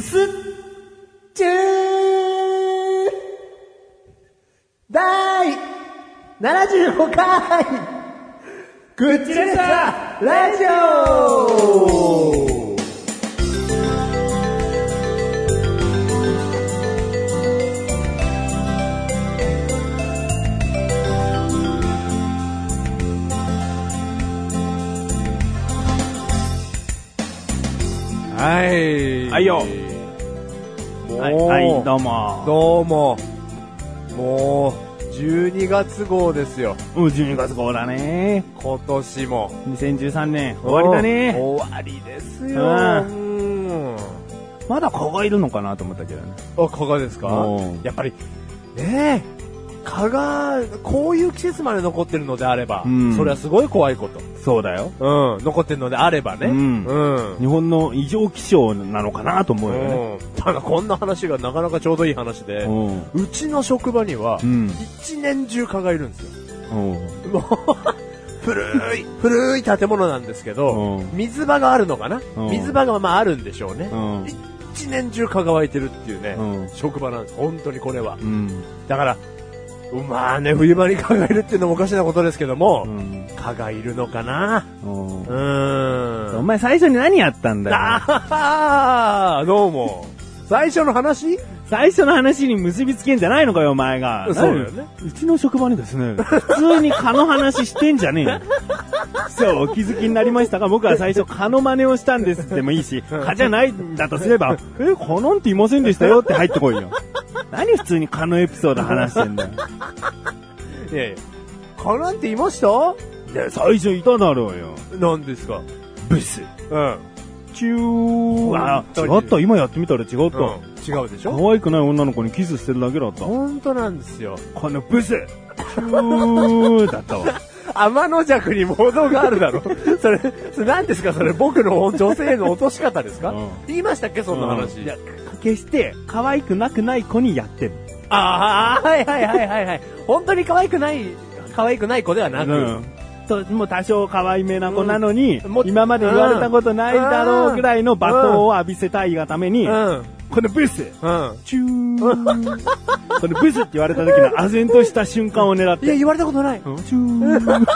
すっちゅー第75回グッチレサラジオはい。はいよもう。はい、はい、どうも。どうも。もう、12月号ですよ。うん、12月号だね。今年も。 2013年、終わりだね。お終わりですよ。ううん。まだ蚊がいるのかなと思ったけどね。あ、蚊がですかうんやっぱり、ねえ、蚊が、こういう季節まで残ってるのであれば、うんそれはすごい怖いこそうだよ。と。うん。残ってるのであればね。うんうん。日本の異常気象なのかなと思うよね。うんただこんな話がなかなかちょうどいい話で、うん。うちの職場にはう、ん。一年中蚊がいるんですよ。うん もう古い、古い建物なんですけど、うん水場があるのかな、うん水場がまああるんでしょうね。うん一年中蚊が湧いてるっていうね、うん職場なんです。本当にこれは。うん。だから、まあね、冬場に蚊がいるっていうのもおかしなことですけども、うん蚊がいるのかなうんうおーん。前最初に何やったんだよ。あーどうも。最初の話最初の話に結びつけんじゃないのかよ、お前が。そうだよね何うちの職場にですね、普通に蚊の話してんじゃねえよ。そう、お気づきになりましたが、僕は最初蚊の真似をしたんですでもいいし、蚊じゃないんだとすれば、え、蚊なんていませんでしたよって入ってこいよ。何普通に蚊のエピソード話してんだよ。いやいや。蚊なんていましたいや最初いただろうよ。なんですかブス。うん。チュー。あ本、当に違った。今やってみたら違った。違うでしょ可愛くない女の子にキスしてるだけだった。本当なんですよ。このブス。チューだったわ。天の弱に物があるだ ろ。それ、それ何ですかそれ僕の女性の落とし方ですか、うん言いましたっけそんな話。うんいや 決して可愛くなくない子にやってる。ああ、はいはいはいはいはい。本当に可愛くない、可愛くない子ではなく。ともう多少可愛めな子なのに、うんもう今まで言われたことないだろうぐらいの罵倒を浴びせたいがために、うん。このブスうん。チュ ーこのブスって言われた時の唖然とした瞬間を狙っいや、て、言われたことない。うんチュ ー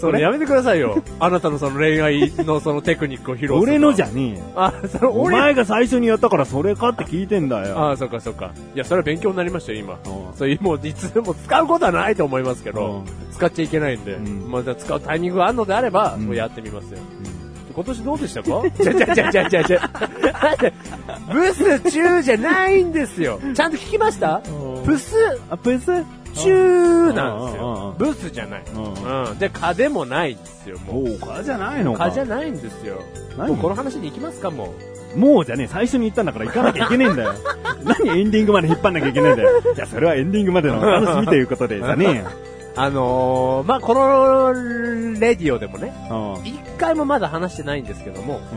それやめてくださいよ。あなたのその恋愛のそのテクニックを披露する。俺のじゃん。ねえよ。あ、そのお俺。前が最初にやったからそれかって聞いてんだよ。ああ、そっかそっか。いや、それは勉強になりましたよ、今う。んそういう、もう、いつでも使うことはないと思いますけうどん、使っちゃいけないんで、うんまた使うタイミングがあるのであれば、うんもうやってみますよ。今年どうでしたかちゃちゃちゃちゃちゃちゃ。だってブスチューじゃないんですよ。ちゃんと聞きましたうんブスあ、ブスチューなんですうんうんうんうよん。ブスじゃない。んうん。で、蚊でもないんですよ、もう。もう蚊じゃないのか。蚊じゃないんですよ。何もうこの話に行きますか、ももうじゃねえ、最初に言ったんだから行かなきゃいけねえんだよ。何エンディングまで引っ張んなきゃいけねえんだよ。じゃあそれはエンディングまでのお楽しみということで、じゃねえよ。う。あのー、まあ、この、レディオでもね、一回もまだ話してないんですけども、う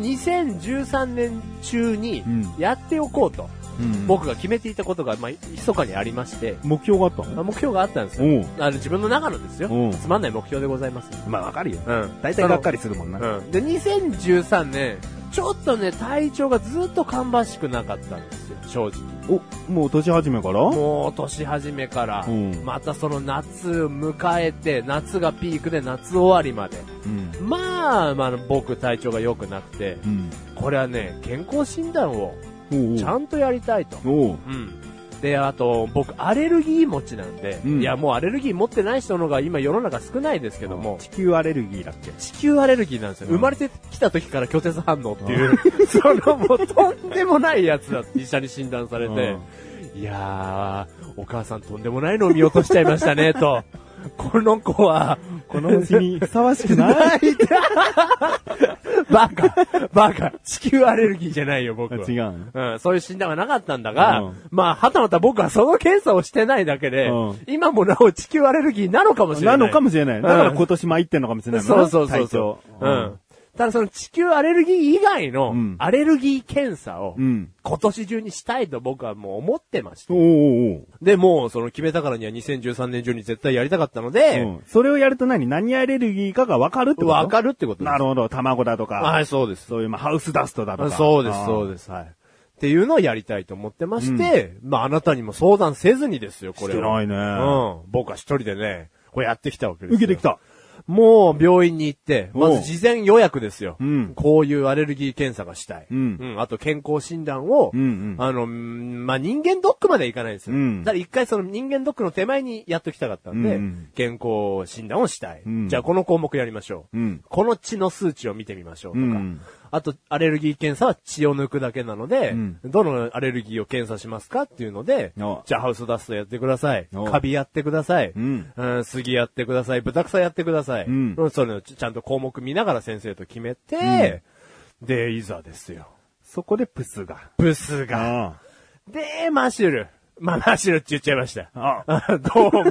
ん。 2013年中にうんやっておこうと、うん。僕が決めていたことが、まあ、密かにありまして、目標があったまあの目標があったんですうよ。ん。あの自分の中のですようん。つまんない目標でございます。まあわかるよ。うん大体がっかりするもんな。うん。で、2013年、ちょっとね、体調がずっと芳しくなかったんですよ、正直。お、もう年始めからもう年始めから、うんまたその夏迎えて、夏がピークで夏終わりまで。うん。まあ、まあ、僕体調が良くなくて、うん。これはね、健康診断をおうちゃんとやりたいと。おう。おう。うん。で、あと、僕、アレルギー持ちなんで、うんいや、もうアレルギー持ってない人の方が今世の中少ないですけども、地球アレルギーだっけ地球アレルギーなんですよ。うん生まれてきた時から拒絶反応っていう、 そのもうとんでもないやつだって医者に診断されて、いやー、お母さんとんでもないのを見落としちゃいましたね、と。この子は、この星にふさわしくない。泣いたバカ、バカ、地球アレルギーじゃないよ、僕は。違う。うん、そういう診断がなかったんだが、うんまあ、はたまた僕はその検査をしてないだけで、うん今もなお地球アレルギーなのかもしれな。ないのかももしれない。だから今年参ってんのかもしれないもんそなうそうそうそう。う体調ん。ただその地球アレルギー以外のうんアレルギー検査をうん。今年中にしたいと僕はもう思ってましたお。ーおーで、もうその決めたからには2013年中に絶対やりたかったのおー、で、うん。それをやると何何アレルギーかがわかるってことわかる。るってことです。なるほど。卵だとか。はい、そうです。そういう、まあ、ハウスダストだとか。そうです、そうでです、はい。っていうのをやりたいと思ってまして、まああなたにも相談せずにですよ、これを。してないねうん。僕は一人でね、これやってきたわけですよ。受けてきた。もう病院に行って、おうまず事前予約ですよ。うんこういうアレルギー検査がしたい。うんあと健康診断を、うんうんあの、うんまあ、人間ドックまで行かないですよ。うんだから一回その人間ドックの手前にやっときたかったんで、うんうん健康診断をしたい、うんじゃあこの項目やりましょう。うんこの血の数値を見てみましょうとか。うんあと、アレルギー検査は血を抜くだけなので、うんどのアレルギーを検査しますかっていうので、おじゃあハウスダストやってくださいお。カビやってください。うんうん、杉やってください、豚草やってください。うんうん、それをちちゃんと項目見ながら先生と決めて、で、いざですよ。そこでプスが。ブスが。あで、マシュル。まあ、マシュルって言っちゃいました。あ。あどうも。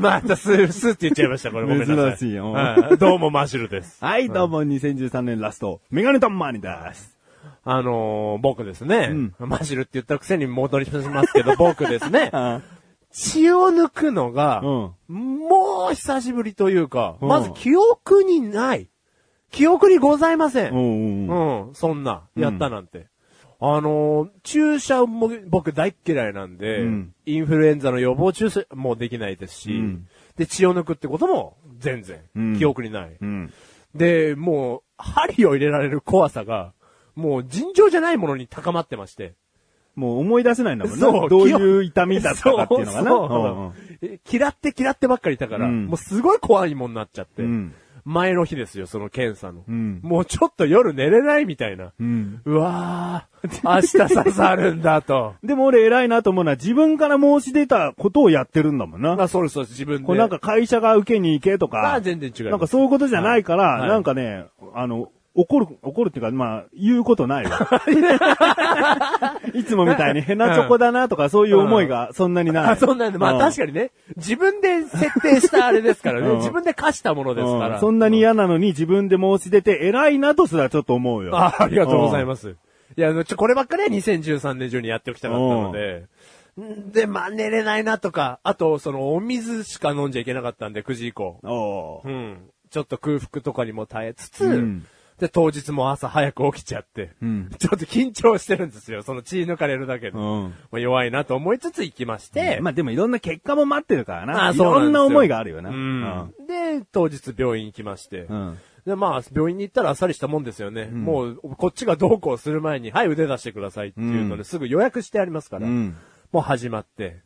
またス、スって言っちゃいました、これごめんなさい。珍しいようんどうもマシュルです。はい、どうも、2013年ラスト、メガネタンマーニです。あのー僕ですね、んマシュルって言ったくせに戻りしますけど、僕ですね。あ血を抜くのが、うもう久しぶりというか、うんまず記憶にない。記憶にございませ。うんんうん。うん、そんな、やったなんて。あのー注射も僕大っ嫌いなんで、うんインフルエンザの予防注射もできないですし、うんで、血を抜くってことも全然、うん記憶にない。うん。で、もう、針を入れられる怖さが、もう尋常じゃないものに高まってまして。もう思い出せないんだもんそね。うどういう痛みだったかっていうのがな。そうそううんうんえ嫌って嫌ってばっかりいたから、うんもうすごい怖いもんなっちゃって、うん前の日ですよ、その検査の、うんもうちょっと夜寝れないみたいな。ううんわー、明日刺さるんだと。 でも俺偉いなと思うのは自分から申し出たことをやってるんだもんな。あ、そうです、そうです、自分で。これなんか会社が受けに行けとまかあ、、全然違う。なんかそういうことじゃないから、はいなんかね、あの、怒る、怒るっていうか、まあ、言うことないわ。 いつもみたいにヘナチョコだなとか、そういう思いがそんなにない。あそんなんで、まあ確かかにね、自分で設定したあれですからね、うん自分で課したものですから。そんなに嫌なのに自分で申し出て偉いなとすらちょっと思うよ。あありがとうございす。ます。いや、あのちょ、こればっかりは2013年中にやっておきたかったので。んで、まあ、寝れないなとか、あと、その、お水しか飲んじゃいけなかったんで、9時以降。おううん。ちょっと空腹とかにも耐えつつ、うんで、当日も朝早く起きちゃって、うんちょっと緊張してるんですよ。その血抜かれるだけで。うんまあ弱いなと思いつつ行きまして、まあでもいろんな結果も待ってるからな。あいそうろなんですよんな思いがあるよな。うん。で、当日病院行きまして、うんで、まあ、病院に行ったらあっさりしたもんですよね。もう、こっちがどうこうする前に、はい、腕出してくださいっていうので、うすぐ予約してありますから、うんもう始まって、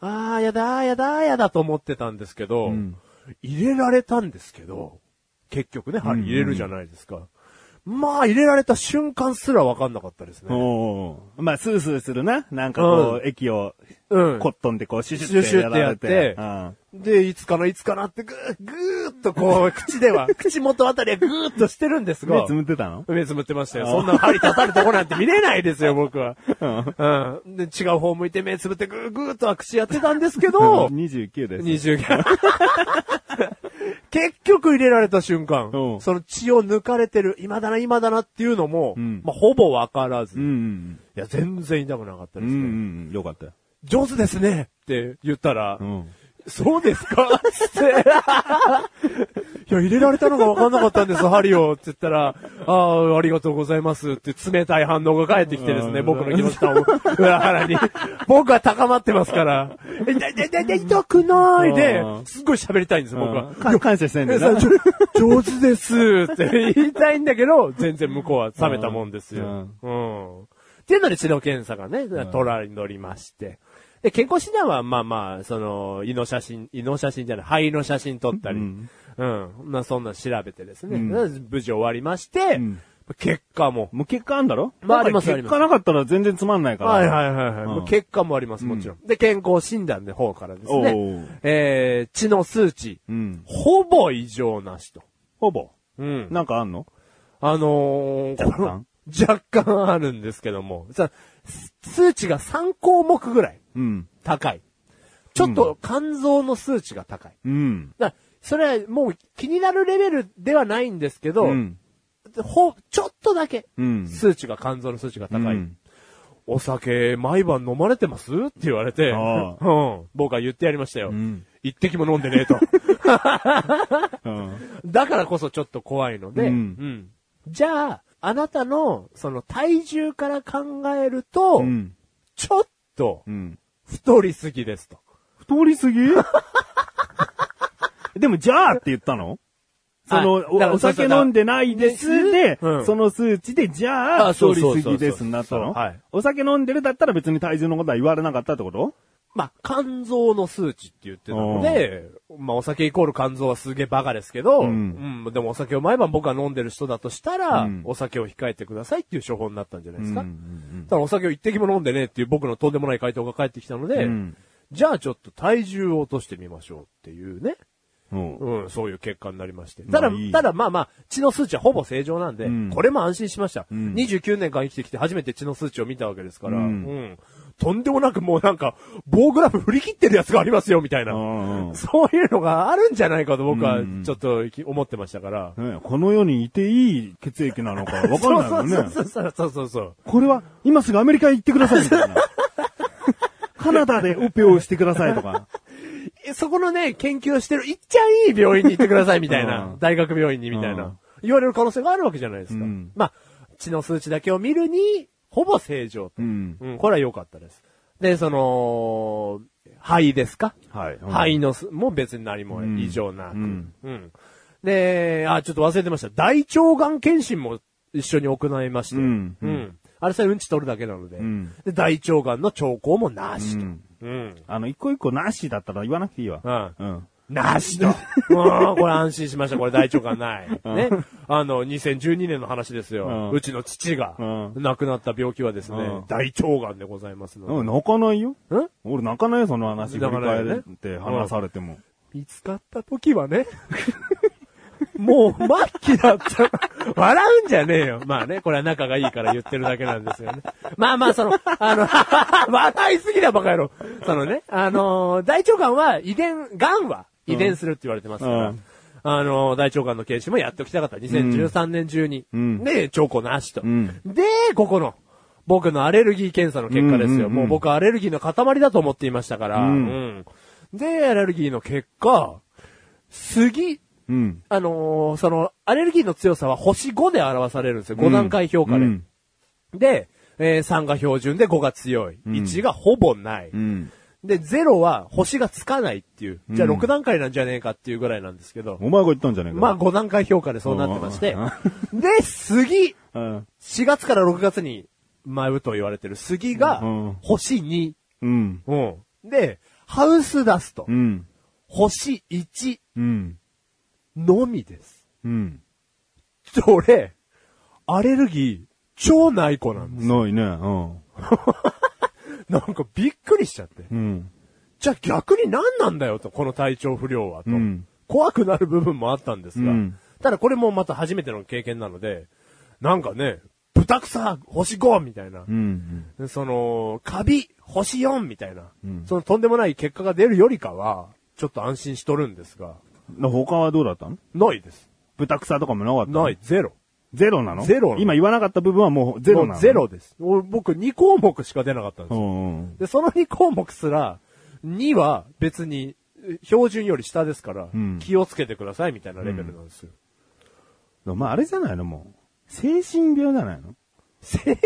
あー、やだー、やだー、やだと思ってたんですけど、ん入れられたんですけど、結局ね、針入れるじゃないですか。まあ、入れられた瞬間すらわかんなかったですおうね。おうまあ、スースーするな。なんかこう、液を、うんコットンでこう、シュシュシュシュっっててやらやっれてて。うんで、いつかな、いつかなって、ぐー、ぐーっと こう、口では、口元あたりはぐーっとしてるんですが、目つむってたの目つぶってましたよ。そんな針刺さるとこなんて見れないですよ、僕は。うん。で、違う方向いて目つぶってぐーぐーっと握手やってたんですけ ど、 ?29 です。 20 結局入れられた瞬間う、んその血を抜かれてる、今だな、今だなっていうのも、んまあ、ほぼわからず、うんいうんや、全然痛くなかったうん。ですうね。んうん。よかったよ。上手ですねって言ったら、ん。そうですかつって。いや、入れられたのが分かんなかったんです、針を。って言ったら、ああ、ありがとうございます。って冷たい反応が返ってきてですね、うん僕の気持ちと裏腹に。僕は高まってますから、痛い痛い痛い痛い痛くないでう、んすっごい喋りたいんです、僕は。か感謝してんだえよさ な。ちょ上手ですって言いたいんだけど、全然向こうは冷めたもんですよ。うん。っていうので、血の検査がね、トラに乗りまして。で、健康診断は、まあまあ、その、胃の写真、胃の写真じゃない、肺の写真撮ったり、うん。まあ、そんなの調べてですね、無事終わりまして、ん結果も。もう結果あんだろまあありますなんか結果なかったら全然つまんないから。はいはいはいはい。うんもう結果もあります、もちろん。で、健康診断の方からですおねう、えー、血の数値、うん。ほぼ異常なしと。ほぼ。うん。なんかあんのあのー、若干この若干あるんですけども、さ数値が3項目ぐらいうん。高い。ちょっと肝臓の数値が高い。うん。だからそれはもう気になるレベルではないんですけど、うん。ほ、ちょっとだけ、うん。数値が、肝臓の数値が高い。うんお酒、毎晩飲まれてますって言われ て、うあん、僕は言ってやりましたよ。うん一滴も飲んでねえと。うんだからこそちょっと怖いので、うんうんじゃあ、あなたの、その体重から考えると、うん。ちょっと、うん。太りすぎですと。太りすぎ でも、じゃあって言ったのその、あだからおお酒飲んでないですで、うんその数値で、じゃあ、あそ太うそうそうりすそうぎですになったの、そうはいお酒飲んでるだったら別に体重のことは言われなかったってことまあ、肝臓の数値って言ってたので、まあ、お酒イコール肝臓はすげえバカですけど、ううんん、でもお酒を毎晩僕は飲んでる人だとしたら、うんお酒を控えてくださいっていう処方になったんじゃないですか。うんうんうんただお酒を一滴も飲んでねえっていう僕のとんでもない回答が返ってきたので、うんじゃあちょっと体重を落としてみましょうっていうね。うんうん、そういう結果になりまして。またあだ、いいただまあまあ、血の数値はほぼ正常なんで、うんこれも安心しました、ん29年間生きてきて初めて血の数値を見たわけですから、う。うんんとんでもなくもうなんか、棒グラフ振り切ってるやつがありますよ、みたいな。うんうんそういうのがあるんじゃないかと僕はうんちょっとき思ってましたから。ねこの世にいていい血液なのかわかんないもんね。 そうそうそうそうそうそう。これは、今すぐアメリカへ行ってくださいみ たいな。カナダでオペをしてくださいとか。えそこのね、研究をしてる、いっちゃんいい病院に行ってください、みたいなう。ん大学病院に、みたいな、うん言われる可能性があるわけじゃないですか。うんまあ、血の数値だけを見るに、ほぼ正常と。うん。うん、これは良かったです。で、その、肺ですか、はい。肺のす、もう別に何もん異常なく。ううんん。で、あ、ちょっと忘れてました。大腸がん検診も一緒に行いまして。うんうんあれさえうんち取るだけなので。んで、大腸がんの兆候もなしと。ううんん。あの、一個一個なしだったら言わなくていいわ。うんうん。なしと。うん、これ安心しました。これ大腸がんない。 ね。あの、2012年の話ですよ。うんうちの父がう亡くなった病気はですね、うん大腸がんでございますので。 うん、泣かないよ。ん俺泣かないよ、その話。振り泣かないよね返って話されても。見つかった時はね、もう末期だった。笑うんじゃねえよ。まあね、これは仲がいいから言ってるだけなんですよね。まあまあ、その、 あの、笑いすぎだバカ野郎。そのね、あのー大腸がんは遺伝、がんは遺伝するって言われてますから。うんあのー大腸がんの検診もやっておきたかった。2013年中に。うんで、兆候なしと。んで、ここの、僕のアレルギー検査の結果ですよ。うんうんうんもう僕アレルギーの塊だと思っていましたから。んうんで、アレルギーの結果、杉、うん。あのーその、アレルギーの強さは星5で表されるんですよ。5段階評価で。うんで、えー3が標準で5が強い。ん1がほぼない。うん。で、0は星がつかないっていう。じゃあうん6段階なんじゃねえかっていうぐらいなんですけど。お前が言ったんじゃねえか。まあ5段階評価でそうなってましてうん。で、杉うん。 4月から6月に舞うと言われてる杉がうん、星2。うん。うん。で、ハウスダストう、ん。星1うん。のみです。うん。それ、アレルギー、超ない子なんでないね。うん。す。なんかびっくりしちゃって。うん。じゃあ逆に何なんだよと、この体調不良はと。うん怖くなる部分もあったんですが、うんただこれもまた初めての経験なので、なんかね、豚草、星5みたいな。うん。その、カビ、星4みたいな、んそのとんでもない結果が出るよりかは、ちょっと安心しとるんですが、で他はどうだったのないです。豚草とかもなかったのない、。ゼロ。ゼロなのゼロなの今言わなかった部分はもうゼロなものうゼロです。お僕2項目しか出なかったんでうすよ。んうん。で、その2項目すら、2は別に、え標準より下ですから、うん気をつけてくださいみたいなレベルなんですよ。お前あれじゃないのもう。精神病じゃないの精神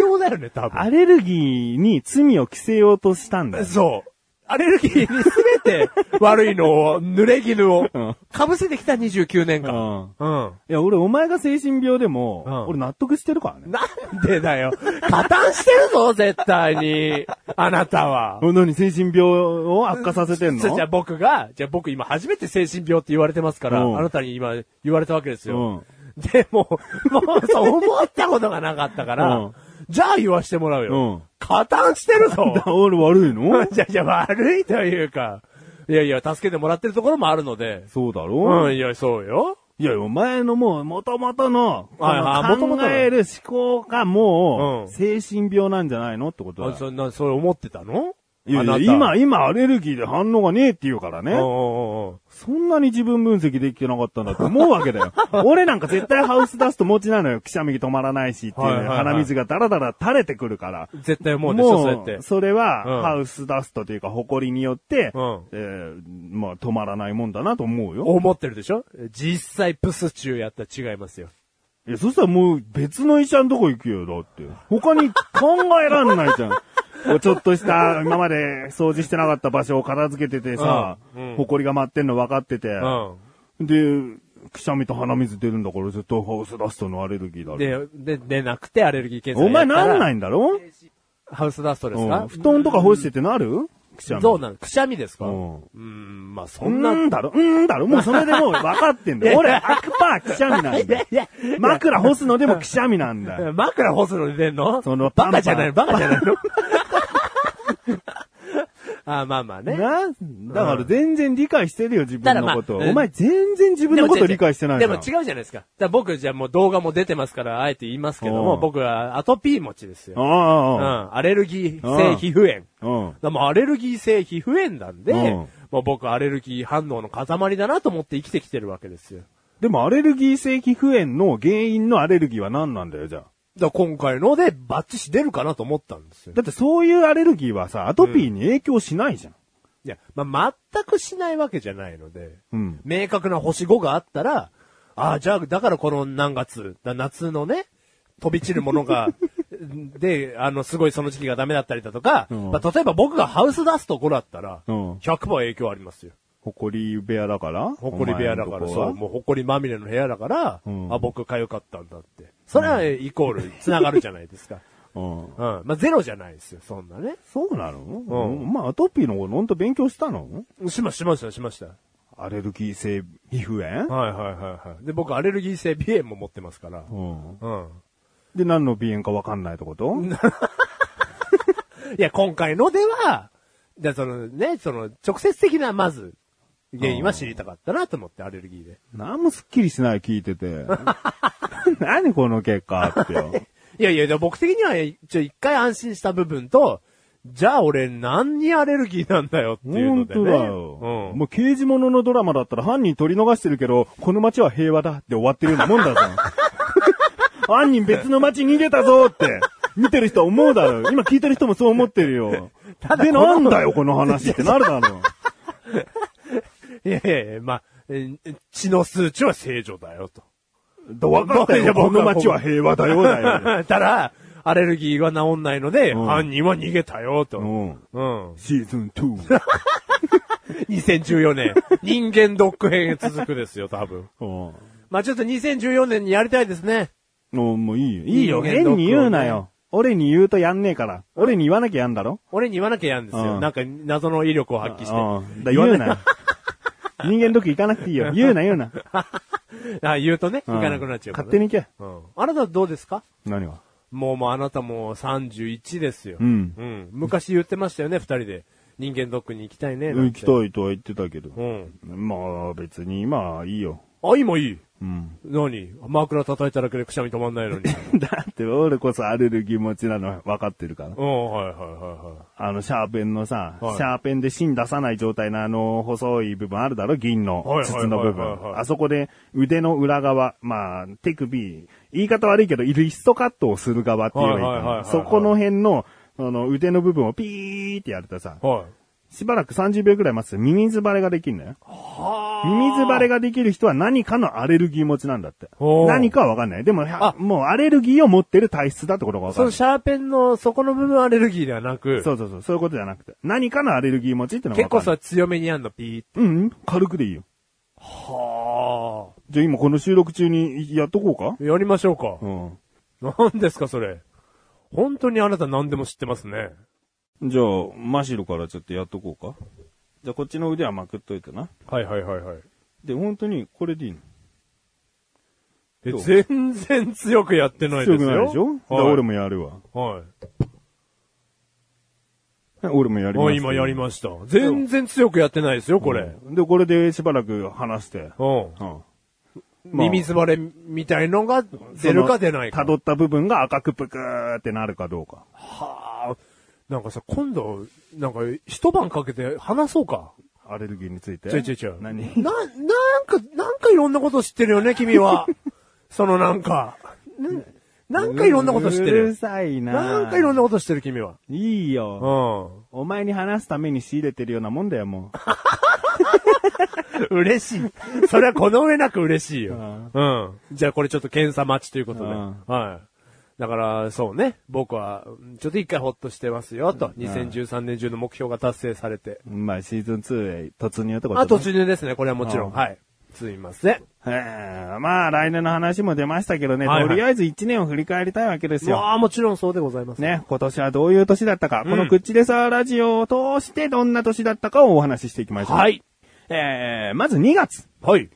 病だよね、多分。アレルギーに罪を着せようとしたんだよ。そう。アレルギーにすべて悪いのを、濡れ衣をうん、かぶせてきた29年う間。ん。うん。いや、俺、お前が精神病でも、うん俺納得してるからね。なんでだよ。加担してるぞ、絶対に。あなたは。なに精神病を悪化させてんそのじゃあ僕が、じゃあ僕今初めて精神病って言われてますから、うんあなたに今言われたわけですよ。でも、もうそう思ったことがなかったから、うんじゃあ言わしてもらうよ。うん加担してるぞ俺悪いの じゃあじゃあ悪いというか、いやいや、助けてもらってるところもあるので、そうだろ、うん、いや、そうよ。いや、お前のもう、元々の、はいはいこの元々の考える思考がうんもう、精神病なんじゃないのってことあだよ。そんな、それ思ってたのいやいやあなた今、今アレルギーで反応がねえって言うからおね。うおうおうそんなに自分分析できてなかったんだって思うわけだよ。俺なんか絶対ハウスダスト持ちなのよ。くしゃみ止まらないしっていうね、はいはいはい鼻水がダラダラ垂れてくるから。絶対思うでしょ、そうやって。それは、うんハウスダストというか、埃によって、うんえーまあ、止まらないもんだなと思うよ。思ってるでしょ実際プスチューやったら違いますよ。いや、そしたらもう別の医者のとこ行くよ、だって。他に考えらんないじゃん。 こうちょっとした、今まで掃除してなかった場所を片付けててさ、うんうん埃が舞ってんの分かってて、うん。で、くしゃみと鼻水出るんだから、絶対ハウスダストのアレルギーだろ。で、で、でなくてアレルギー検査お前なんないいんだろハウスダストですうかん布団とか干しててなるくしゃみ。どうなのくしゃみですかううんーん、まあそうんな。んだろうんだろもうそれでもう分かってんだよ。俺、100%くしゃみなんだよ。や、枕干すのでもくしゃみなんだよ。枕干すのに出んのそのバカじゃないのバカじゃないの あーまあまあ ね。なだから全然理解してるよ、自分のこと。ただまあお前全然自分のこと理解してないでじゃもん違うじゃないですか。だから僕じゃあもう動画も出てますから、あえて言いますけどうも、ん僕はアトピー持ちですよ。うああ、ん。アレルギー性皮膚炎。うん。だからもうアレルギー性皮膚炎なんで、うんもう僕アレルギー反応の塊だなと思って生きてきてるわけですよ。でもアレルギー性皮膚炎の原因のアレルギーは何なんだよ、じゃあ。だから今回のでバッチシ出るかなと思ったんですよ。だってそういうアレルギーはさ、アトピーに影響しないじゃん。いや、まあ、全くしないわけじゃないので、うん明確な星5があったら、ああ、じゃあ、だからこの何月、だ夏のね、飛び散るものが、 で、あの、すごいその時期がダメだったりだとか、うんまあ、例えば僕がハウスダスト5だったら、うん100%影響ありますよ。誇り部屋だから誇り部屋だから、そう、もう誇りまみれの部屋だから、うんあ、僕かゆかったんだって。それはイコール、つながるじゃないですか。う。うん。うん。まあ、ゼロじゃないですよ、そんなね。そうなのうんうん。まあ、アトピーのことほんと勉強したのしましました、しました。アレルギー性皮膚炎はいはいはいはい。で、僕アレルギー性鼻炎も持ってますから。うん。うん。で、何の鼻炎かわかんないってこと いや、今回のでは、で、そのね、その、直接的な、まず、原因は知りたかったなと思って、アレルギーで。何もすっきりしない聞いてて。 何この結果ってよ。いやいや、でも僕的には、一応一回安心した部分と、じゃあ俺何にアレルギーなんだよっていうの本でね。当だよ。うん。もう刑事物のドラマだったら犯人取り逃してるけど、この街は平和だって終わってるようなもんだ ぞ。犯人別の街逃げたぞって、見てる人は思うだろう。今聞いてる人もそう思ってるよ。で、なんだよこの話ってなるだろう。いやいやいや、まあ、えー血の数値は正常だよと。だ分かったいやよ、僕はこの街は平和だよだ よ。ただ、アレルギーが治んないので、うん犯人は逃げたよと。うん。うん。シーズン2。 2014年、人間ドック編へ続くですよ、多分。うんまあちょっと2014年にやりたいですね。うん。もういいよ。いいよ。人間ドックをね変に言うなよ。俺に言うとやんねえから。俺に言わなきゃやんだろ俺に言わなきゃやんですよ。うんなんか謎の威力を発揮うしんて。だ言うなわ よ。人間ドック行かなくていいよ。言うな言うな。なあ言うとね、う 行んかなくなっちゃうから、勝手に行け。手に。うん。あなたどうですか何がもうもうあなたも31ですよ。うんうん。昔言ってましたよね、二人で。人間ドックに行きたいね。なん行てきたいとは言ってたけど。うん。まあ、別に今はいいよ。あ、今いい。うん。 何枕叩いただけでくしゃみ止まんない のに。だって俺こそアレルギー持ちなの分かってるから。うん、はいはいはいはい。あの、シャーペンのさ、はいシャーペンで芯出さない状態のあの、細い部分あるだろ銀のはいはいはい筒の部はいはい分。あそこで腕の裏側、まあ、手首、言い方悪いけど、リストカットをする側って言えばいいはいはいはいかはないそこの辺の、あの、腕の部分をピーってやるとさ、はい。しばらく30秒くらい待つとミミズバレができるんだよ。はミミズバレができる人は何かのアレルギー持ちなんだって。おー何かはわかんない。でも、あもうアレルギーを持ってる体質だってことがわかそる。のそシャーペンのそこの部分アレルギーではなく、うそうそう、そういうことじゃなくて。何かのアレルギー持ちってのが結わ構かる。それ強めにやんの、ピーって。構さ、うん、軽くでいいよ。はじゃあ今この収録中にやっとこうかあ。やりましょうか。う何ですか、それ。本当にあなた何でも知ってますね。ん。じゃあ、マシロからちょっとやっとこうか。じゃあこっちの腕はまくっといてな。はいはいはいはい。で、本当にこれでいいのえ、どう全然強くやってないで強すくよ。ないでしょ、だからはい、俺もやるわ。 はい。俺もやりますあよ。今やりました。全然強くやってないですよ、これ。うんで、これでしばらく話して。うん。うん。まあ耳すばれみたいのが出るか出ないか。その辿った部分が赤くぷくーってなるかどうか。はあ。なんかさ、今度、なんか、一晩かけて話そうか。アレルギーについて。ちょいちょいちょい何な、なんか、なんかいろんなこと知ってるよね、君 は。そのなんか。ななんかいろんなこと知ってうるる。さいな。なんかいろんなな。こと知ってる、君は。いいよ。うお前に話すために仕入れてるようなもんだよ、もう。ん。嬉しい。それはこの上なく嬉しいよ。ううん。じゃあこれちょっと検査待ちということで。うんはい。だから、そうね。僕は、うんちょっと一回ほっとしてますよ、と。2013年中の目標が達成されて。 まあ、シーズン2へ突入ってことあ、途中入。でですね。これはもちろん。うんはい。すいません。えーまあ、来年の話も出ましたけどね、はいはいとりあえず1年を振り返りたいわけですよ。まあ、もちろんそうでございます。。ね、今年はどういう年だったか、うんこのクッチレサーラジオを通してどんな年だったかをお話ししていきましょう。。はいい。えー、まず2月。はい。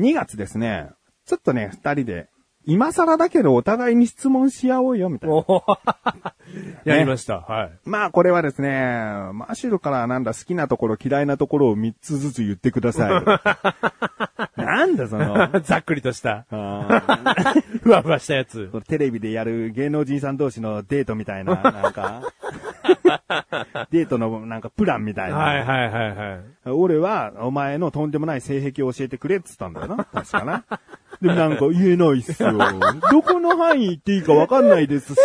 2月ですね、ちょっとね、2人で、今更だけどお互いに質問し 合おうよ、みたいな。お やりました。はい。 まあこれはですね、マシュルからなんだ好きなところ嫌いなところを3つずつ言ってくださ い。なんだその。ざっくりとした、あー ふわふわしたやつ。これテレビでやる芸能人さん同士のデートみたいな、な んか、デートのなんかプランみたいな。はいはいはいはい。俺は、お前のとんでもない性癖を教えてくれって言ったんだよな。確かな。でもなんか言えないっすよ。どこの範囲行っていいかわかんないですし、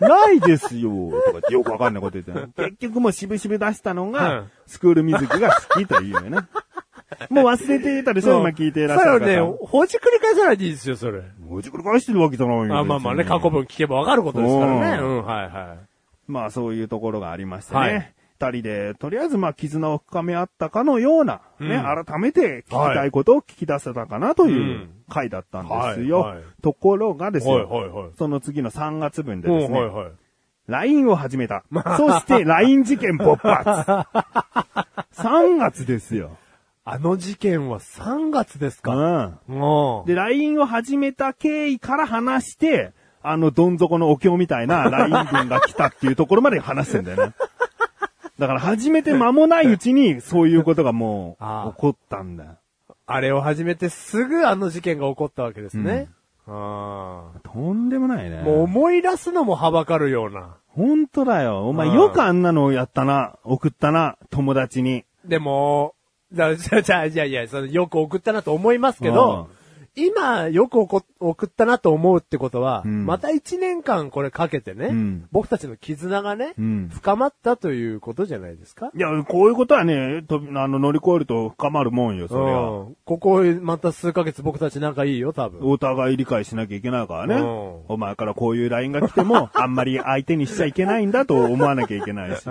ないですよ。とかってよくわかんないこと言ってた。結局もう渋々出したのが、うんスクール水着が好きというよね。もう忘れてたでしょ、今聞いていらっしゃるそれを方ね、。ほじくり返さないでいいですよ、それ。ほじくり返してるわけじゃないよ。あまあまあね、別に過去分聞けばわかることですからね。ううんん、はいはまあそういうところがありましてはねい。二、人で、とりあえずまあ絆を深め合ったかのような、ね、うん改めて聞きたいことを聞き出せたかなという回だったんですよ。うんはいはいところがでい。すよ、はいはいはい。その次の3月分でうんですね、はいはい。 LINE を始めた。そして LINE 事件勃発。3月ですよ。あの事件は3月ですうか。ん。もうで、LINE を始めた経緯から話して、あの、どん底のお経みたいな LINE 軍が来たっていうところまで話してんだよね。 だから始めて間もないうちに、そういうことがもうああ、起こったんだよ。あれを始めてすぐあの事件が起こったわけですね。ああ。とんでもないね。もう思い出すのもはばかるような。ほんとだよ。お前うんよくあんなのをやったな、送ったな、友達に。でも、だ じゃあ、じゃあ、いやいや、そのよく送ったなと思いますけど、今、よくおこ送ったなと思うってことは、うんまた一年間これかけてね、うん僕たちの絆がね、うん深まったということじゃないですか。いや、こういうことはね、とあの乗り越えると深まるもんよ、それは。うんここ、また数ヶ月僕たち仲いいよ、多分。お互い理解しなきゃいけないからね。うんお前からこういう LINE が来 ても、あんまり相手にしちゃいけないんだと思わなきゃいけないし。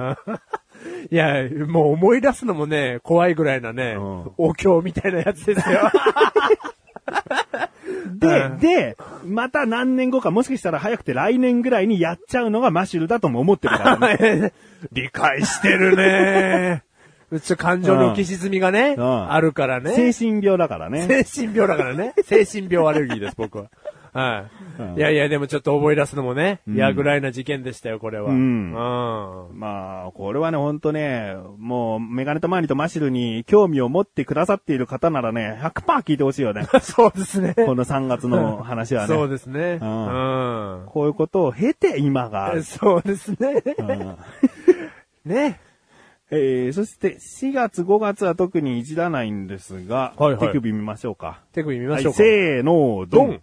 いや、もう思い出すのもね、怖いぐらいなね、うんお経みたいなやつです よ。でう、んで、また何年後か、もしかしたら早くて来年ぐらいにやっちゃうのがマシュルだとも思ってるからね。理解してるね。 ちょ感情の浮き沈みがね、うんあるから ね。精神病だから ね。精神病だから ね。精神病アレルギーです、僕は。はい、うんいやいや、でもちょっと思い出すのもね、んいやぐらいな事件でしたよ、これは。うんうん。 まあ、これはね、ほんとね、もう、メガネとマーニとマシュルに興味を持ってくださっている方ならね、100%聞いてほしいよね。そうです ね。この3月の話はね。 そうですね。ううんん。こういうことを経て今がある。そうですね。うん ね。えー、そして4月5月は特にいじらないんですが、はいはい手首見ましょうか。手首見はまい、しょうか。せーの、ドドンン。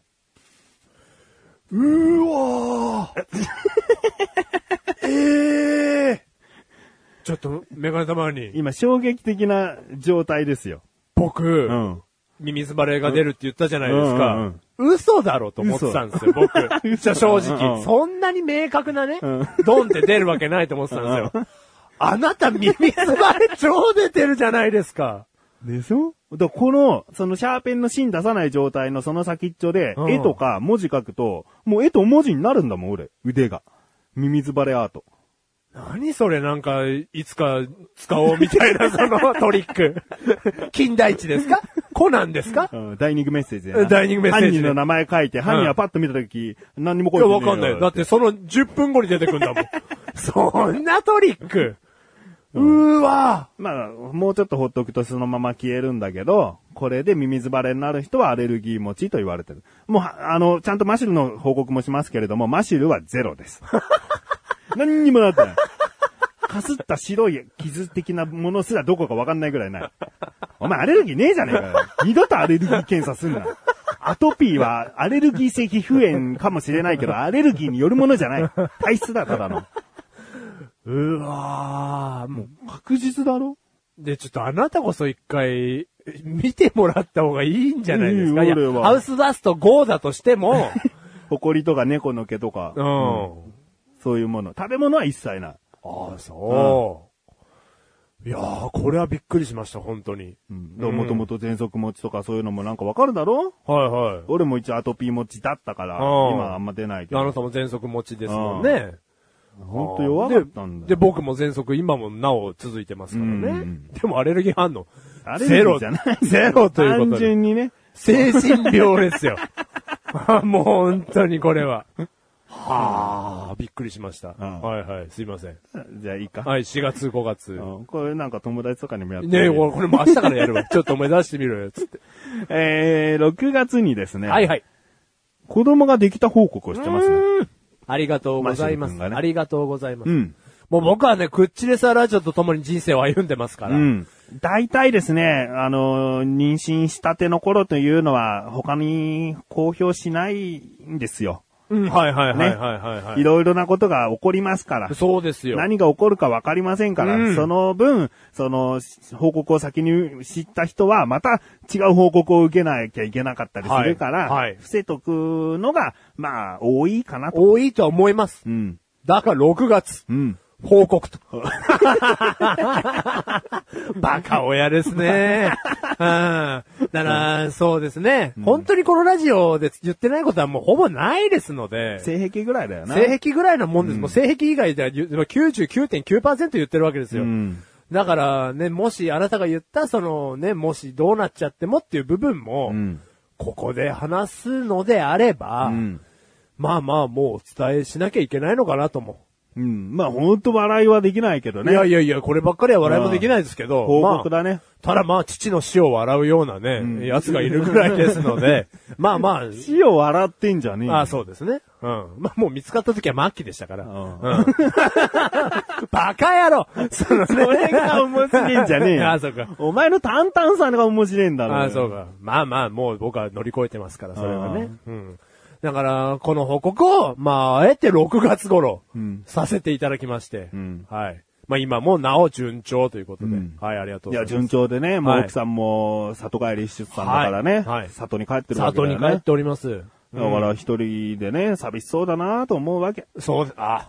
うわーええー、ちょっと、メガネたまに、今、衝撃的な状態ですよ。僕、うん。ミミズバレーが出るって言ったじゃないですか。うんうん嘘だろと思ってたんですよ、僕。じゃあ正直、うんそんなに明確なね、うんドンって出るわけないと思ってたんですよ。あなたミミズバレー超出てるじゃないですか。でしょだからこの、そのシャーペンの芯出さない状態のその先っちょで、うん絵とか文字書くと、もう絵と文字になるんだもん、俺。腕が。ミミズバレアート。何それなんか、いつか使おうみたい なそのトリック。金田一ですかコナンですかうん、ダイニングメッセージで。ダイニングメッセージで犯人の名前書いて、犯人はパッと見たとき、何にもい書いや、てねえわかんないよ。だってその10分後に出てくんだもん。 そんなトリック。うーわまあ、もうちょっと放っておくとそのまま消えるんだけど、これでミミズバレになる人はアレルギー持ちと言われてる。もう、はあの、ち ゃんとマシルの報告もしますけれども、マシルはゼロです。何にもなってない。かすった白い傷的なものすらどこかわかんないぐらいない。お前アレルギーねえじゃねえかよ。二度とアレルギー検査すんな。アトピーはアレルギー性皮膚炎かもしれないけど、アレルギーによるものじゃない。体質だ、ただの。うわー、もう。確実だろで、ちょっとあなたこそ一回、見てもらった方がいいんじゃないですか。いいいやよ俺はハウスダスト5だとしても、 埃とか猫の毛とか、うん。そういうもの。食べ物は一切ない。ああ、そう。いやー、これはびっくりしました、本当に。うん。もともと喘息持ちとかそういうのもなんかわかるだろはいはい。俺も一応アトピー持ちだったから、うん今あんま出ないけあなど。たも喘息持ちですもんね。ほんと弱かったんだよ。で、で僕も喘息今もなお続いてますからうねん。でもアレルギー反応。アレルギゼローじゃない。ゼロということで単純にね。精神病ですよ。 もう本当にこれは。はあ、びっくりしました。うんはいはい、すいません。じゃあいいか。はい、4月、5月。うんこれなんか友達とかにもやってねえ、これこれもう明日からや るわ。ちょっと目指してみろよ、つって。えー、6月にですね。はいはい。子供ができた報告をしてますね。ありがとうございまマす。シュル君がねありがとうございます。うん。もう僕はね、クッチレサラジオと共に人生を歩んでますから。うん。大体ですね、あの、妊娠したての頃というのは他に公表しないんですよ。うんはいはいはいねはいはいはいいろいろなことが起こりますから。そうですよ。何が起こるか分かりませんから、うんその分、その、報告を先に知った人は、また違う報告を受けなきゃいけなかったりするから、はいはい伏せとくのが、まあ、多いかなと。多いとは思います。うん。だから6月、うん。報告と。 バカ親です ね。うん。だから、そうですね。本当にこのラジオで言ってないことはもうほぼないですので。性癖ぐらいだよな。性癖ぐらいなもんです。もう性癖以外では言う99.9%言ってるわけですよ。うん。だからね、もしあなたが言った、そのね、もしどうなっちゃってもっていう部分も、うん。ここで話すのであれば、うん。まあまあもうお伝えしなきゃいけないのかなとも。うん。まあ、ほんと笑いはできないけどね。いやいやいや、こればっかりは笑いもできないですけど、報ま告あ、だね。ただまあ父の死を笑うようなね、奴がいるぐらいですの で、まあま死を笑ってんじゃねえよあ、ああそうですね。うん。まあもう見つかった時は末期でしたから。んうんバカ野郎そのね それが面白いんじゃねえよ ああ、そうか。お前の淡々さが面白いんだ ろ。ああ、そうか。まあまあ、もう僕は乗り越えてますから、それはね。うん。だから、この報告を、まあ、あえて6月頃、させていただきまして、んはい。まあ今もなお順調ということで、はい、ありがとういございや、ます。順調でね、もうはい奥さんも里帰り出産だからね、はいはい里に帰ってるわけだ里よね。に帰っております。だから一人でね、寂しそうだなと思うわけ。そう、あ、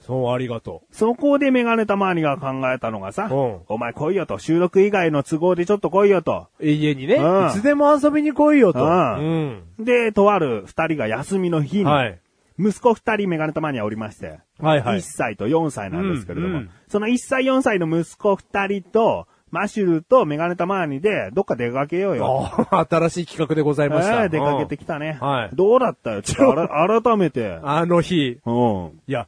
そう、ありがとそこでメガネたまわりが考えたのがさ、うんお前来いよと、収録以外の都合でちょっと来いよと。う。家にね、うんいつでも遊びに来いよと。ううん。で、とある二人が休みの日に、はい。息子二人メガネたまにはおりまして、はいは1い。歳と4歳なんですけれども、うんうんその1歳4歳の息子二人と、マシュルとメガネたまわりで、どっか出かけようよ。あ新しい企画でございました。ええ出かけてきたね。うんはいどうだったよちょっとあら改めてう。んあの日、うん。いや、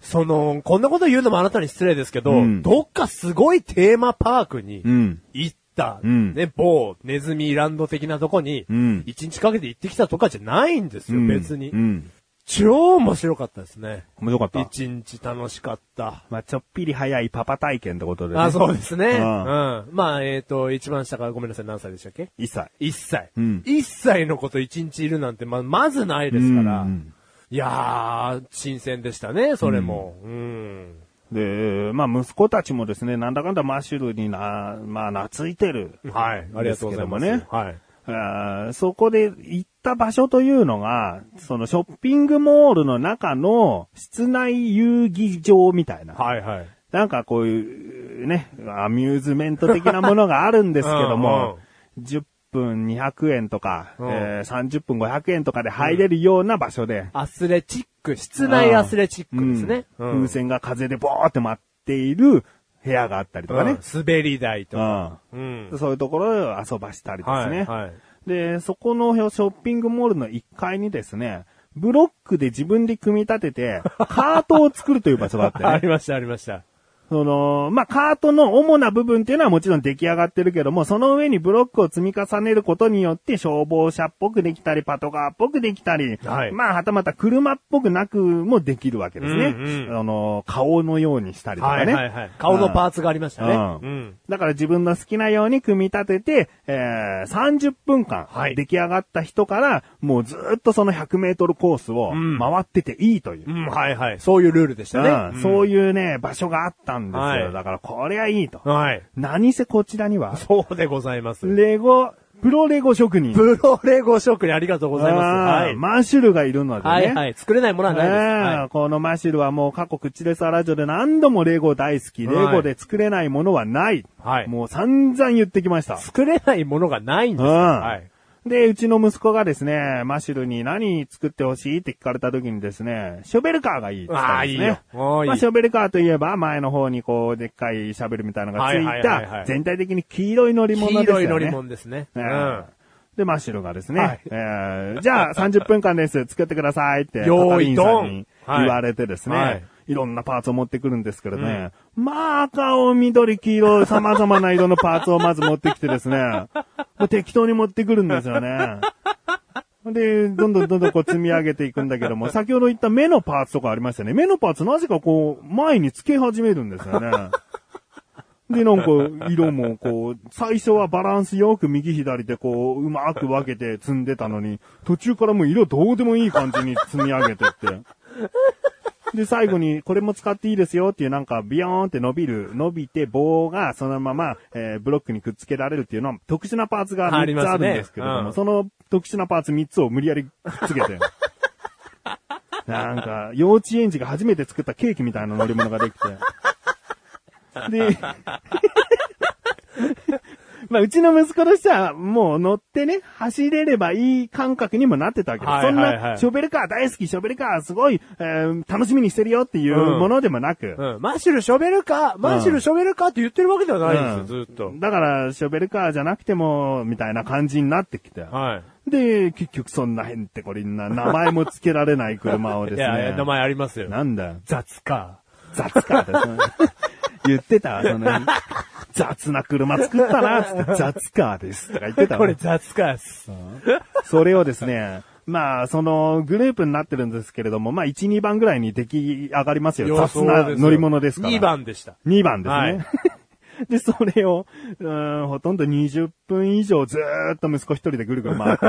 その、こんなこと言うのもあなたに失礼ですけど、うんどっかすごいテーマパークにうん。行った、うんね、某ネズミランド的なとこにう、ん。一日かけて行ってきたとかじゃないんですよ、別に、うん。超面白かったですね。面白かった。一日楽しかった。まあ、ちょっぴり早いパパ体験ってことでね。あ、そうですね。ううんん。まあ、えっ、と、一番下からごめんなさい、何歳でしたっけ一切。 ?1 歳。うん1歳のこと一日いるなんて、ま、まずないですから。うんうんいやー、新鮮でしたね、それも。うんで、まあ、息子たちもですね、なんだかんだマッシュルにな、まあ、懐いてる。はい。ありがとうございます。ですけどはい。あーそこで行った場所というのが、そのショッピングモールの中の室内遊技場みたいな。はいはい。なんかこういう、ね、アミューズメント的なものがあるんですけ ども、10分200円とか、うんえー30分500円とかで入れるような場所で、アスレチック、室内アスレチックですね。ううんん風船が風でボーって舞っている部屋があったりとかうんね。滑り台とうか。んうん。そういうところを遊ばしたりですね。はい。で、そこのショッピングモールの1階にですね、ブロックで自分で組み立てて、カートを作るという場所があってあね。りました、ありました。その、まあ、カートの主な部分っていうのはもちろん出来上がってるけども、その上にブロックを積み重ねることによって消防車っぽくできたり、パトカーっぽくできたり、はいまあ、はたまた車っぽくなくもできるわけですね。うんうんあの、顔のようにしたりとかね。はい。顔のパーツがありましたね。うんん。だから自分の好きなように組み立てて、えー、30分間はい出来上がった人から、もうずーっとその100メートルコースをうん回ってていいという。うん、はいはい。そういうルールでしたね。うんそういうね、場所があったんですよ。はいだからこれはいいと。はい。何せこちらには、そうでございます。レゴ、プロレゴ職人。プロレゴ職人ありがとうございます。あーマッシュルがいるのでね。はいはい。作れないものはないです。ねえこのマッシュルはもう過去口レスアラジオで何度もレゴ大好き、レはいゴで作れないものはない。はいもう散々言ってきました。作れないものがないんですうよ。んはい。で、うちの息子がですね、マシュルに何作ってほしいって聞かれた時にですね、ショベルカーがいいって言ったんですね。あーいいよおーいいまあ、ショベルカーといえば、前の方にこう、でっかいシャベルみたいなのがついた、はいはいはいはい全体的に黄色い乗り物です黄よね。色い乗り物ですね。うねん。で、マッシュルがですね、はいえーじゃあ30分間です、作ってくださいって、用係意員さドンんに言われてですね、はいいはいろんなパーツを持ってくるんですけどね、まあ赤を緑、黄色、様々な色のパーツをまず持ってきてですね、 もう適当に持ってくるんですよね。で、どんどんどんどんこう積み上げていくんだけ ども、先ほど言った目のパーツとかありましたね。目のパーツなぜかこう、前につけ始めるんですよね。で、なんか、色もこう、最初はバランスよく右左でこう、うまく分けて積んでたのに、途中からもう色どうでもいい感じに積み上げてって。で、最後に、これも使っていいですよっていうなんか、ビヨーンって伸びる、伸びて棒がそのまま、えーブロックにくっつけられるっていうのは、特殊なパーツがあり3まつすねあるんですけれども、うんその特殊なパーツ3つを無理やりくっつけ て。なんか、幼稚園児が初めて作ったケーキみたいな乗り物ができて。で、 まあ、うちの息子としては、もう乗ってね、走れればいい感覚にもなってたわけです。はいはいはいそんな、ショベルカー大好き、ショベルカーすごい、えー楽しみにしてるよっていうものでもなく、うん。マッシュルショベルカー、マッシュルショベルカーって言ってるわけではないんですうよ、んずっと。だから、ショベルカーじゃなくても、みたいな感じになってきて。はで、結局そんな変ってこれな、名前も付けられない車をい。で いすね。やいや、名前ありますよ。なんだよ雑カ雑かって、その言ってたわ、その、雑な車作ったな、つって、雑カーです、とか言ってたー。わこれ雑カーっす。それをですね、まあ、その、グループになってるんですけれども、まあ、1、2番ぐらいに出来上がりますよ。雑な乗り物ですから。 2。番でした。 2番ですね。はい で、それを、うーん、ほとんど20分以上ずーっと息子一人でぐるぐる回って、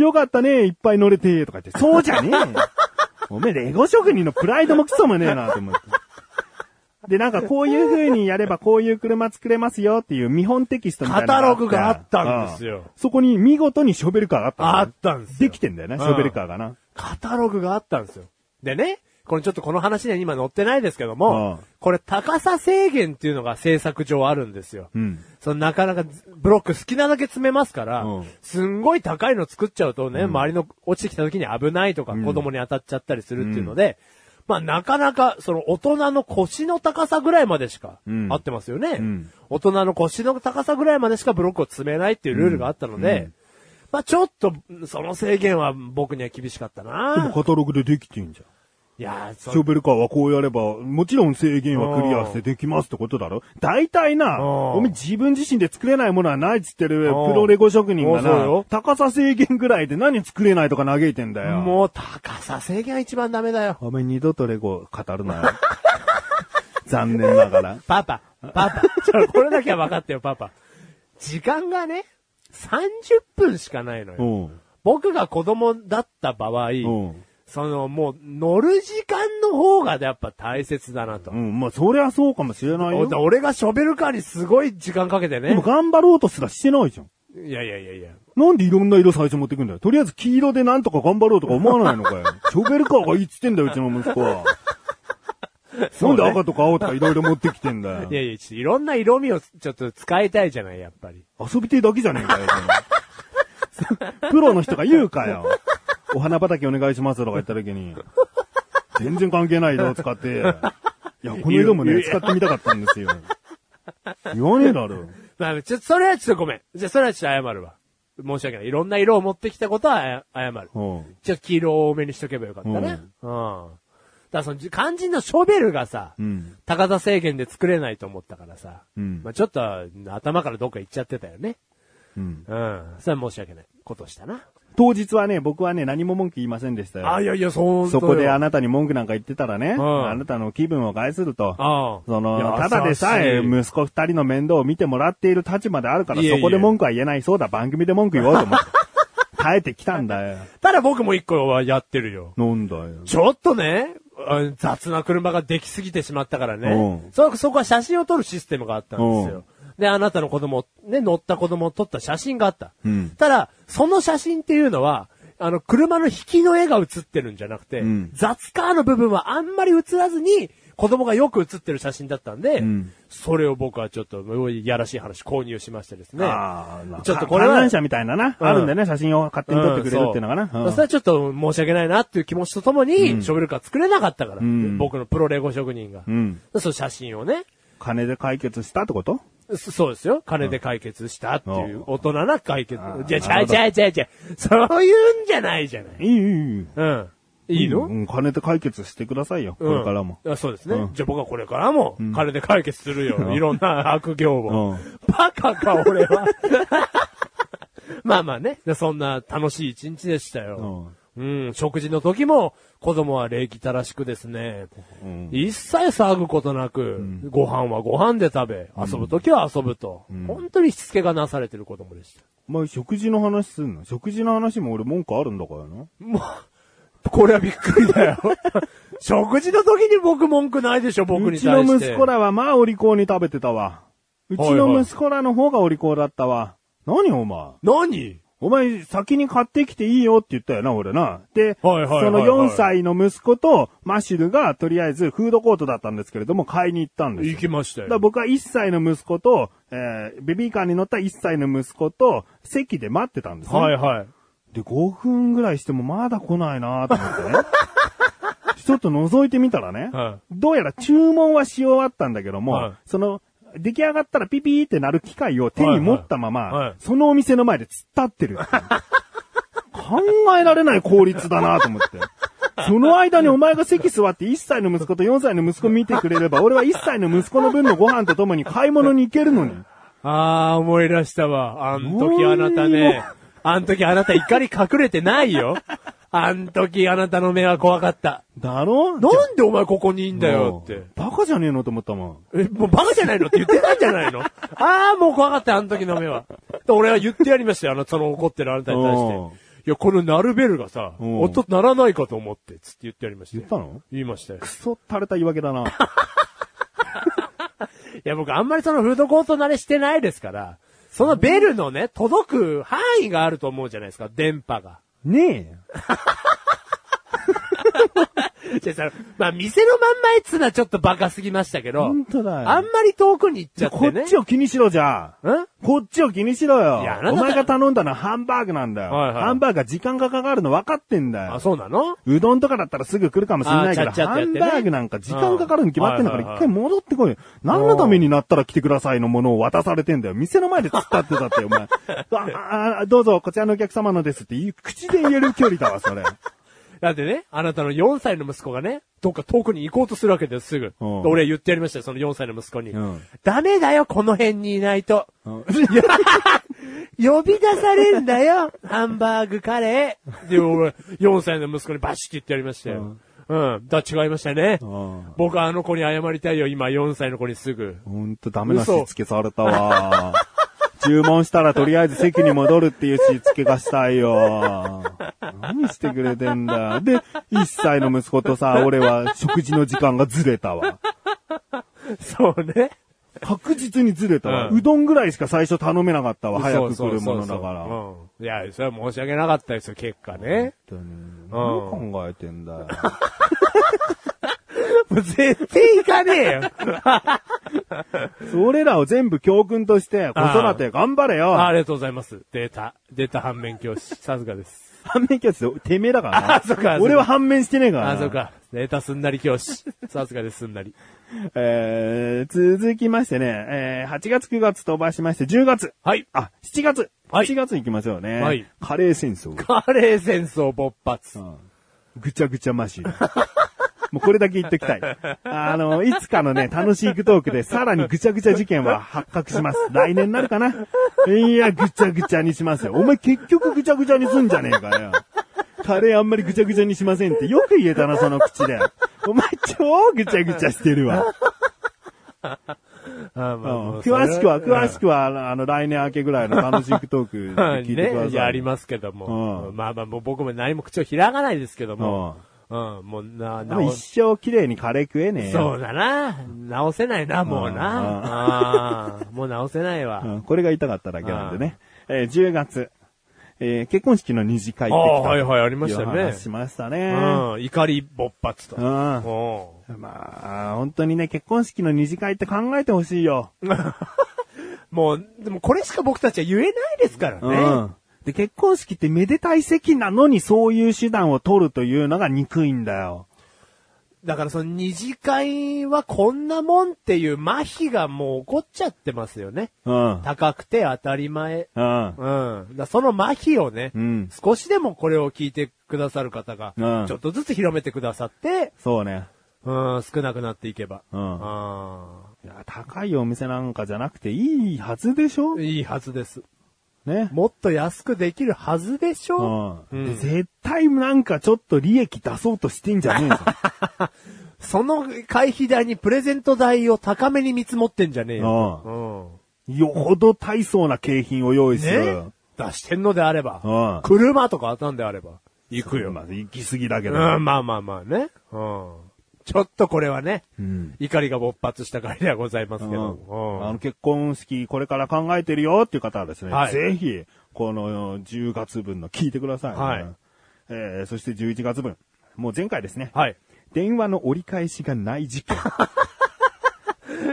よかったね、いっぱい乗れて、とか言って、そうじゃねえよ おめえ、レゴ職人のプライドもクソもねえな、と思って。で、なんかこういう風にやればこういう車作れますよっていう見本テキストみたいなのっカてタログがあったんですようそこに見事にショベルカーがあったんですよあったんですよできてんだよね、うんショベルカーがな。カタログがあったんですよ。でね、これちょっとこの話には今載ってないですけども、うんこれ高さ制限っていうのが制作上あるんですよ。うんそのなかなかブロック好きなだけ詰めますから、うんすんごい高いの作っちゃうとね、周りの落ちてきた時に危ないとか、ん子供に当たっちゃったりするっていうので、まあなかなかその大人の腰の高さぐらいまでしか、うん合ってますよね、うん大人の腰の高さぐらいまでしかブロックを詰めないっていうルールがあったので、まあちょっと、その制限は僕には厳しかったでもなカタログでできてんじゃん。いやー、そショベルカーはこうやれば、もちろん制限はクリアしてできますってことだろ大体な、うんお前自分自身で作れないものはないっつってるうんプロレゴ職人がそうそうなよ、高さ制限ぐらいで何作れないとか嘆いてんだよ。もう高さ制限は一番ダメだよ。お前二度とレゴ語るなよ。残念な がら。パパ、パ パ。ちょこれだけは分かってよ、パパ。時間がね、30分しかないのうよ。ん。僕が子供だった場合、うん。そのもう乗る時間の方がやっぱ大切だなとう。ん。まあ、そりゃそうかもしれないよ。お俺がショベルカーにすごい時間かけてでもね。頑張ろうとすらしてないじゃん。いやいやいやいや。なんでいろんな色最初持ってくんだよ。とりあえず黄色でなんとか頑張ろうとか思わないのかよ。ショベルカーがいいっつってんだよ、うちの息子は。なんで赤とか青とかいろいろ持ってきてんだいやよ。いや、ちょっといろんな色味をちょっと使いたいじゃない、やっぱり。遊びてえだけじゃねえかよ。そのプロの人が言うかよ。お花畑お願いしますとか言った時に。全然関係ない色を使って。いや、この色もね、使ってみたかったんですよ。言わねえだ ろ。まあ、ちょ、それはちょっとごめん。じゃあ、それはちょっと謝るわ。申し訳ない。いろんな色を持ってきたことはあや謝る。うんちょっと黄色を多めにしとけばよかったね。うん。からそのじ肝心のショベルがさ、うん。高さ制限で作れないと思ったからさ、うんまあちょっと頭からどっか行っちゃってたよね。うん。うん。それは申し訳ないことしたな。当日はね、僕はね、何も文句言いませんでしたよ。あ、いやいや、そうそこであの、なたに文句なんか言ってたらね、うんあなたの気分を害すると。ああいそやの、ただでさ優えしい息子二人の面倒を見てもらっている立場であるから、いえいえそこで文句は言えない。そうだ、番組で文句言おう と思って。耐えてきたんだよ。ただ僕も一個はやってるよ。なんだよ。ちょっとね、あ雑な車ができすぎてしまったからねう。んそ、そこは写真を撮るシステムがあったんですよ。で、あなたの子供、ね、乗った子供を撮った写真があった。うんただ、その写真っていうのは、あの、車の引きの絵が写ってるんじゃなくて、うん雑カーの部分はあんまり写らずに、子供がよく写ってる写真だったんで、んそれを僕はちょっと、いやらしい話購入しましてですね。ああ、ちょっとこれは観覧車みたいなな。うんあるんだよね、写真を勝手に撮ってくれるっていうのかうんそな。うんそれはちょっと申し訳ないなっていう気持ちとともに、ショベルカー作れなかったから、ん僕のプロレゴ職人が。うん。その写真をね、金で解決したってこと、そそうですよ。金で解決したっていううん大人な解決あ。ーじゃ、ちなゃるいほどちゃいちゃいちゃい。そういうんじゃないじゃない。いい、いい。うん。いいの、うん、金で解決してくださいよ、こうんれからも。あそうですね、うんじゃあ僕はこれからも、金で解決するよ。んいろん な悪行を。うんバカか、俺は。 まあまあね。そんな楽しい一日でしたよ。うん、食事の時も、子供は礼儀正しくですね。うん一切騒ぐことなく、ご飯はご飯で食べ、遊ぶ時は遊ぶと、本当にしつけがなされてる子供でした。お前食事の話すんの食事の話も俺文句あるんだからな。もう、これはびっくり だよ。食事の時に僕文句ないでしょ、僕うに対しちて。の息子らはまあお利口に食べてたわ。うちの息子らの方がお利口だったわ。何お前何お前先に買ってきていいよって言ったよな、俺な。で、はいはいはいはいその4歳の息子とマシルがとりあえずフードコートだったんですけれども買いに行ったんですよ行きましただからよ。僕は1歳の息子と、えーベビーカーに乗った1歳の息子と、席で待ってたんですね。はいはい。で、5分ぐらいしてもまだ来ないなと 思ってね。ちょっと覗いてみたらね、はどうやら注文はし終わったんだけども、はいその、出来上がったらピピーってなる機械を手に持ったまま、はいはいはいそのお店の前で突っ立ってるっていう。考えられない効率だなと思って。その間にお前が席座って1歳の息子と4歳の息子見てくれれば、俺は1歳の息子の分のご飯と共に買い物に行けるのに。あー、思い出したわ。あん時あなたね。あん時あなた怒り隠れてない よ。あん時あなたの目は怖かった。だ なろんでお前ここにいんだよって。バカじゃねえのと思ったもん。え、もうバカじゃないのって言ってたんじゃ ないのあー、もう怖かった、あの時の目は。で俺は言ってやりましたよ、あの、その怒ってるあなたに対してうん。いや、この鳴るベルがさ、うん音鳴らないかと思って、つって言ってやりましたよ言ったの言いましたよ。クソ垂れた言い訳だな。いや、僕あんまりそのフードコート慣れしてないですから、そのベルのね、届く範囲があると思うじゃないですか、電波が。 ねじゃあそのまあ、店のまんまやつはちょっとバカすぎましたけえ。ど、本当だよ。あんまり遠くに行っちゃってこね。っちを気にしろじゃあ。んこっちを気にしろよいやあな。たお前が頼んだのはハンバーグなんだよ。はいはいハンバーグは時間がかかるの分かってんだあ、よ。そうなのうどんとかだったらすぐ来るかもしれないけあど、ーちゃっちゃっハとやってンねバーグなんか時間かかるに決まってんだかうんらはい一はい回戻ってこいよ。何のためになったら来てくださいのものを渡されてんだよ。店の前で突っ立ってたってよ、お 前。ああ、どうぞ、こちらのお客様のですって言う口で言える距離だ わ、それ。だってね、あなたの4歳の息子がね、どっか遠くに行こうとするわけです、すぐ。でうん俺は言ってやりましたよ、その4歳の息子に。うんダメだよ、この辺にいないと。うんいや呼び出されるんだよ、ハンバーグカレー。で、俺、4歳の息子にバシッて言ってやりましたよ。うん。だ、違いましたね。ん僕はあの子に謝りたいよ、今4歳の子にすぐ。ほんとダメなしつけされたわ。 注文したらとりあえず席に戻るっていうしつけがしたいよ。何してくれてんだ。で、1歳の息子とさ、俺は食事の時間がずれたわ。そうね。確実にずれたわ。ううんどんぐらいしか最初頼めなかったわ。早くそうそ来うるそもうのそうだから。本うん。いや、それは申し訳なかったですよ、結果ね。当に何考えてんだよ。もう絶対行かねえよ。それらを全部教訓として、子育て頑張 れああよ。りがとうございます。データ。データ反面教師。さすがです。反面教室、てめえだからな。あそっか俺は反面してねえからな。あ、そうか。データすんなり教師。さすがです、すんなり。えー、続きましてね、えー、8月9月飛ばしまして10月。はい。あ、7月。はい7月行きましょうね。はいカレー戦争。カレー戦争勃発う。んぐちゃぐちゃマシン。 もうこれだけ言っておきたい。あの、いつかのね、楽しいグトークでさらにぐちゃぐちゃ事件は発覚します。来年になるかないや、ぐちゃぐちゃにしますよ。お前結局ぐちゃぐちゃにすんじゃねえかよ。カレーあんまりぐちゃぐちゃにしませんってよく言えたな、その口で。お前超ぐちゃぐちゃしてるわ。あまあうんまあ詳しくは、それ詳しくは、あのあの、来年明けぐらいの楽しいグトークでは聞いいてください。 ね、やりますけども。うんまあまあ、もう僕も何も口を開かないですけども。うん、もうな、でも直一生綺麗にカレー食えねえよ。そうだな。直せないな、もうな。 あーもう直せないわ。うん、これが痛かっただけなんでね。えー10月、えー結婚式の二次会ってあきあた。はいはいありましたねいう話しましたね。うん、怒り勃発と。うんうまあ、本当にね、結婚式の二次会って考えてほしいよ。んもう、でもこれしか僕たちは言えないですからうね。ん。で、結婚式ってめでたい席なのにそういう手段を取るというのが憎いんだよ。だからその二次会はこんなもんっていう麻痺がもう起こっちゃってますよね。うん。高くて当たり前。うん。うん。だからその麻痺をね、うん少しでもこれを聞いてくださる方が、うんちょっとずつ広めてくださって、そうね。うん、少なくなっていけば。うんういや、高いお店なんかじゃなくていいはずでしょん。いいはずです。ね。もっと安くできるはずでしょ、うん。うでん絶対なんかちょっと利益出そうとしてんじゃねえぞ。その会費代にプレゼント代を高めに見積もってんじゃねえよ。よほど大層な景品を用う意ん。する。ね出してんのであれうんば。車とか当たんであれば。行くよ。まあ、行き過ぎだけうど。ん、まあまあまあね。うん。ちょっとこれはね、うん怒りが勃発した回ではございますけど。うんうんあの、結婚式これから考えてるよっていう方はですね、はいぜひ、この10月分の聞いてください、はいえーそして11月分。もう前回ですね。はい。電話の折り返しがない事件。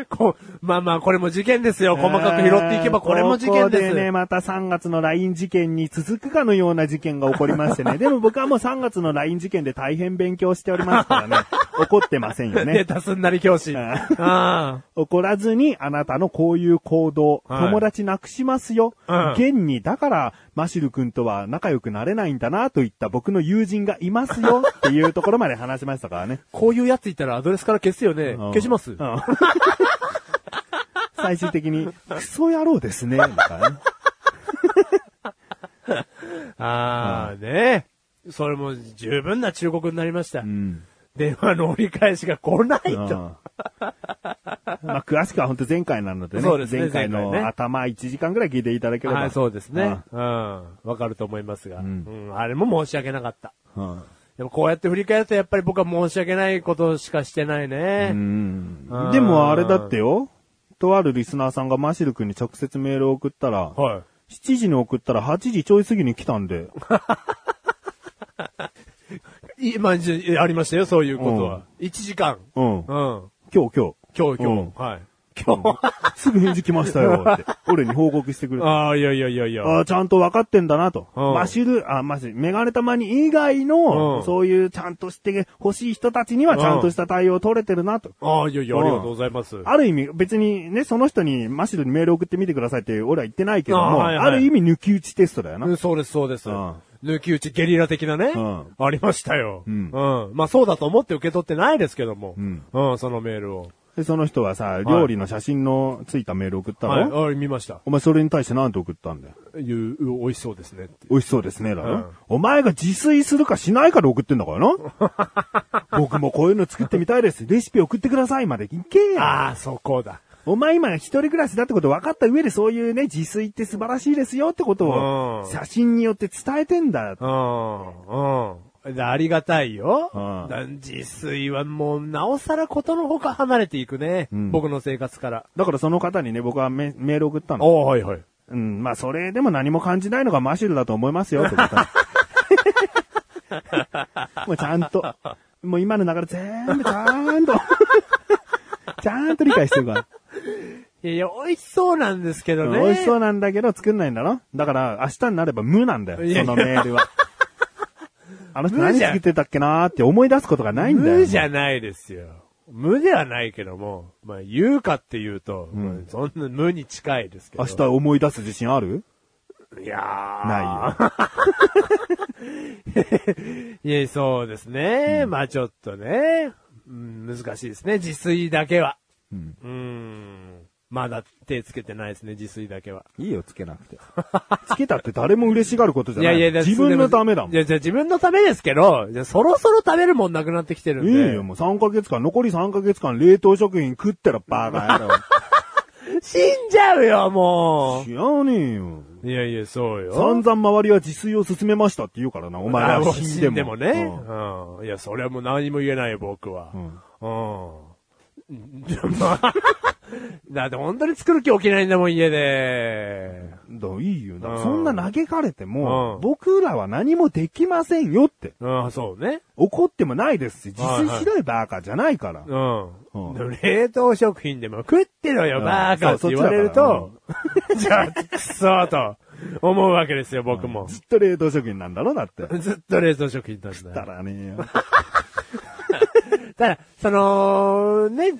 こまあまあ、これも事件ですよ。細かく拾っていけば、これも事件でこす。こでね、また3月の LINE 事件に続くかのような事件が起こりまして ね。でも僕はもう3月の LINE 事件で大変勉強しておりますか らね。怒ってませんよねネ。タすんなり教師。んあ怒らずにあなたのこういう行動、はい友達なくしますよ。うん現に、だから、マシル君とは仲良くなれないんだなといった僕の友人がいま すよっていうところまで話しましたからね。こういうやついたらアドレスから消すよね。うん消します。うん 最終的に、クソ野郎ですね、みたいなね。ああ、ねえ。それも十分な忠告になりました。うん。電話の折り返しが来ないうんと。まあ、詳しくは本当前回なのでね。そうですね前回の前回ね頭1時間ぐらい聞いていただければ。はい、そうですね。うん。わかると思いますが。んうん。あれも申し訳なかった。うん。うん。でもこうやって振り返るとやっぱり僕は申し訳ないことしかしてないね。うんんでもあれだってよ。とあるリスナーさんがマシル君に直接メールを送ったら、はい。 7時に送ったら8時ちょい過ぎに来た んで、いまあ、じありましたよ、そういうことは。1時間。うんうん。今今日今日、日、今う日。はい。 すぐ返事来ましたよって、俺に報告してくれた。ああ、いやいやいやいや。ああ、ちゃんと分かってんだなと。うんマシル、あ、マシル、メガネたまに以外の、うんそういうちゃんとして欲しい人たちにはちゃんとした対応取れてるなと。ああ、いやいや、ありがとうございます。ある意味、別にね、その人にマシルにメール送ってみてくださいって俺は言ってないけども、あ,、あはいはいる意味抜き打ちテストだよな。うんそうです、そうです。うん抜き打ちゲリラ的なね。うんありましたよ、うんまあそうだと思って受け取ってないですけども。うんん。そのメールを。で、その人はさ、料理の写真のついたメール送ったろ、はい、あ見ました。お前それに対して何て送ったんだよ。いう、う美味しそうですねって。美味しそうですね、だろ、うんお前が自炊するかしないかで送ってんだからな。 僕もこういうの作ってみたいです。レシピ送ってくださいまでいけや。ああ、そこだ。お前今一人暮らしだってこと分かった上でそういうね、自炊って素晴らしいですよってことをうん写真によって伝えてんだ。うん、うん。でありがたいよ。うんだ自炊はもう、なおさらことのほか離れていくね。ん僕の生活から。だからその方にね、僕はメメール送ったの。おはいはい。うん、まあそれでも何も感じないのがマシュルだと思いますよ、と か言ったのもうちゃんと。もう今の流れ全部ちゃんと。 ちゃんと理解してるから。いやいや、美味しそうなんですけどね。。美味しそううなんだけど作んないんだろだから明日になれば無なんだいよ、やそのメー ルは。あの人無何じゃん作ってたっけなーって思い出すことがないんだよ。無じゃないですよ。無ではないけども、まあ言うかっていうと、まあそんな無に近いですけど。明日思い出す自信あるいやー。ないよ。いや、そうですね。まあちょっとね。うん難しいですね、自炊だけは。うん。うん。まだ手つけてないですね、自炊だけは。いいよ、つけなくて。つけたって誰も嬉しがることじゃいなやい。いや、だって自分のためだもん。いや、じゃあ自分のためですけど、じゃあそろそろ食べるもんなくなってきてるんいで。いよ、もう3ヶ月間、残り3ヶ月間冷凍食品食ったらバカ 野郎。死んじゃうよ、も知らねえよ。う。いやいや、そうよ。散々周りは自炊を勧め ましたって言うからな、お前あもはう死んでも。ね、うん。いや、それはもう何も言えないよ、僕は。うん。うん。 まあ、だって本当に作る気起きないんだもん、家で。うん。だからいいよ。だかうらんそんな嘆かれても、うん僕らは何もできませんよって。ああ、そうね。怒ってもないですし、自はいはい炊しろいバカじゃないから。うん。うんでも冷凍食品でも食ってろよ、うんバーカってそう言われると そ、じゃあ、くそーと思うわけですよ、僕も。ずっと冷凍食品なんだろ、だって。ずっと冷凍食品なんだだよ。らねえよ。ただ、その、ね、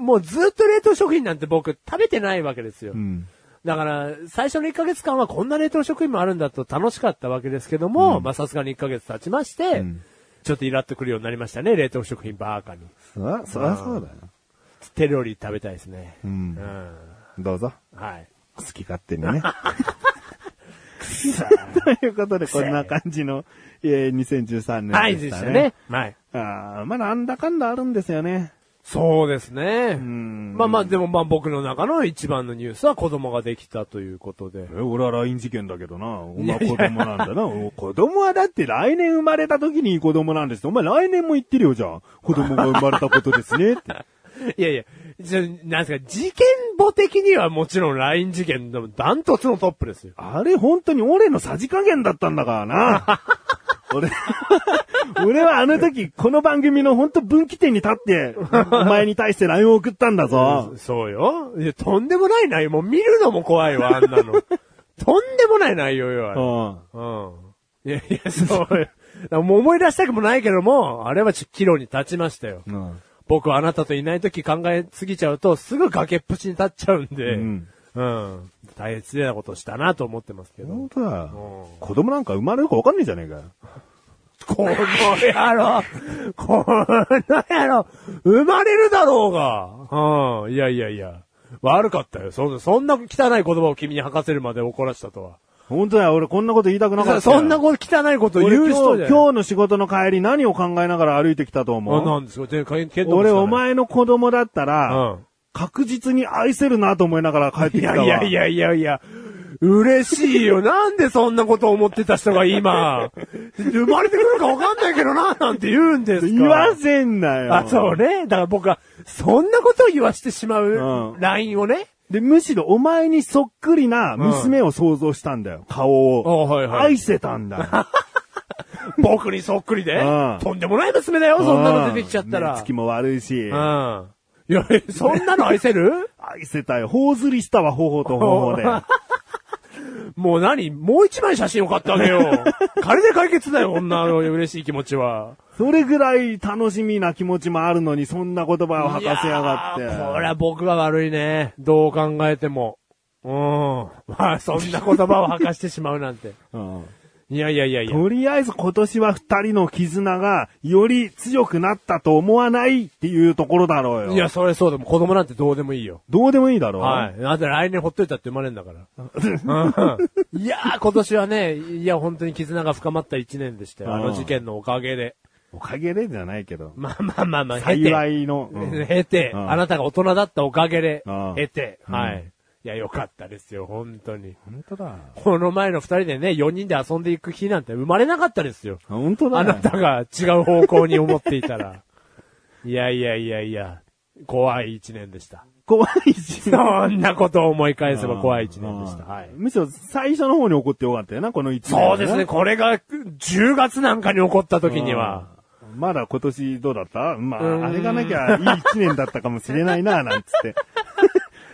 もうずっと冷凍食品なんて僕食べてないわけですよ。うん。だから、最初の1ヶ月間はこんな冷凍食品もあるんだと楽しかったわけですけども、まあさすがに1ヶ月経ちまして、うんちょっとイラっとくるようになりましたね、冷凍食品バーカに。そら、そらそうだよ。手料理食べたいですね。う。うんん。どうぞ。はい。好き勝手にね。 ということで、こんな感じの、えー、2013年はい、ででししたたね。ね。はい。あーまあ、なんだかんだあるんですよね。そうですね。んまあまあ、でもまあ僕の中の一番のニュースは子供ができたということで。え、俺は LINE 事件だけどな。お前いやい子や供なんだな。お子供はだって来年生まれた時に子供なんですってお前来年も言ってるよ、じゃあ。子供が生まれたことですね。って。いやいや、じゃ、なんですか、事件簿的にはもちろん LINE 事件のダントツのトップですよ。あれ本当に俺のさじ加減だったんだからな。 俺、俺はあの時、この番組の本当分岐点に立って、お前に対して LINE を送ったん だぞ。そうよ。いや、とんでもない内容。もう見るのも怖いわ、あん なの。とんでもない内容よ、あうれ。ん。うん。いやいや、そうよ。だからもう思い出したくもないけども、あれはちょっと岐路に立ちましたよ。うん。僕はあなたといない時考えすぎちゃうと、すぐ崖っぷちに立っちゃうんで、ううんん。大変失礼なことしたなと思ってますけど。本当だ。うん子供なんか生まれるか分かんねえじゃねえかよ。この野郎、この野郎、生まれるだろうが。うん、いやいやいや。悪かったよ。そんそんな汚い言葉を君に吐かせるまで怒らせたとは。本当だよ、俺こんなこと言いたくなかったよ。そそんなこと汚いこと俺言う今人日じゃ今日の仕事の帰り何を考えながら歩いてきたと思あ、うなんですか全然見当もつか俺、ないお前の子供だったら、うん確実に愛せるなと思いながら帰ってきいたやわ。いやいやいやいや、嬉しいよ。なんでそんなこと思ってた人が今、生まれてくるかわかんないけどな、なんて言うんですか。言わせんなよ。あ、そうね。だから僕は、そんなことを言わしてしまううん LINE をね。で、むしろお前にそっくりな娘を想像したんだよ、顔あを。はいはい愛せたんだよ。僕にそっくりでうん。とんでもない娘だよ、 そんなの出てきちゃったうんら目つ。きも悪いしう。ん。いや、そんなの愛せる愛せたよ。頬ずりしたわ、頬と 頬で。もう何もう一枚写真を買ってあげよ う。彼で解決だよ、女の嬉しい気持ちは。それぐらい楽しみな気持ちもあるのに、そんな言葉を吐かせやがって。いやーこれは僕が悪いね。どう考えても。うん。まあ、そんな言葉を吐かしてしまうなんて。うんいやいやいやいや。とりあえず今年は二人の絆がより強くなったと思わないっていうところだろうよ。いや、、それそうでも子供なんてどうでもいいよ。どうでもいいだろう。はい。あと来年ほっといたって生まれんだから。 うんいやー、今年はね、いや、本当に絆が深まった一年でしたよ。あうのん事件のおかげで。おかげでじゃないけど。まあまあまあまあ、経て幸いの。うん経て、うんあなたが大人だったおかげでうん、経て、はい。いや、よかったですよ、本当に。本当だ。この前の二人でね、四人で遊んでいく日なんて生まれなかったですよ。本当あなたが違う方向に思っていた ら。いやいやいやいや、怖い一年でした。怖いし。そんなことを思い返せば怖い一年でした。うんはい。むしろ最初の方に怒ってよかったよな、この一年。そうですね、。これが10月なんかに起こった時には。まだ今年どうだったまうーんあ、あれがなきゃいい一年だったかもしれないな、なんつって。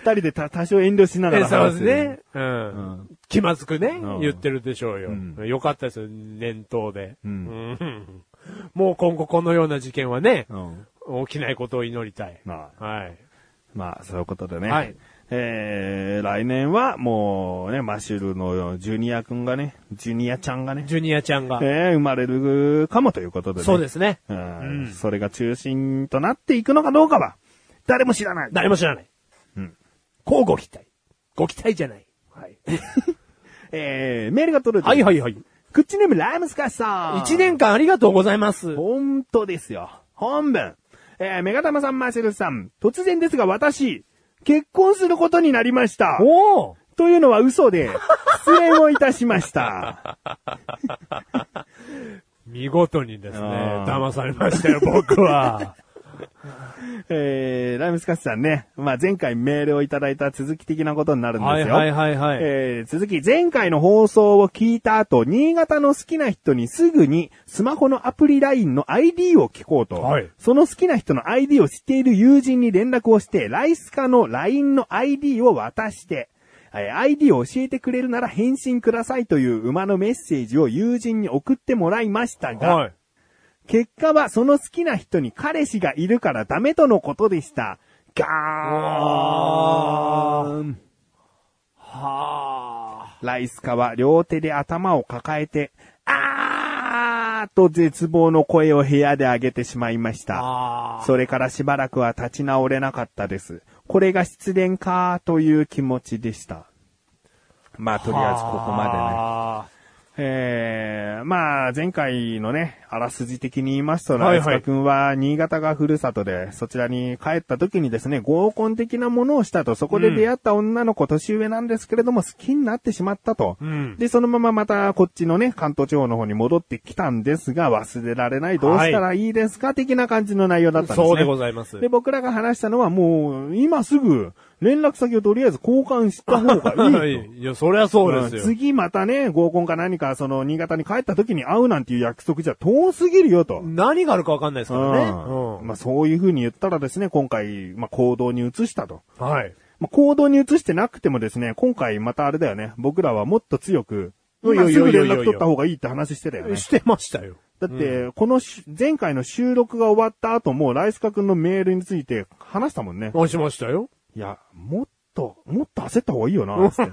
二人でた多少遠慮しながえらそう話ですする。ね。うん。気まずくねうん、言ってるでしょうよん。よかったですよ、年頭で。うんんもう今後このような事件はね、うん。起きないことを祈りたい。まあ、はい。まあ、そういうことでね。はいえー、来年はもうね、マシュルのジュニアくんがね、ジュニアちゃんがね、ジュニアちゃんが。えー、生まれるかもということでね。そうですね。うんうんそれが中心となっていくのかどうかは、誰も知らない。誰も知らない。うん。こうご期待。ご期待じゃない。はい。えー、メールが取れて。はいはいいはい。クッチネームライムスカシさん。一年間ありがとうございます。本当ですよ。本文。えー、メガタマさん、マシルさん。突然ですが、私、結婚することになりました。おおというのは嘘で、失恋をいたし ました。見事にですね、あー騙されましたよ、僕は。えー、ライムスカシさんね。まあ、前回メールをいただいた続き的なことになるんですよ。はいはいはいはい。えー続き、前回の放送を聞いた後、新潟の好きな人にすぐにスマホのアプリ LINE の ID を聞こうと、はいその好きな人の ID を知っている友人に連絡をして、ライスカの LINE の ID を渡して、えー ID を教えてくれるなら返信くださいという馬のメッセージを友人に送ってもらいましたが、はい。結果はその好きな人に彼氏がいるからダメとのことでした。ガーンはライスカは両手で頭を抱えて、あーと絶望の声を部屋で上げてしまいましあ。た。ああ。それからしばらくは立ち直れなかったです。これが失恋かという気持ちでした。まあ、とりあえずここまでね。まえー、まあ、前回のね、あらすじ的に言いますと、はいライスはいカ君は新潟がふるさとで、そちらに帰った時にですね、合コン的なものをしたと、そこで出会った女の子、年上なんですけれども、好きになってしまったと。んで、そのまままたこっちのね、関東地方の方に戻ってきたんですが、忘れられない、どうしたらいいですか、的な感じの内容だったんですね。そうでございます。で、僕らが話したのはもう、今すぐ、連絡先をとりあえず交換した方がいい と。いや、そりゃそうですよ。ん次またね、合コンか何か、その、新潟に帰った時に会うなんていう約束じゃ遠すぎるよと。何があるかわかんないですからね。うんうんまあそういう風に言ったらですね、今回、まあ行動に移したと。はい。まあ行動に移してなくてもですね、今回またあれだよね、僕らはもっと強く、いやい今やいすやぐいや連いや絡取った方がいいって話してたよね。してましたよ。だって、このし、前回の収録が終わった後も、ライスカ君のメールについて話したもんね。押しましたよ。いや、もっと、もっと焦った方がいいよな、つって。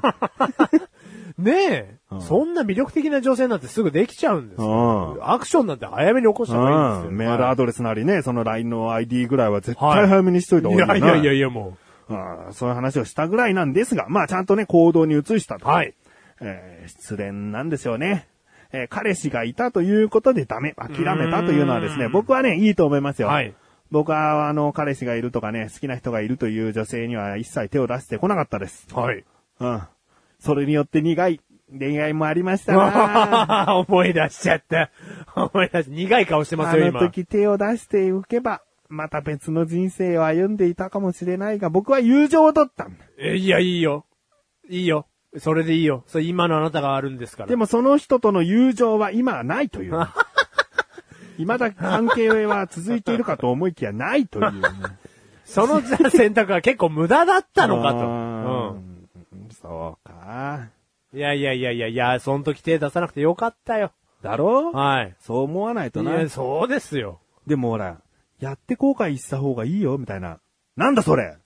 ねえ、うんそんな魅力的な女性なんてすぐできちゃうんですよ。うん。アクションなんて早めに起こした方がいいんですうよ。んメールはアいドレスなりね、その LINE の ID ぐらいは絶対早めにしといた方いがやいいいよなやいやいやもうんそういう話をしたぐらいなんですが、まあちゃんとね、行動に移したう。と。はい。えー失恋なんですよね。えー彼氏がいたということでダメ、諦めたというのはですうね、ん僕はね、いいと思いますよ。はい僕は、あの、彼氏がいるとかね、好きな人がいるという女性には一切手を出してこなかったです。 はい。うん。それによって苦い恋愛もありました な思い出しちゃった。思い出し、苦い顔してますよ、あ今。の時手を出しておけば、また別の人生を歩んでいたかもしれないが、僕は友情を取ったんだ。えいや、いいよ。いいよ。それでいいよ。それ今のあなたがあるんですから。でもその人との友情は今はないという。未だ関係は続いているかと思いきやないというね、 そのじゃあ選択は結構無駄だったのかと。ううんん。そうか。いやいやいやいやいや、その時手出さなくてよかったよ。だろはい。そう思わないといなや、。そうですよ。でもほら、やって後悔した方がいいよ、みたいな。なんだそ れ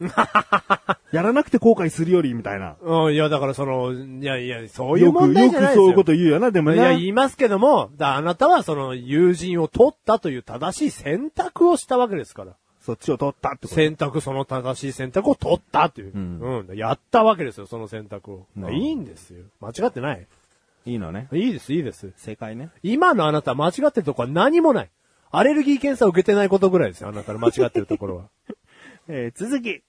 やらなくて後悔するより、みたいな。うん、いや、だからその、いやいや、そういうよく、問題よじくゃないですよ。そういうこと言うよな、でもいね。や、言いますけども、だあなたはその友人を取ったという正しい選択をしたわけですから。そっちを取ったってこと。選択、その正しい選択を取ったという。んうん。やったわけですよ、その選択を。うんいいんですよ。間違ってない。いいのね。いいです、いいです。正解ね。今のあなた間違ってるとこは何もない。アレルギー検査を受けてないことぐらいですよ、あなたの間違ってるところは。えー続き。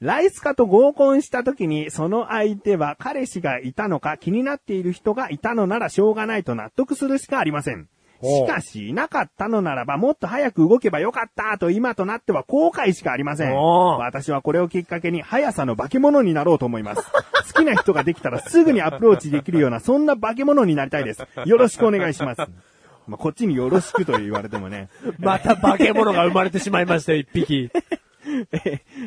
ライスカと合コンした時に、その相手は彼氏がいたのか気になっている人がいたのならしょうがないと納得するしかありません。おしうかし、いなかったのならばもっと早く動けばよかったと今となっては後悔しかありません。おう私はこれをきっかけに速さの化け物になろうと思います。 好きな人ができたらすぐにアプローチできるようなそんな化け物になりたいです。よろしくお願いします。まあ、こっちによろしくと言われてもね。 また化け物が生まれてしまいましたよ、一匹。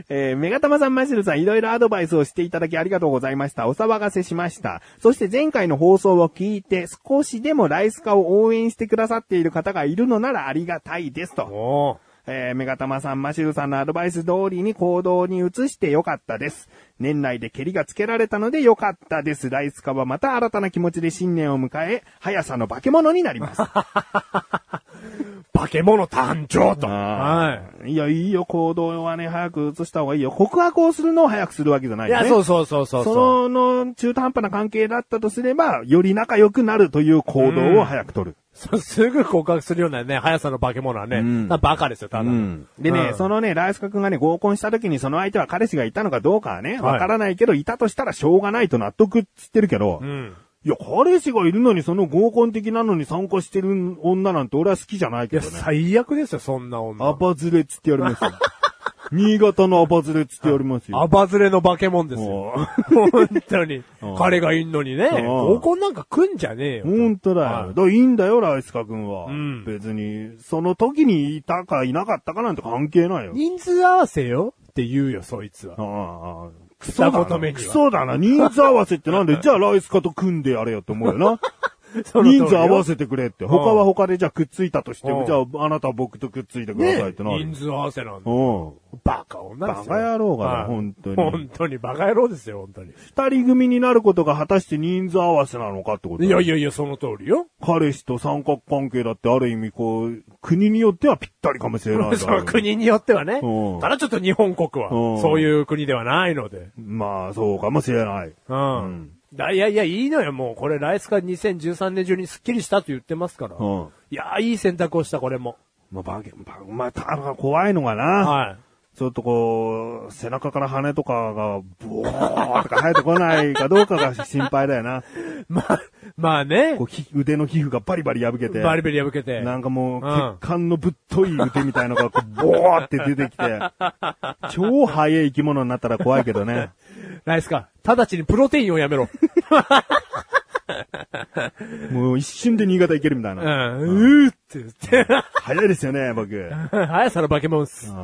えー、メガタマさん、マシルさん、いろいろアドバイスをしていただきありがとうございました。お騒がせしました。そして前回の放送を聞いて、少しでもライスカを応援してくださっている方がいるのならありがたいですと。 おえー、メガタマさん、マシルさんのアドバイス通りに行動に移してよかったです。年内で蹴りがつけられたのでよかったです。ライスカはまた新たな気持ちで新年を迎え、速さの化け物にな ります。化け物誕生と。あはいや、いいよ、行動はね、早く移した方がいいよ。告白をするのを早くするわけじゃないいよね。や、そうそうそうそうう。その中途半端な関係だったとすれば、より仲良くなるという行動を早く取る。そう すぐ告白するようなね、速さの化け物はね、んバカですよ、ただの。でね、うんそのね、ライスカ君がね、合コンした時にその相手は彼氏がいたのかどうかはね、わからないけど、いたとしたらしょうがないと納得っつってるけど、うん。いや、彼氏がいるのにその合コン的なのに参加してる女なんて俺は好きじゃないいけや、どね。最悪ですよ、そんな女。アバズレっつってやります よ。新潟のアバズレっつってやりますよ。アバズレの化け物ですよ。本当 にん。彼がいんのにね、ん合コンなんか来んじゃねえよ。本当だよ。はいだからいいんだよ、ライスカ君は。うん別に、その時にいたかいなかったかなんて関係ないよ。人数合わせよって言うよ、そいつは。ああ、ク二ソ言だ目な。にはクソだな。人数合わせってな んで、じゃあライスカと組んでやれよって思うよな。その通りよ人数合わせてくれって。他は他でじゃあくっついたとしてうんも、じゃああなたは僕とくっついてくだねさいってなる。人数合わせなんだ。うん。バカ女ですよ。バカ野郎がねはい本当に本当にバカ野郎ですよ、本当に。二人組になることが果たして人数合わせなのかってこといだよやいやいや、その通りよ。彼氏と三角関係だってある意味こう、国によってはぴったりかもしれないだろうけ そど。の国によってはねうん。ただちょっと日本国はう、んそういう国ではないので。まあ、そうかもしれない。うん。だいやいや、いいのよ、もう。これ、ライスカ2013年中にスッキリしたと言ってますから。うん。いやー、いい選択をした、これも。まあ、バケ、バまあ、た怖いのがな、はちょっとこう、背中から羽とかが、ボーとか生えてこないかどうか が心配だよな。い。 まあ、まあねこ。うひ腕の皮膚がバリバリ破けて、バリバリ破けて。なんかもう、うん血管のぶっとい腕みたいのが、こう、ボーって出て きて、超速い生き物になったら怖いけどね。ライスカ、直ちにプロテインをやめろ。もう一瞬で新潟行けるみ たいうな。ん、うーって言って。 早いですよね、僕。速さの化け物っうす。ん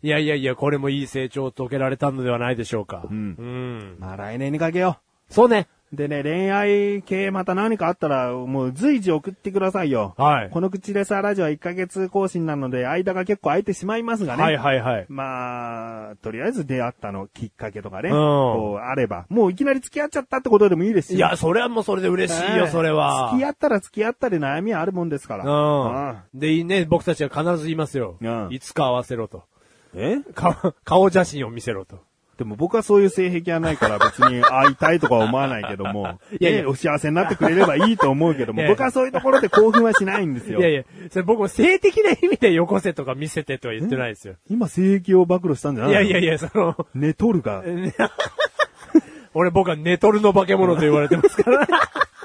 いやいやいや、これもいい成長を遂げられたのではないでしょうか。うんうん。まあ来年にかけよう。そうね。でね、恋愛系また何かあったら、もう随時送ってくださいよ。はいこの口でさ、ラジオは1ヶ月更新なので、間が結構空いてしまいますがね。はいはいはい。まあ、とりあえず出会ったのきっかけとかね。うんこう、あれば。もういきなり付き合っちゃったってことでもいいですし。いや、それはもうそれで嬉しいよ、ねそれは。付き合ったら付き合ったで悩みはあるもんですから。うん。で、いいね、僕たちは必ず言いますよ。うんいつか合わせろと。うんえ顔、顔写真を見せろと。でも僕はそういう性癖はないから別に会いたいとかは思わないけども。 いやいやねお幸せになってくれればいいと思うけ どいも、やいや僕はそういうところで興奮はしないんですいよ。やいや、それ僕も性的な意味でよこせとか見せてとは言ってないですよ。今、性癖を暴露したんじゃないいやいやや。いや、その、寝とるか。 俺僕は寝取るの化け物と言われてますから。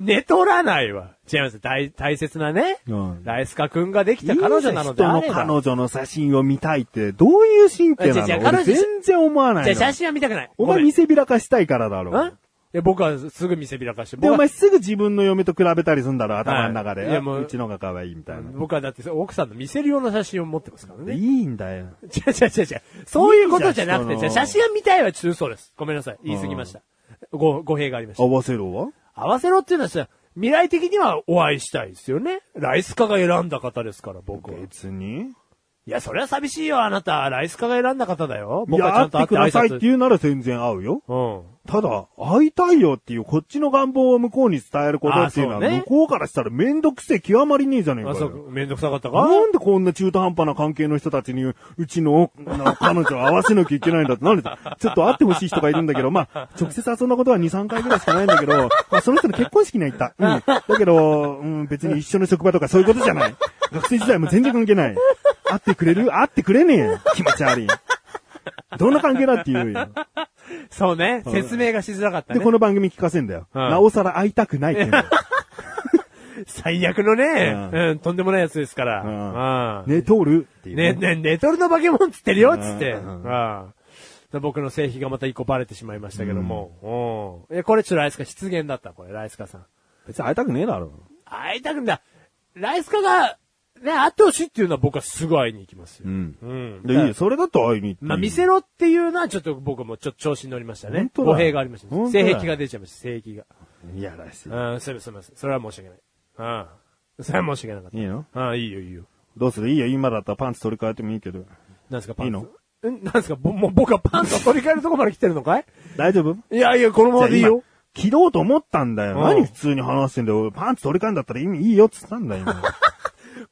寝取らないわ。違います。大、大切なね。うんライスカ君ができた彼女なのであれ人のば。彼女の写真を見たいって、どういう神違う経な違うの俺彼女全然思わないじゃあ写。の真は見たくない。お前ごめん見せびらかしたいからだんろい。や、僕はすぐ見せびらかして。で、僕おは前すぐ自分の嫁と比べたりするんだろ、頭の中で。はいいやもううちのが可愛いみたいな。僕はだって奥さんの見せるような写真を持ってますからいね。いんだよ。違う違う違う違う。そういうことじゃなくて、いいじゃじゃあん写真は見たいはちょっと嘘です。ごめんなさい。言い過ぎました。ご、語弊がありました。合わせろは合わせろっていうのはさ、未来的にはお会いしたいですよね。ライスカが選んだ方ですから、僕は。い別に。や、それは寂しいよ、あなた。ライスカが選んだ方だよ。い僕はちゃや、んと会会っってて挨くだ拶さいっていうなら全然会うよ。うん。ただ、会いたいよっていう、こっちの願望を向こうに伝えることっていうのあは、そうね向こうからしたらめんどくせえ極まりねえじゃねえかあ、よ。そう、めんどくさかったかなんでこんな中途半端な関係の人たちに、うちの、な彼女を合わせなきゃいけないんだって、なんでだちょっと会ってほしい人がいるんだけど、まあ、直接遊んだことは2、3回ぐらいしかないんだけど、まあ、その人の結婚式には行った。うん。だけど、うん、別に一緒の職場とかそういうことじゃない。学生時代も全然関係ない。会ってくれる会ってくれねえよ。気持ち悪い。どんな関係だって言うよ。そうね。説明がしづらかったで、ねこ。の番組聞かせんだよ。うんなおさら会いたくないって言うんだよ。最悪のね、うんうん、とんでもないやつですから。うんうんね、通るっていうね、ね、ね。寝取るの化け物っつってるよっつって。ううんん僕の性癖がまた一個バレてしまいましたけども。うん。え、これちょっとライスカ失言だった、これ、ライスカさん。別に会いたくねえだろ。会いたくんだ。ライスカが、ね、会ってほしいっていうのは僕はすぐ会いに行きますうよ。ん。うん。で、いいよ。それだと会いに行っていいよ。まあ、見せろっていうのはちょっと僕もちょっと調子に乗りましたね本。当だ語弊がありましたね本。当だ性癖が出ちゃいました、性癖が。いやらしい。うん、すみません、すみません。それは申し訳ない。うん。それは申し訳なかった。いいのああ、いいよ、いいよ。どうするいいよ、今だったらパンツ取り替えてもいいけど。なんすか、パンツ。いいのんなんすか、ぼもう僕はパンツを取り替えるとこまで来てるのかい大丈夫いやいや、このままでいいよ。。今切ろうと思ったんだよ。うん何普通に話してんだよ。パンツ取り替えんだったら意味いいよっつったんだよ。今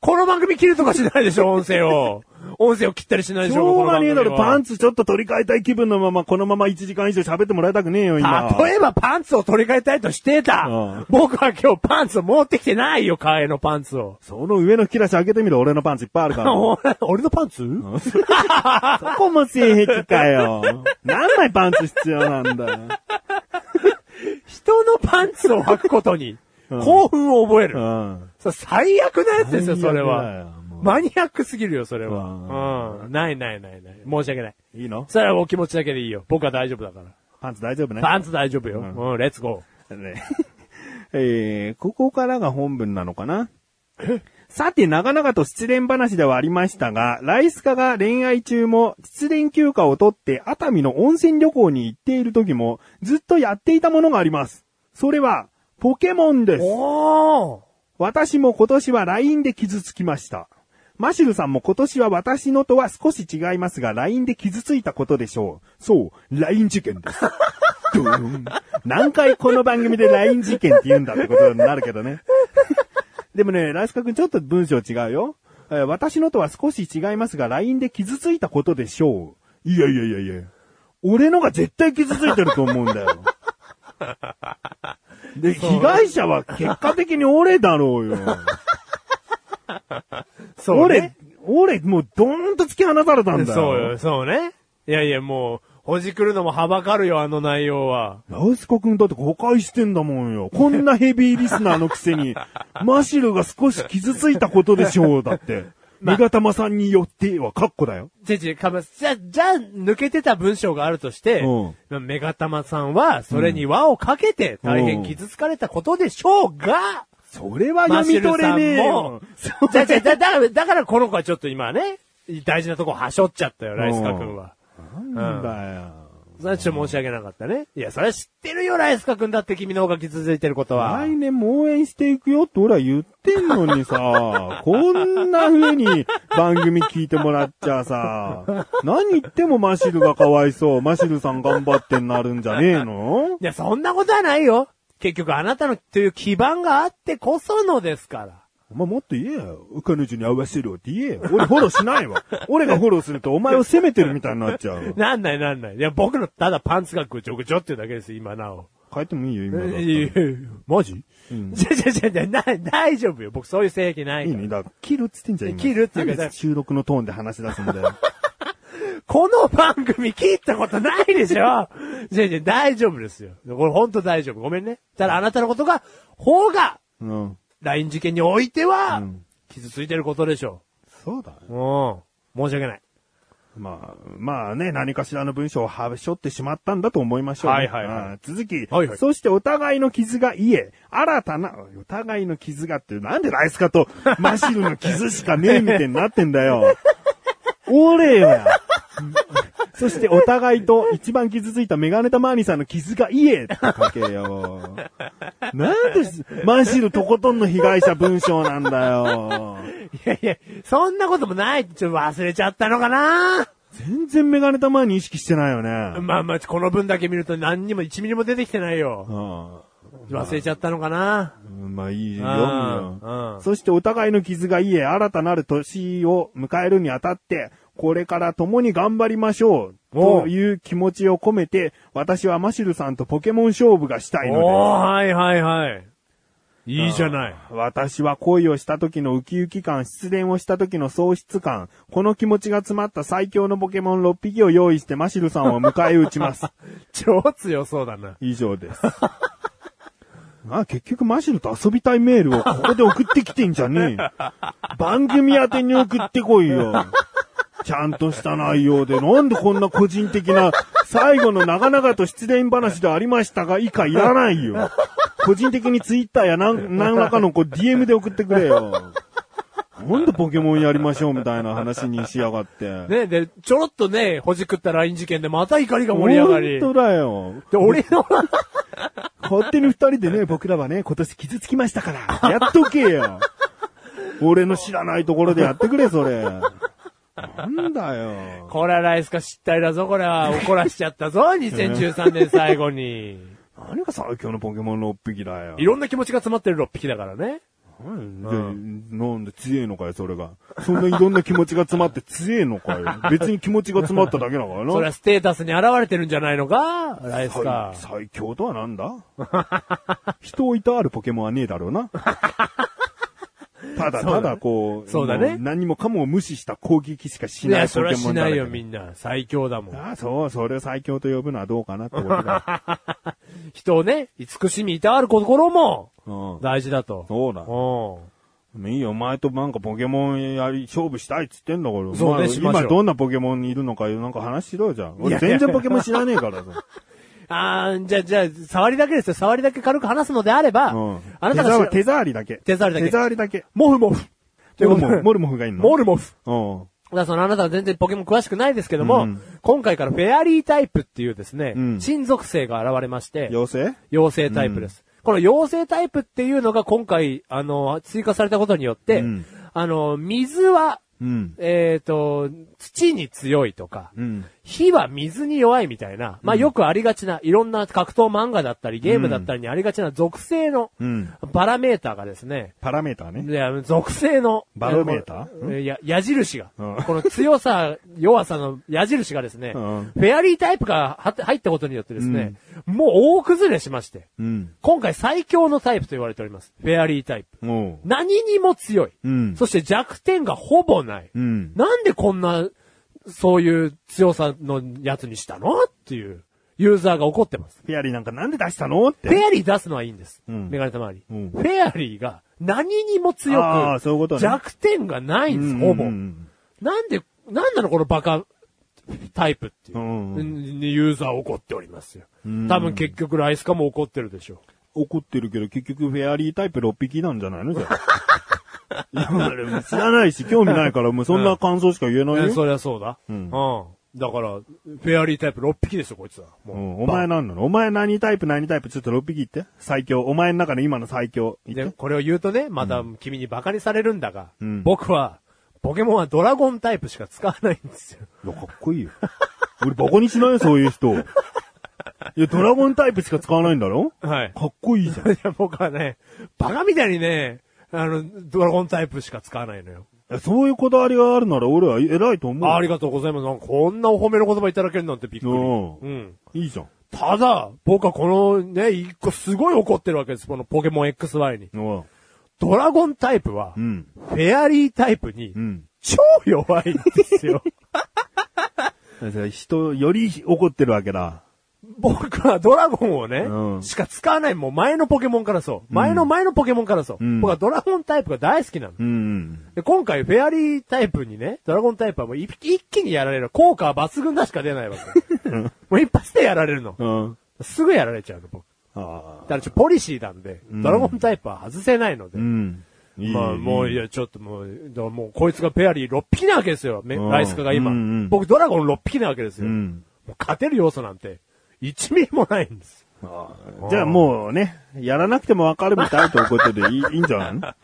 この番組切るとかしないでしょ、音声を。音声を切ったりしないでししょ、ょうがねえだろ、パンツ。ツちょっと取り替えたい気分のまま、このまま1時間以上喋ってもらいたくねえよ、今。例えばパンツを取り替えたいとしてた。うん僕は今日パンツを持ってきてないよ、替えのパンツを。その上の引き出し開けてみろ、俺のパンツいっぱいあ るから。俺俺のパンツ、そこも性癖かよ。何枚パンツ必要なんだよ。人のパンツを履くことに、うん興奮を覚えうる。ん。それ最悪なやつですよ、それ最悪だよは。もうマニアックすぎるよ、それうは。うん。ないないないない。申し訳ない。いいのそれはお気持ちだけでいいよ。僕は大丈夫だから。パンツ大丈夫ね。パンツ大丈夫よ。ううん、レッツゴね えーここからが本文なのかなさて、長々と失恋話ではありましたが、ライスカが恋愛中も失恋休暇を取って熱海の温泉旅行に行っている時もずっとやっていたものがあります。それは、ポケモンでー。す。おー。私も今年は LINE で傷つきました。マシルさんも今年は私のとは少し違いますが、LINE で傷ついたことでしょう。そう、LINE 事件です。ドーン何回この番組で LINE 事件って言うんだってことになるけどね。でもね、ライスカ君ちょっと文章違うよ。えー私のとは少し違いますが、LINE で傷ついたことでしょう。いやいやいやいや。俺のが絶対傷ついてると思うんだよ。で、被害者は結果的に俺だろうよ。そうね。俺、俺、もうドーンと突き放されたんだよ。そうよ、そうね。いやいや、もう、ほじくるのもはばかるよ、あの内容は。ラウスカ君だって誤解してんだもんよ。こんなヘビーリスナーのくせ に、マシルが少し傷ついたことでしょう、だって。 まあ味方まさんによっては、カッコだよ。じゃ、じゃ、かま、じゃ、じゃ、抜けてた文章があるとして、うんまあメガタマさんは、それに輪をかけて、大変傷つかれたことでしょうが、それはマ読シみル取れさんねえもよ。、じゃ、じゃ、だ、だ、だからこの子はちょっと今ね、大事なとこはしょっちゃったよ、ライスカ君は。なんだよ。それはちょっと申し訳なかったね。いや、それは知ってるよ、ライスカ君だって君の方が傷ついてることは。来年も応援していくよって俺は言ってんの にさ、こんな風に番組聞いてもらっちゃさ、何言ってもマシルがかわいそう、マシルさん頑張ってなるんじゃねえのいや、そんなことはないよ。結局あなたのという基盤があってこそのですから。お前もっと言えよ。彼女に合わせろって言えよ。俺フォローしない わ。俺がフォローするとお前を責めてるみたいになっちゃう。なんないなんない。いや、僕のただパンツがぐちょぐちょっていうだけです、今な お。変えてもいいよ、今だったら。いやいやマジうんじゃじゃじゃじゃ、な、大丈夫よ。僕そういう性癖ないいいから。ね。だから、切るっつってんじゃん、今切るっていうかなんで収録のトーンで話し出す んだよ。この番組聞いたことないでしょじゃじゃ、大丈夫ですよ。これほんと大丈夫。ごめんね。ただあなたのことが、方が、うん。 LINE 事件においてはん、傷ついてることでしょそうだよ。う。うん。申し訳ない。まあ、まあね、何かしらの文章をはしょってしまったんだと思いましょう、はいはいはいうん続き、はいはいそしてお互いの傷が癒え、新たな、お互いの傷がって、なんでライスカとマシルの傷しかねえみたいになってん だよ。俺よや。そしてお互いと一番傷ついたメガネタマーニさんの傷が癒えって書けよ。なんでマシルとことんの被害者文章なんだよ。いやいや、そんなこともない。ちょっと忘れちゃったのかな全然メガネタマーニ意識してないよね。まあまあ、この分だけ見ると何にも1ミリも出てきてないよ。うん忘れちゃったのかなうんまあいいよ。うんうんそしてお互いの傷が癒え、新たなる年を迎えるにあたって、これから共に頑張りましょう。おうという気持ちを込めて、私はマシルさんとポケモン勝負がしたいのです。おー、はいはいはい。いいじゃない。私は恋をした時のウキウキ感、失恋をした時の喪失感、この気持ちが詰まった最強のポケモン6匹を用意してマシルさんを迎え撃ちます。超強そうだな。以上です。 あ、結局マシルと遊びたいメールをここで送ってきてんじゃねえ よ。番組宛てに送ってこいよ。ちゃんとした内容で、なんでこんな個人的な、最後の長々と失恋話でありましたが、以下いらないよ。個人的にツイッターやなん何らかのこう DM で送ってくれよ。なんでポケモンやりましょうみたいな話にしやがって。ねで、ちょろっとね、ほじくったライン事件でまた怒りが盛り上がり。本当だよ。で、俺の、勝手に二人でね、僕らはね、今年傷つきましたから、やっとけよ。俺の知らないところでやってくれ、それ。なんだよ。これはライスか失態だぞ、これは。怒らしちゃったぞ、2013年最後に。何が最強のポケモン6匹だよ。いろんな気持ちが詰まってる6匹だからね。うんで、なんで強えのかよ、それが。そんないろんな気持ちが詰まって強えのかよ。別に気持ちが詰まっただけだから な。それはステータスに現れてるんじゃないのかライスか最。最強とはなんだ 人をいたわるポケモンはねえだろ うな。ただ、ただこう、そうだねも何もかも無視した攻撃しかしいないや、ポそれケはモしンだならいけよ、みんな。最強だもん。ああ、そう、それを最強と呼ぶのはどうかなってこ とだ。人をね、慈しみいたわる心もうん。大事だと。そうだ。うん。いいよ、お前となんかポケモンやり、勝負したいっつってんだから。そうねお前しましょ今うどんなポケモンにいるのか、なんか話しろよ、じゃん。俺いやいや全然ポケモン知らねえか らさ。あー、じゃあ、じゃあ、触りだけですよ。触りだけ軽く話すのであれば、うん。あなた手触がり手触りだけ。手触りだけ手触りだけ。モフモフ。モルモフ、モルモフがいんのモルモフ。うん。だからそのあなたは全然ポケモン詳しくないですけども、うん今回からフェアリータイプっていうですね、うん新属性が現れまして、妖精妖精タイプです。この妖精タイプっていうのが今回、あの、追加されたことによって、うんあの、水は、うん。えっ、と、土に強いとか、うん。火は水に弱いみたいな、まあよくありがちな、いろんな格闘漫画だったり、ゲームだったりにありがちな属性のうん。パラメーターがですね、パラメーターいね。や、属性の。バロメータえーいや、矢印が。うんこの強さ、弱さの矢印がですね、うんフェアリータイプがは入ったことによってですね、もう大崩れしまして、うん。今回最強のタイプと言われております。フェアリータイプ。も何にも強い。う。うん。そして弱点がほぼない。うん。なんでこんな、そういう強さのやつにしたのっていう、ユーザーが怒ってます。フェアリーなんかなんで出したのっフて。ェアリー出すのはいいんです。うんメガネたまわり、うんフェアリーが何にも強ああく、そういうことね弱点がないんです、ほぼ。うんなんで、なんなのこのバカタイプっていう。うんにユーザー怒っておりますよ。ん多分結局ライスカも怒ってるでしょ怒ってるけど、結局フェアリータイプ6匹なんじゃないのじゃあいや俺も知らないし、興味ないから、もうそんな感想しか言えなう。い えよ。そりゃそうだ。うん。だから、フェアリータイプ6匹ですよ、こいつは。うもう。ん、お前なんなのお前何タイプ何タイプちょっと6匹言って。最強。お前の中の今の最強。言っで、て。これを言うとね、また君にバカにされるんだが、うん僕は、ポケモンはドラゴンタイプしか使わないんですよ。いや、かっこいいよ。俺バカにしないよ、そういう人。いや、ドラゴンタイプしか使わないんだろはい。かっこいいじゃん。いや、 僕はね、バカみたいにね、あの、ドラゴンタイプしか使わないのよ。いやそういうこだわりがあるなら俺は偉いと思う。ありがとうございます。なんかこんなお褒めの言葉いただけるなんてびっくり。うんうん。いいじゃん。ただ、僕はこのね、一個すごい怒ってるわけです。このポケモン XY に。うん。ドラゴンタイプはう、ん。フェアリータイプにう、ん。超弱いんですよ。だから人、より怒ってるわけだ。僕はドラゴンをね、うんしか使わない。もう前のポケモンからそう。前の前のポケモンからそう。ん僕はドラゴンタイプが大好きなの。うん。で今回、フェアリータイプにね、ドラゴンタイプはもう一一気にやられる。効果は抜群がしか出ないわけ。もう一発でやられるの。うん。すぐやられちゃうの、僕。あだからちょ、ポリシーなんで、ドラゴンタイプは外せないので。うん。いいまあ、もう、いや、ちょっともう、だからもう、こいつがフェアリー6匹なわけですよ、めうんライスカが今。うんうん僕、ドラゴン6匹なわけですうよ。ん。もう勝てる要素なんて、1ミリもないんです。じゃあもうね、やらなくてもわかるみたいということでいいいいんじゃ ないの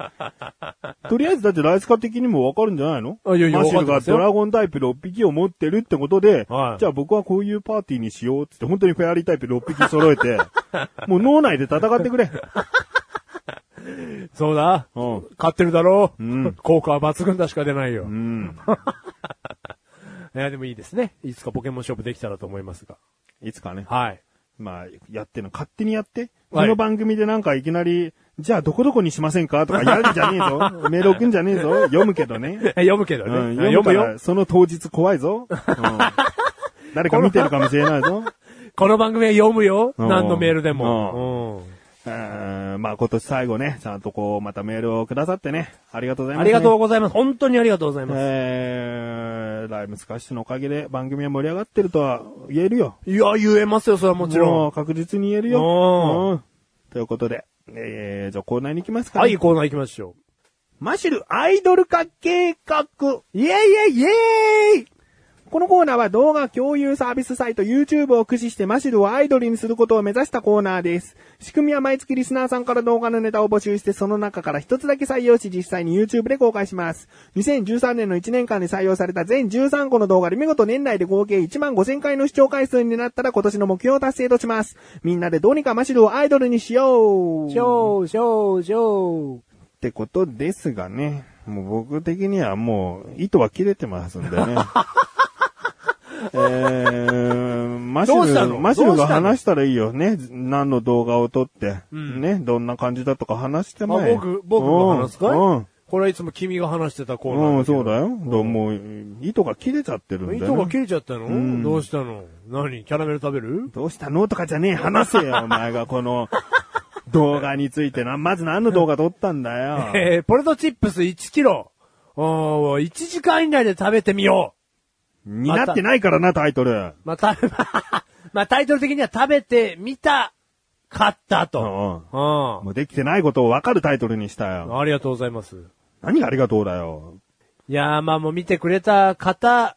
とりあえずだってライスカ的にもわかるんじゃないのあいやいやマシルわかってまがすよドラゴンタイプ6匹を持ってるってことで、はいじゃあ僕はこういうパーティーにしようっつって本当にフェアリータイプ6匹揃 えて、もう脳内で戦ってくれ。そうだ。うん。勝ってるだろう。うん効果は抜群だしか出ないよ。うん。いや、でもいいですね。いつかポケモン勝負できたらと思いますが。いつかね。はい。まあ、やっての、勝手にやって。はいこの番組でなんかいきなり、じゃあどこどこにしませんかとかやるんじゃねえぞ。 メール送んじゃねえぞ。読むけどね。読むけ どね。うん、読読むむよよ。。その当日怖いぞ。うん 誰か見てるかもしれないぞ。この番組は読むよ。うん何のメールでも。 うんまあ今年最後ね、ちゃんとこう、またメールをくださってね。ありがとうござういん。まあす、ね。りがとうう。ございます。本当にありがとうございます。えー、ライムスカッシュのおかげで番組は盛り上がってるとは言えるよ。いや、言えますよ、それはもちろもん。う確実に言えるおよ。うん。ということで、えー、じゃあコーナーに行きますか、ね。はい、。コーナー行きましょマシュルアイドル化計画。う。イェイイェイイェイこのコーナーは動画共有サービスサイト YouTube を駆使してマシルをアイドルにすることを目指したコーナーです。仕組みは毎月リスナーさんから動画のネタを募集してその中から一つだけ採用し実際に YouTube で公開します。2013年の1年間で採用された全13個の動画で見事年内で合計1万5000回の視聴回数になったら今年の目標を達成とします。みんなでどうにかマシルをアイドルにしようょう、しょう、しょう。ってことですがね、もう僕的にはもう、糸は切れてますんで ね。えー、マシどうしたル、のマシルどうがしたの話したらいいよね。何の動画を撮って、んね、どんな感じだとか話してあ、まえ。僕、僕の話すかいうんうん。これはいつも君が話してたコーナー。うん、そうだ。よ。どうもう、糸が切れちゃってるんだよね、糸が切れちゃったの、んどうしたの何キャラメル食べるどうしたのとかじゃねえ。話せよ、お前がこの、動画についてな。まず何の動画撮ったんだよ。 えー、ポテトチップス1キロ。おー、1時間以内で食べてみよになってないからな、タイトル。う。まあ、た、 まあ、タイトル的には食べてみた、かったうと。んうんうもうできてないことを分かるタイトルにしたよ。ん。ありがとうございます。何がありがとうだよ。いやー、まあもう見てくれた方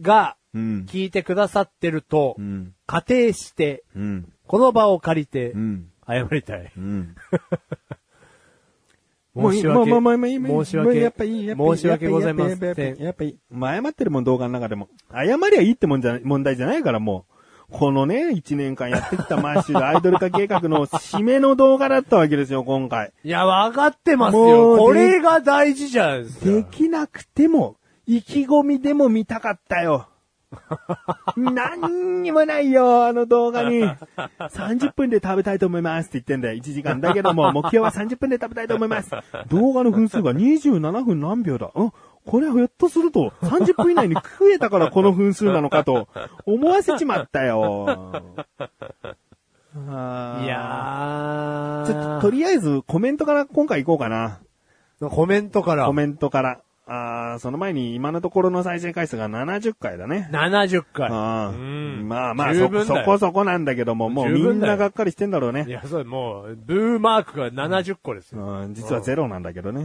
が、うん。聞いてくださってると、うん。仮定して、うん。この場を借りてう、ん。謝りたい。うん。もう申いい、しもう訳。もうもうもういい、申し訳。やっぱいい、やっぱいい。申し訳ございませんやっぱいいやっぱいいやっぱいい。やっぱいいもう謝ってるもん、動画の中でも。謝りゃいいってもんじゃない、問題じゃないから、もう。このね、一年間やってきたマッシュルアイドル化計画の締めの動画だったわけですよ、今回。いや、わかってますもうよ。でこれが大事じゃないですか。できなくても、意気込みでも見たかったよ。何にもないよ、あの動画に。30分で食べたいと思いますって言ってんだよ、1時間だけども、目標は30分で食べたいと思います。動画の分数が27分何秒だ。うんこれはひょっとすると、30分以内に食えたからこの分数なのかと、思わせちまったよ。あーいやー。ちょっと、とりあえずコメントから今回行こうかな。コメントからコ。メントから。あーその前に今のところの再生回数が70回だね。 70回。あうーんまあまあ十そこ、分そだよこそこなんだけども、もうみ十ん分だよながっかりしてんだろういね。や、それもう、ブーマークが70個ですよ。うん、実はゼロなんだけどね。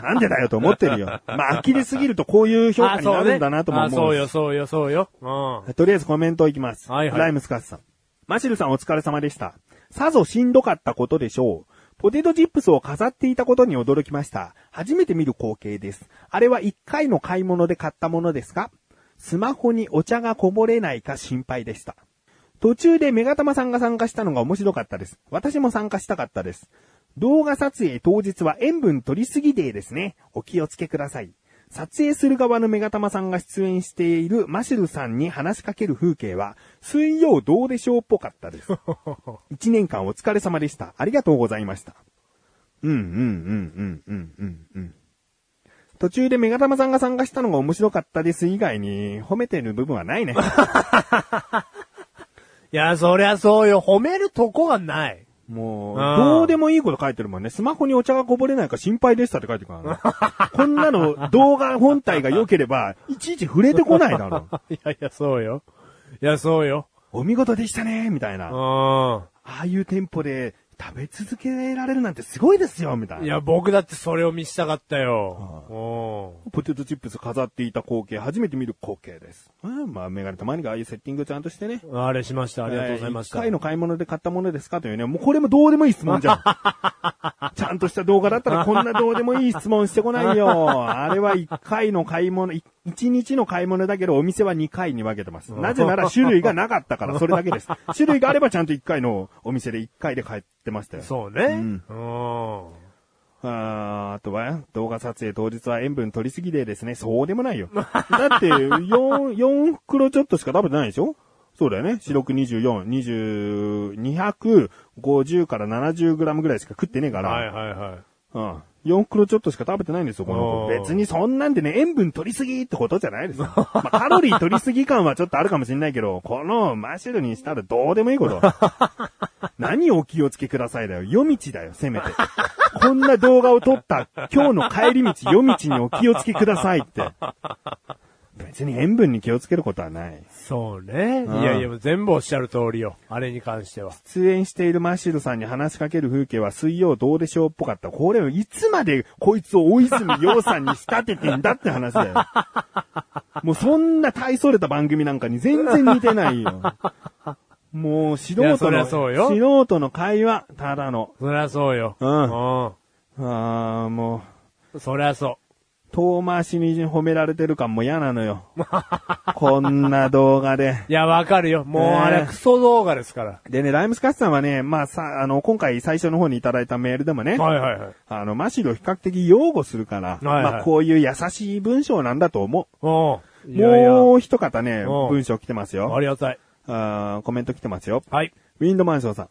なんでだよと思ってるよ。まあ、呆れすぎるとこういう評価になるんだなともあ、そ思ううよ、し。そうよ、そうよ。うん。とりあえずコメントいきます。はいはいライムスカスさん。マシルさんお疲れ様でした。さぞしんどかったことでしょう。ポテトチップスを飾っていたことに驚きました。初めて見る光景です。あれは1回の買い物で買ったものですかスマホにお茶がこぼれないか心配でした。途中でメガタマさんが参加したのが面白かったです。私も参加したかったです。動画撮影当日は塩分取りすぎデーですね。お気をつけください。撮影する側のメガタマさんが出演しているマシルさんに話しかける風景は、水曜どうでしょうっぽかったです。一年間お疲れ様でした。ありがとうございました。うんうんうんうんうんうんうん。途中でメガタマさんが参加したのが面白かったです以外に褒めてる部分はないね。いや、そりゃそうよ。褒めるとこがない。 もう、うんどうでもいいこと書いてるもんね。スマホにお茶がこぼれないか心配でしたって書いてるからね。 こんなの動画本体が良ければ、いちいち触れてこないだ ろ。いやいや、そうよ。いや、そうよ。お見事でしたねみたいうな。あん。あいう店舗で食べ続けられるなんてすごいですよみたいいな。や、僕だってそれを見したかったよ。うポテトチップス飾っていた光景、初めて見る光景です。うん、まあ、メガネたまにがああいうセッティングちゃんとしてね。ん。あれしました。ありがとうございました。えー一回の買い物で買ったものですかというね、もうこれもどうでもいい質問じゃん。ちゃんとした動画だったらこんなどうでもいい質問してこないよ。あれは一回の買い物、い一日の買い物だけどお店は二回に分けてます。なぜなら種類がなかったから、それだけです。種類があればちゃんと一回のお店で一回で買ってましたよ。そうね。んうん。あーあとは、動画撮影当日は塩分取りすぎでですね、そうでもないよ。だって、4、4袋ちょっとしか食べてないでしょそうだよね。四六24、20、250から70グラムぐらいしか食ってねえから、はいはいはい。うん。4袋ちょっとしか食べてないんですよ、このあ子。ー別にそんなんでね、塩分取りすぎってことじゃないですよ。 まあ、カロリー取りすぎ感はちょっとあるかもしれないけど、このマッシュルにしたらどうでもいいこと。 何をお気をつけくださいだよ。夜道だよ、せめて。こんな動画を撮った今日の帰り道、夜道にお気をつけくださいって。別に塩分に気をつけることはない。そうね。いんやいや、全部おっしゃる通りよ。あれに関しては。出演しているマッシュルさんに話しかける風景は水曜どうでしょうっぽかった。これをいつまでこいつを大泉洋さんに仕立ててんだって話だよ。もうそんな大それた番組なんかに全然似てないよ。もう素いや人そりの、ゃそうよ素人の会話、ただの。そりゃそうよ。うんうん。ああ、もう、そりゃそ遠回しに褒められてる感も嫌なのよ。こんな動画で。う。いや、わかるよ。もうあねれ、えクソ動画ですから。でね、ライムスカッシュさんはね、まあさ、あの、今回最初の方にいただいたメールでもね、はいはいはい。あの、マシルを比較的擁護するから、はいはいまあこういう優しい文章なんだと思うん。う。いやいやもう一方ね、うん文章来てますよあ。りがたい。あーコメント来てますよ。はい。ウィンドマンションさん。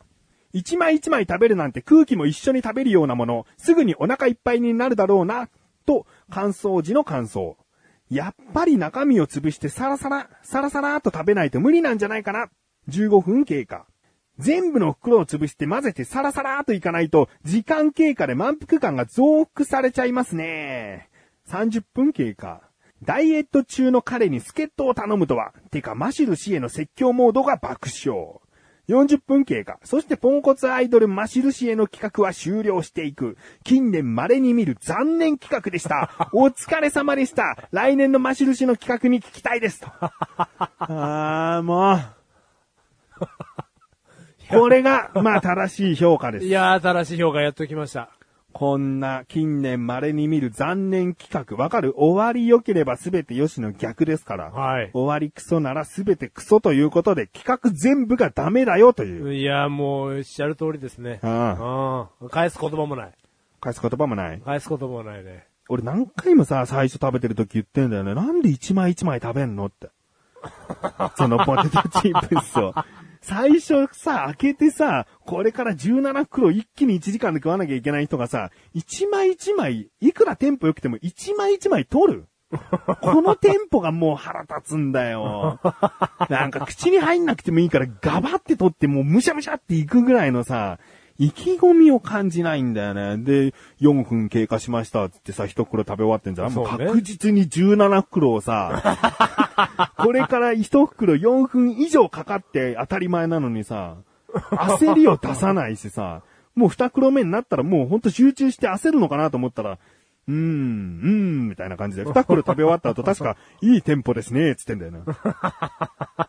一枚一枚食べるなんて空気も一緒に食べるようなもの、すぐにお腹いっぱいになるだろうな、と、乾燥時の感想。やっぱり中身を潰してサラサラ、サラサラーと食べないと無理なんじゃないかな。15分経過。全部の袋を潰して混ぜてサラサラーといかないと、時間経過で満腹感が増幅されちゃいますね。30分経過。ダイエット中の彼に助っ人を頼むとは、てかマシル氏への説教モードが爆笑。40分経過。そしてポンコツアイドルマシル氏への企画は終了していく。近年稀に見る残念企画でした。お疲れ様でした。来年のマシル氏の企画に聞きたいです。とあー、もう。これが、まあ正しい評価ですい。やー、新しい評価やっときました。こんな近年稀に見る残念企画。わかる終わり良ければ全て良しの逆ですから。はい。終わりクソなら全てクソということで企画全部がダメだよという。いやー、もう、おっしゃる通りですね。あうん。返す言葉もない。返す言葉もない。返す言葉もないね。俺何回もさ、最初食べてる時言ってんだよね。なんで一枚一枚食べんのって。 そのポテトチップスを。最初さ、開けてさ、これから17袋一気に1時間で食わなきゃいけない人がさ、一枚一枚、いくらテンポ良くても一枚一枚取るこのテンポがもう腹立つんだよ。なんか口に入んなくてもいいからガバって取ってもうむしゃむしゃっていくぐらいのさ、意気込みを感じないんだよね。で、4分経過しましたってってさ、一袋食べ終わってんじゃん。もうそうね確実に17袋をさ、 これから一袋4分以上かかって当たり前なのに さ、焦りを出さないしさ、もう二袋目になったらもうほんと集中して焦るのかなと思ったら、うーん、うーん、みたいな感じで、二袋食べ終わった 後確か、いいテンポですね、つってんだよな。がっ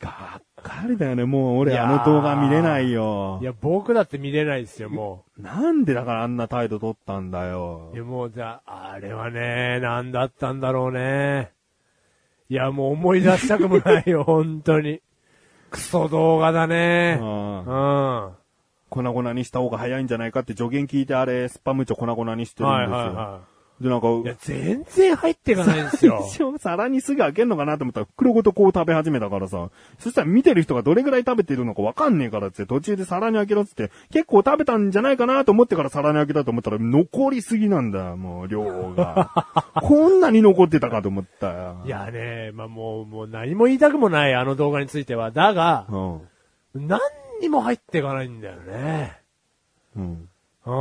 かりだよね、もう俺あの動画見れないよい。や、僕だって見れないですよ、もなんでだからあんな態度取ったんだよう。い。や、もう、じゃあ、あれはね、なんだったんだろうね。いや、もう思い出したくもないよ、本当に。クソ動画だね。うんうん。粉々にした方が早いんじゃないかって助言聞いてあれ、スパムチョ粉々にしてるんはいですよ。はいはで、なんい。いやか、、全然入っていかないん ですよ。 一応皿にすぐ開けるのかなと思ったら、袋ごとこう食べ始めたからさ、そしたら見てる人がどれぐらい食べてるのかわかんねえからっつって、途中で皿に開けろっつって、結構食べたんじゃないかなと思ってから皿に開けたと思ったら、残りすぎなんだよ、もう、量 が。こんなに残ってたかと思ったよ。いやね、まあもう、もう何も言いたくもない、あの動画については。だが、うん。何にも入っていかないんだよね。うん。うん。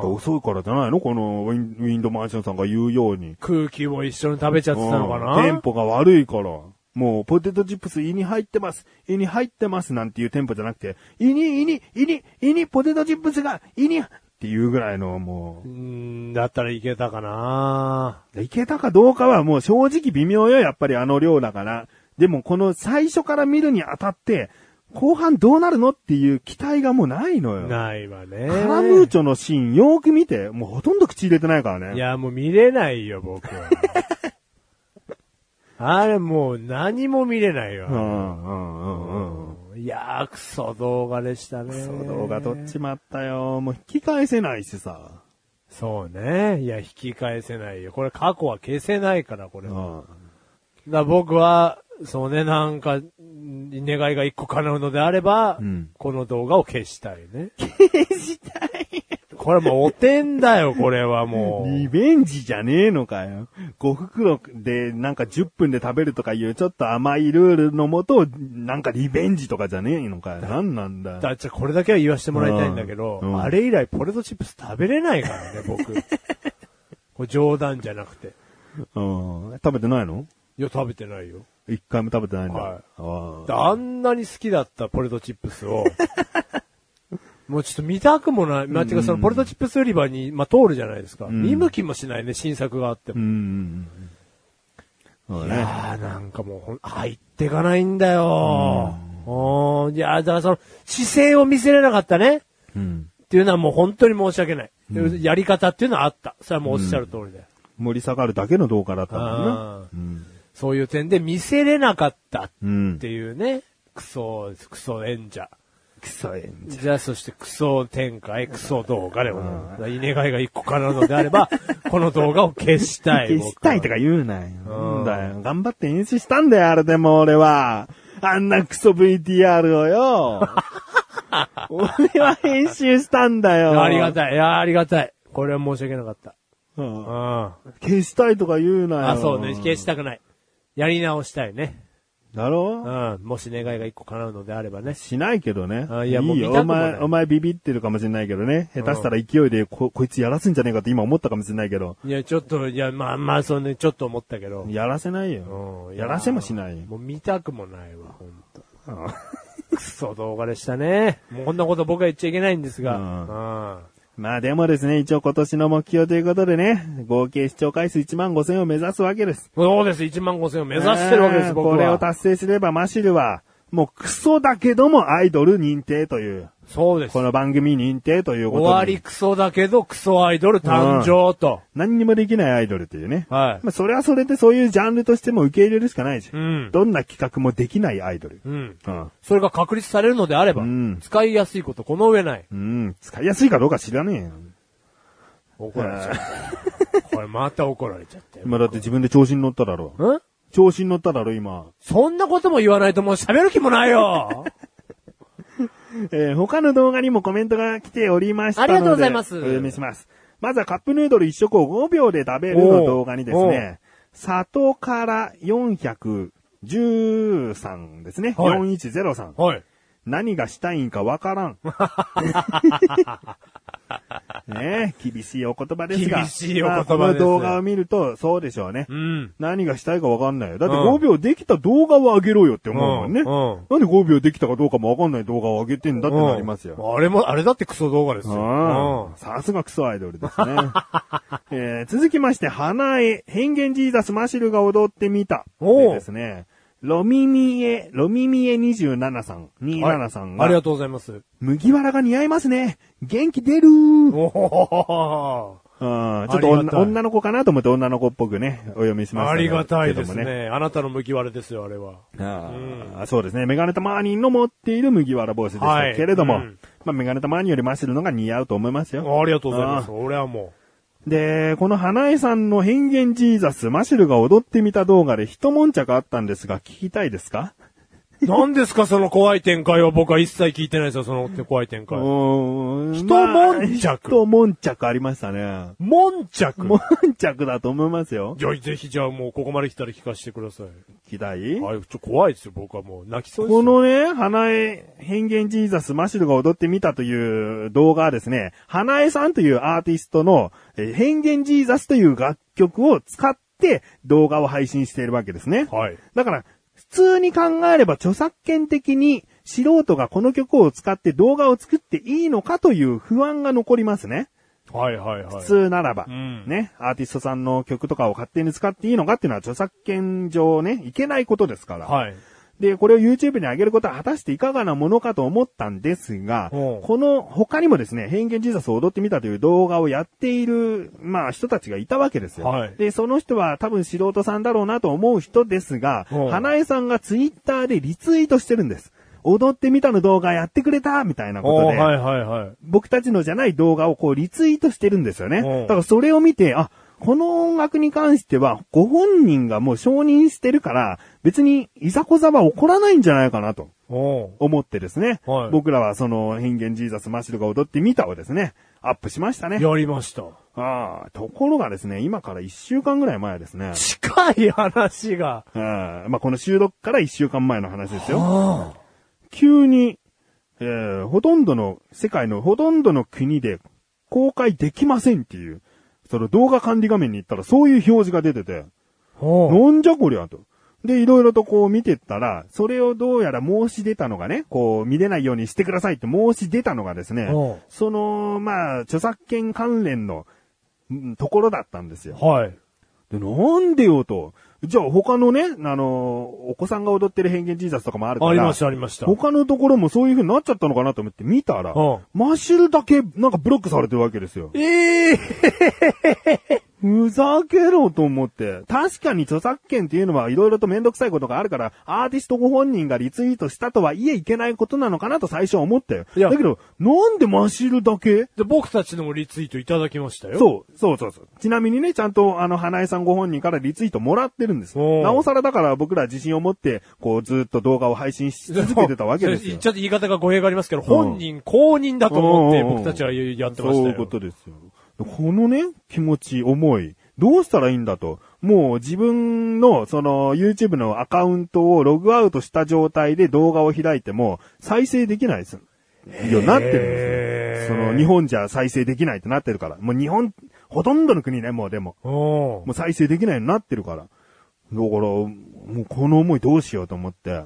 遅いからじゃないのこのウィン、ウィンドマンションさんが言うように。空気を一緒に食べちゃってたのかうんなテンポが悪いから。もう、ポテトチップス胃に入ってます。胃に入ってますなんていうテンポじゃなくて、胃に、胃に、胃に、胃に、ポテトチップスが胃に、っていうぐらいの、もうーん、だったらいけたかなう、いけたかどうかはもう正直微妙よ、やっぱりあの量だから。でも、この最初から見るにあたって、後半どうなるのっていう期待がもうないのよ。ないわね。カラムーチョのシーンよーく見て、もうほとんど口入れてないからね。いや、もう見れないよ、僕 は。あれ、もう何も見れないうよ。ん、うん、うん、うんうん。いやー、クソ動画でしたね。クそう動画撮っちまったよ。もう引き返せないしさ。そうね。いや、引き返せないよ。これ過去は消せないから、これうは。ん。だから僕は、そうね、なんか、ん願いが一個叶うのであれば、うんこの動画を消したいね。消したいこれもうおてんだよ、これはもう。リベンジじゃねえのかよ。5袋でなんか10分で食べるとかいうちょっと甘いルールのもと、なんかリベンジとかじゃねえのかよ。なんなんだよ。だ、じゃあこれだけは言わせてもらいたいんだけど、うんうんあれ以来ポテトチップス食べれないからね、僕。これ冗談じゃなくて。うん。食べてないのいや、食べてないよ。一回も食べてないんだ。はいあでああんなに好きだったポテトチップス を、もうちょっと見たくもない。まあ、てかそのポテトチップス売り場に、まあ、通るじゃないですか。ん見向きもしないね、新作があってうも。ん。そういだね。やーなんかもうほん、入っていかないんだよ。うん。いやーだからその、姿勢を見せれなかったね。うん。っていうのはもう本当に申し訳ない。やり方っていうのはあった。それはもうおっしゃる通りだよ。盛り下がるだけの動画だったんだもんな。あーうん。そういう点で見せれなかったうっん。ていうね。クソ、クソ演者。クソえん。じゃあ、そしてクソ展開、クソ動画でございます。稲いが一個かなのであれ ば、この動画を消したい。消したいと僕はか言うなよ。うなんんだよ。頑張って演出したんだよ、あれでも俺は。あんなクソ VTR をよ。俺は編集したんだいやよ。ありがたい。いや、ありがたい。これは申し訳なかった。うんうん。あ、消したいとか言うなよ。そうね。消したくない。やり直したいね。だうろん。もし願いが一個叶うのであればね。しないけどね。あいやもういよ。見たおくもない前、お前ビビってるかもしれないけどね。下手したら勢いでこ、こいつやらすんじゃねえかって今思ったかもしれないけど。いや、ちょっと、いや、まあまあ、そうね、ちょっと思ったけど。やらせないよ。うん。やらせもしないよもう見たくもないわ、ほんと。クソ動画でしたね。もうこんなこと僕は言っちゃいけないんですが。うんうんまあでもですね、一応今年の目標ということでね、合計視聴回数1万5千を目指すわけです。そうです、1万5000を目指してるわけでえーす、僕は。これを達成すればマシルは、もうクソだけどもアイドル認定という、そうです。この番組認定ということ終にわりクソだけど、クソアイドル誕生と。何にもできないアイドルというね。はいまあそれはそれでそういうジャンルとしても受け入れるしかないし、うん。どんな企画もできないアイドル。うん。うん。それが確立されるのであれば、うん使いやすいこと、この上ない。うん、使いやすいかどうか知らねえよ。怒られちゃった。これまた怒られちゃって。今だって自分で調子に乗っただろ。ん調子に乗っただろ、今。そんなことも言わないともう喋る気もない よえー他の動画にもコメントが来ておりましたので。ありがとうございますお読みします。まずはカップヌードル1食を5秒で食べるの動画にですおうおうね、里から413ですね。はい4103。はい。何がしたいんかわから ん。ねえ厳しいお言葉ですが。厳しいお言葉ですまあこの動画を見ると、そうでしょうね。うん。何がしたいかわかんないよ。だってうん5秒できた動画を上げろよって思うもんね。うんうんなんで5秒できたかどうかもわかんない動画を上げてんだってなりますよ。うんあれも、あれだってクソ動画ですうよん。。さすがクソアイドルですね。 えー続きまして、花江、変幻ジーザスマシルが踊ってみた。おうでですね、ロミミエ、ロミミエ27さん、27さんありがが、とうございます。麦わらが似合いますね元気出るおおうんちあょっとりが女たい女の子かなと思って女の子っぽくね、お読みしましたあけりどがもね。たいですね。あなたの麦われですよ、あれは。あーそうですね。メガネタマーニンの持っている麦わら帽子でしはたいけれども、うんまあ、メガネタマーニンよりマシルのが似合うと思いますよ。ありがとうございます。あ俺はもで、この花江さんの変幻ジーザス、マシルが踊ってみた動画で一悶着あったんですが、聞きたいですかう。何ですか、その怖い展開は僕は一切聞いてないですよ、その怖い展う開。ーん一まあ悶着一悶着ありましたね。悶着悶着だと思いますよ。じゃあ、ぜひ、じゃあもうここまで来たら聞かせてください。聞きたいはい、ちょ、怖いですよ、僕はもう。泣きそうですよ。このね、花江、変幻ジーザス、マシルが踊ってみたという動画はですね、花江さんというアーティストの、えー変幻ジーザスという楽曲を使って動画を配信しているわけですね。はい。だから、普通に考えれば著作権的に素人がこの曲を使って動画を作っていいのかという不安が残りますね。はいはいはい。普通ならば。うんね。アーティストさんの曲とかを勝手に使っていいのかっていうのは著作権上ね、いけないことですから。はい。で、これを YouTube に上げることは果たしていかがなものかと思ったんですが、うんこの他にもですね、変幻ジーザスを踊ってみたという動画をやっている、まあ人たちがいたわけですよ。はいで、その人は多分素人さんだろうなと思う人ですが、うん花江さんがツイッターでリツイートしてるんです。踊ってみたの動画やってくれたみたいなことおーで、はいはいはい。僕たちのじゃない動画をこうリツイートしてるんですよね。うんだからそれを見て、あ、この音楽に関しては、ご本人がもう承認してるから、別にいざこざは起こらないんじゃないかなとおー思ってですね。はい僕らはその、変幻ジーザスマシルが踊ってみたをですね、アップしましたね。やりました。ああ、ところがですね、今から1週間ぐらい前ですね。近い話が。あーまあ、この収録から1週間前の話ですよ。あ急に、えーほとんどの、世界のほとんどの国で公開できませんっていう、その動画管理画面に行ったらそういう表示が出てて、あ。おーなんじゃこりゃと。で、いろいろとこう見てったら、それをどうやら申し出たのがね、こう見れないようにしてくださいって申し出たのがですねおう、その、まあ、著作権関連の、うんところだったんですよ。はい。で、なんでよと。じゃあ他のね、あの、お子さんが踊ってる変幻ジーザスとかもあるから。ありました、ありました。他のところもそういう風になっちゃったのかなと思って見たら、うんマッシュルだけなんかブロックされてるわけですよ。ええふざけろと思って。確かに著作権っていうのはいろいろとめんどくさいことがあるから、アーティストご本人がリツイートしたとはいえいけないことなのかなと最初は思ったよ。いやだけど、なんでマシルだけで、僕たちのもリツイートいただきましたよ。う。そう、そうそうそう。ちなみにね、ちゃんとあの、花江さんご本人からリツイートもらってるんです。おーなおさらだから僕ら自信を持って、こうずっと動画を配信し続けてたわけですちょよっ。と言い方が語弊がありますけど、本人公認だと思ってうんうんうん僕たちはやってましたよ。そういうことですよ。このね、気持ち、思い、どうしたらいいんだと。もう自分の、その、YouTube のアカウントをログアウトした状態で動画を開いても、再生できないです。ようになってるんですよ。その、日本じゃ再生できないってなってるから。もう日本、ほとんどの国ね、もうでも。おーもう再生できないようになってるから。だから、もうこの思いどうしようと思って、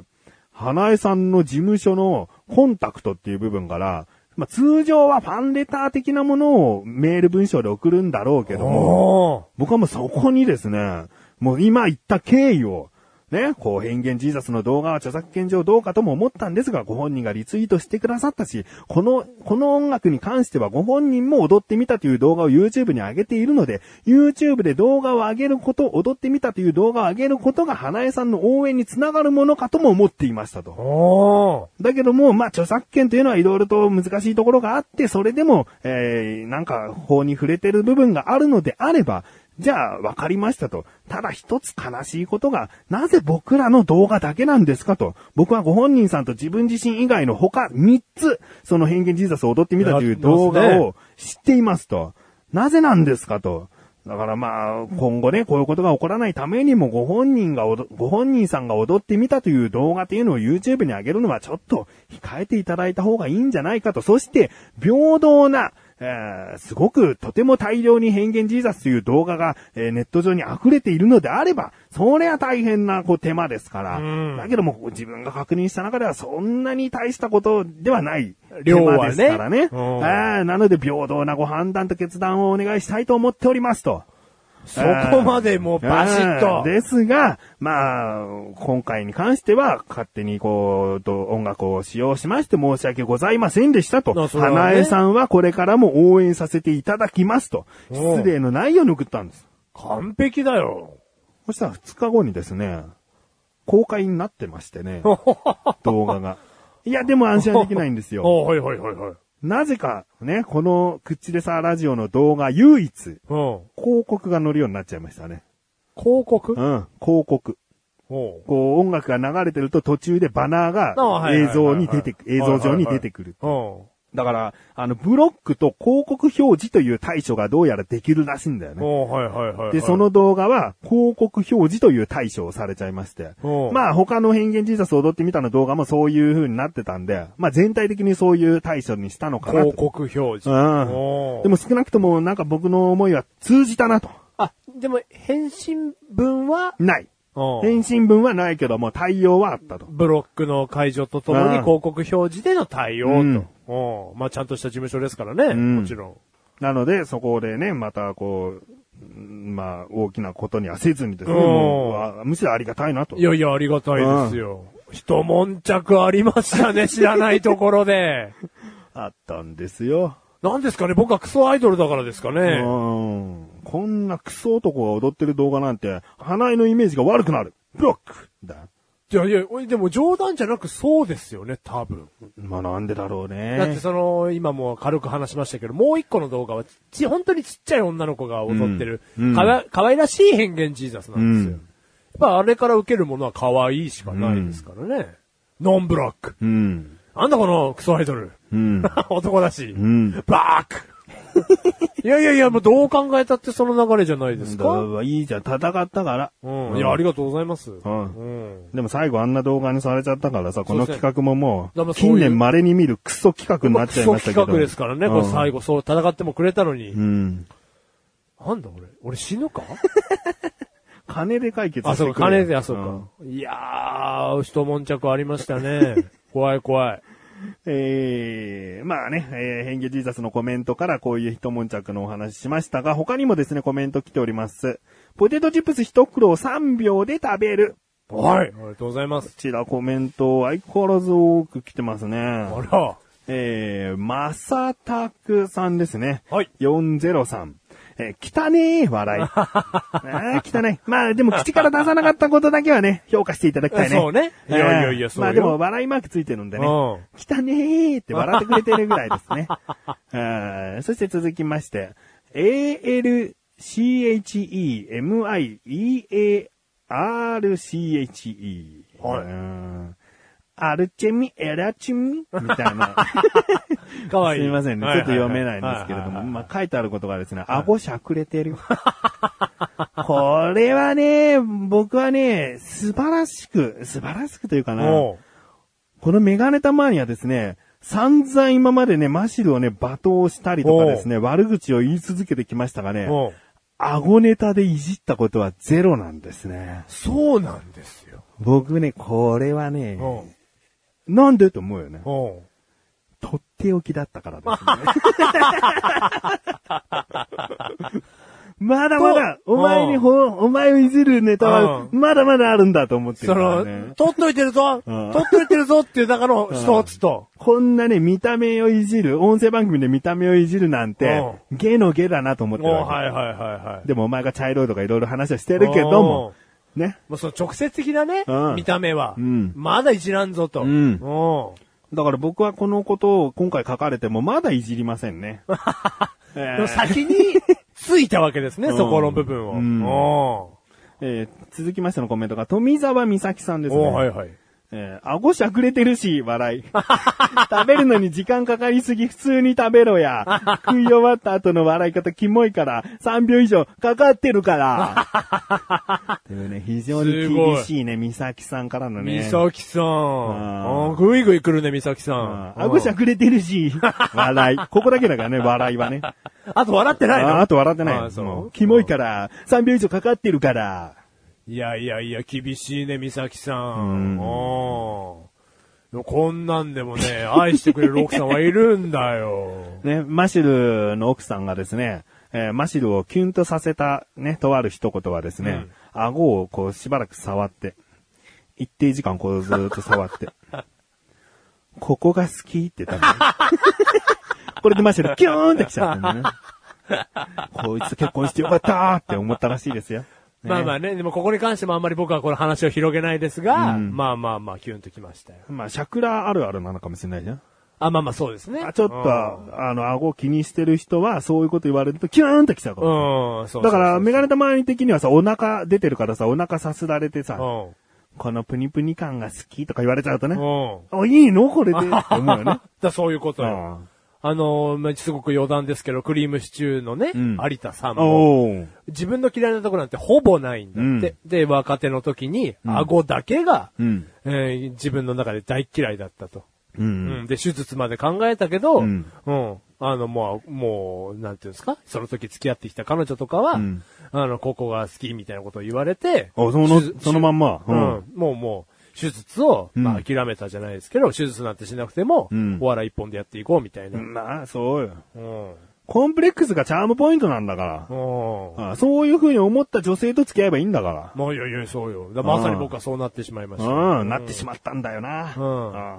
花江さんの事務所のコンタクトっていう部分から、まあ、通常はファンレター的なものをメール文章で送るんだろうけども、おー僕はもうそこにですね、もう今言った経緯を、ね、こう、変幻ジーザスの動画は著作権上どうかとも思ったんですが、ご本人がリツイートしてくださったし、この、この音楽に関してはご本人も踊ってみたという動画を YouTube に上げているので、YouTube で動画を上げること、踊ってみたという動画を上げることが花江さんの応援につながるものかとも思っていましたと。おーだけども、まあ、著作権というのはいろいろと難しいところがあって、それでも、えー、なんか法に触れてる部分があるのであれば、じゃあ、わかりましたと。ただ一つ悲しいことが、なぜ僕らの動画だけなんですかと。僕はご本人さんと自分自身以外の他3つ、その変幻ジーザスを踊ってみたという動画を知っていますと。なぜなんですかと。だからまあ、今後ね、こういうことが起こらないためにも、ご本人が踊、ご本人さんが踊ってみたという動画というのを YouTube に上げるのはちょっと控えていただいた方がいいんじゃないかと。そして、平等な、えーすごくとても大量に変幻ジーザスという動画が、えーネット上に溢れているのであれば、それは大変なこう手間ですから。うんだけども、自分が確認した中ではそんなに大したことではない手量はね間ですからね。うんえーなので、平等なご判断と決断をお願いしたいと思っておりますと。そこまでもうバシッうんと。ですが、まあ、今回に関しては、勝手にこう、と音楽を使用しまして申し訳ございませんでしたと。あそれはね花江さんはこれからも応援させていただきますと。うん失礼のないように送ったんです。完璧だよ。そしたら2日後にですね、公開になってまし てね、動画が。いや、でも安心はできないんですよ。 おーはいはいはいはい。なぜか、ね、この、クッチレサーラジオの動画唯一、広うん。告が載るようになっちゃいましたね。広告うん、広告。おうこう音楽が流れてると途中でバナーあがはいはいはい映像に出てく、はい映はいはい像上に出てくる。うん。だから、あの、ブロックと広告表示という対処がどうやらできるらしいんだよね。おうはいはいはいはい。で、その動画は広告表示という対処をされちゃいまして。うん、まあ他の変幻ジーザス踊ってみたの動画もそういう風になってたんで、まあ全体的にそういう対処にしたのかな広と。告表示。うんおうでも少なくともなんか僕の思いは通じたなと。あ、でも、返信文は、ない。返信文はないけども対応はあったと。ブロックの解除とともにうん広告表示での対応うんと。うんまあ、ちゃんとした事務所ですからね、んもちろん。なので、そこでね、またこう、うんまあ、大きなことにはせずにですね、うんもうあむしろありがたいなと。いやいや、ありがたいですよ。一悶着ありましたね、知らないところで。 あったんですよ。なんですかね、僕はクソアイドルだからですかうね。ん。こんなクソ男が踊ってる動画なんて、花江のイメージが悪くなる。ブロックだ。いやいや、でも冗談じゃなくそうですよね、多分。まあ、なんでだろうだってね。その、今も軽く話しましたけど、もう一個の動画は、ち、本当にちっちゃい女の子が踊ってる、うんかわ、可愛らしい変幻ジーザスなんですよ。うやんっぱあれから受けるものは可愛いしかないですからね。ノンブラック。うん。なんだこのクソアイドル。 うん。男だし。うん。ブラック。 いやいやいや、もうどう考えたってその流れじゃないですだか。いいじゃん、戦ったから。うん。いや、ありがとうございます。んうん。でも最後あんな動画にされちゃったからさ、このそうですね企画ももだからう、そういう近年稀に見るクソ企画になっちゃいましたけど。まあクソ企画ですからね、これ最後。後そう戦ってもくれたのに。うん。なんだ俺、俺死ぬ か金で解決あ、しそてうくれか、金で、あ、そううんか。いやー、一悶着ありました ね。怖い怖い。ええまあね、えー、変化ジーザスのコメントからこういう一悶着のお話ししましたが、他にもですね、コメント来ております。ポテトチップス一袋を3秒で食べる。はい。ありがとうございますこ。ちらコメント、相変わらず多く来てますね。あら。えー、まさたくさんですね。はい。 403。えー、汚ねえ 笑い。ああ、汚い。まあでも口から出さなかったことだけはね、評価していただきたいね。そうね。いえー。やいやいや、そうまよあでも、笑いマークついてるんでね。うん汚ねえって笑ってくれてるぐらいで すね。うんそして続きまして、ALCHEMIEARCHE。はいうんアルチェミ、エラチェミみたいな。かわいい。すいませんね。ちょっと読めないんですけれどはも、ははまあ、書いてあることがですね、顎しゃくれてる。これはね、僕はね、素晴らしく、素晴らしくというかな、おうこのメガネたまにはですね、散々今までね、マシルをね、罵倒したりとかですね、悪口を言い続けてきましたがね、おう顎ネタでいじったことはゼロなんですね。そうなんですよ。僕ね、これはね、おうなんでと思うよね。おうとっておきだったか らですね。まだまだ、とお前にほ、お前をいじるネタは、うまだまだあるんだと思ってるそからのね、。取っといてるぞうん取っといてるぞっていう中の一つと。こんなね、見た目をいじる、音声番組で見た目をいじるなんて、ゲのゲだなと思っおてうるわけ。はいはいはいはい。でもお前が茶色いとかいろいろ話をしてるけども、ね。まあその直接的なねう、ん見た目は、んまだいじらんぞと。うんおうだから僕はこのことを今回書かれてもまだいじりませ んね。えーでも先についたわけです ね、そこの部分を。んおえー続きましてのコメントが富澤美咲さんでうすね。おうはいはい。えー顎しゃくれてるし、笑い。 食べるのに時間かかりすぎ、普通に食べろや。 食い終わった後の笑い方、キモいから、3秒以上かかってるから。 というね、非常に厳しいね、美咲さんからのね。美咲さん。んあーぐいぐい来るね、美咲さん。あ顎しゃくれてるし、笑い。ここだけだからね、笑いはね。あと笑ってないのああと笑ってなあい。そうもうキモいから、3秒以上かかってるから。いやいやいや、厳しいね、美咲さうんん。おーでもこんなんでもね、愛してくれる奥さんはいるんだよ。ね、マシルの奥さんがですね、えーマシルをキュンとさせたね、とある一言はですね、うん顎をこうしばらく触って、一定時間こうずーっと触って、 ここが好きって言 ったのねこれでマシルキューンってきちゃったのね。こいつと結婚してよかったーって思ったらしいですよ。ねまあまあ ね、でもここに関してもあんまり僕はこの話を広げないですが、うんまあまあまあ、キュンときましたよ。まあ、シャクラあるあるなのかもしれないじゃん。あ、まあまあそうですね。あちょっと、あの、顎気にしてる人は、そういうこと言われると、キューンってきちゃうかもしれないうん。うん、そうそうそうだから、メガネ玉に的にはさ、お腹出てるからさ、お腹さすられてさ、うん。このプニプニ感が好きとか言われちゃうとね、うん。あ、いいのこれで。って思うよね。だ そういうことうよ。んあのー、まあすごく余談ですけど、クリームシチューのね、ん有田さんも、おー自分の嫌いなとこなんてほぼないんだって。で、若手の時に、顎だけが、うん。えー自分の中で大嫌いだったと。う。うんん。で、手術まで考えたけど、ううんん。あの、もう、もう、なんていうんですかその時付き合ってきた彼女とかは、うんあの、ここが好きみたいなことを言われて、あ、その手、術そのまんま。う。ん。もうもう、手術を、うんまあ、諦めたじゃないですけど、手術なんてしなくても、うんお笑い一本でやっていこうみたいな。うん。まあ、そうよ。うん。コンプレックスがチャームポイントなんだから。あそういう風に思った女性と付き合えばいいんだかまあ、いやいや、そうよ。だまさに僕はそうなってしまいました。ら。うん、なってしまったんだよな。うん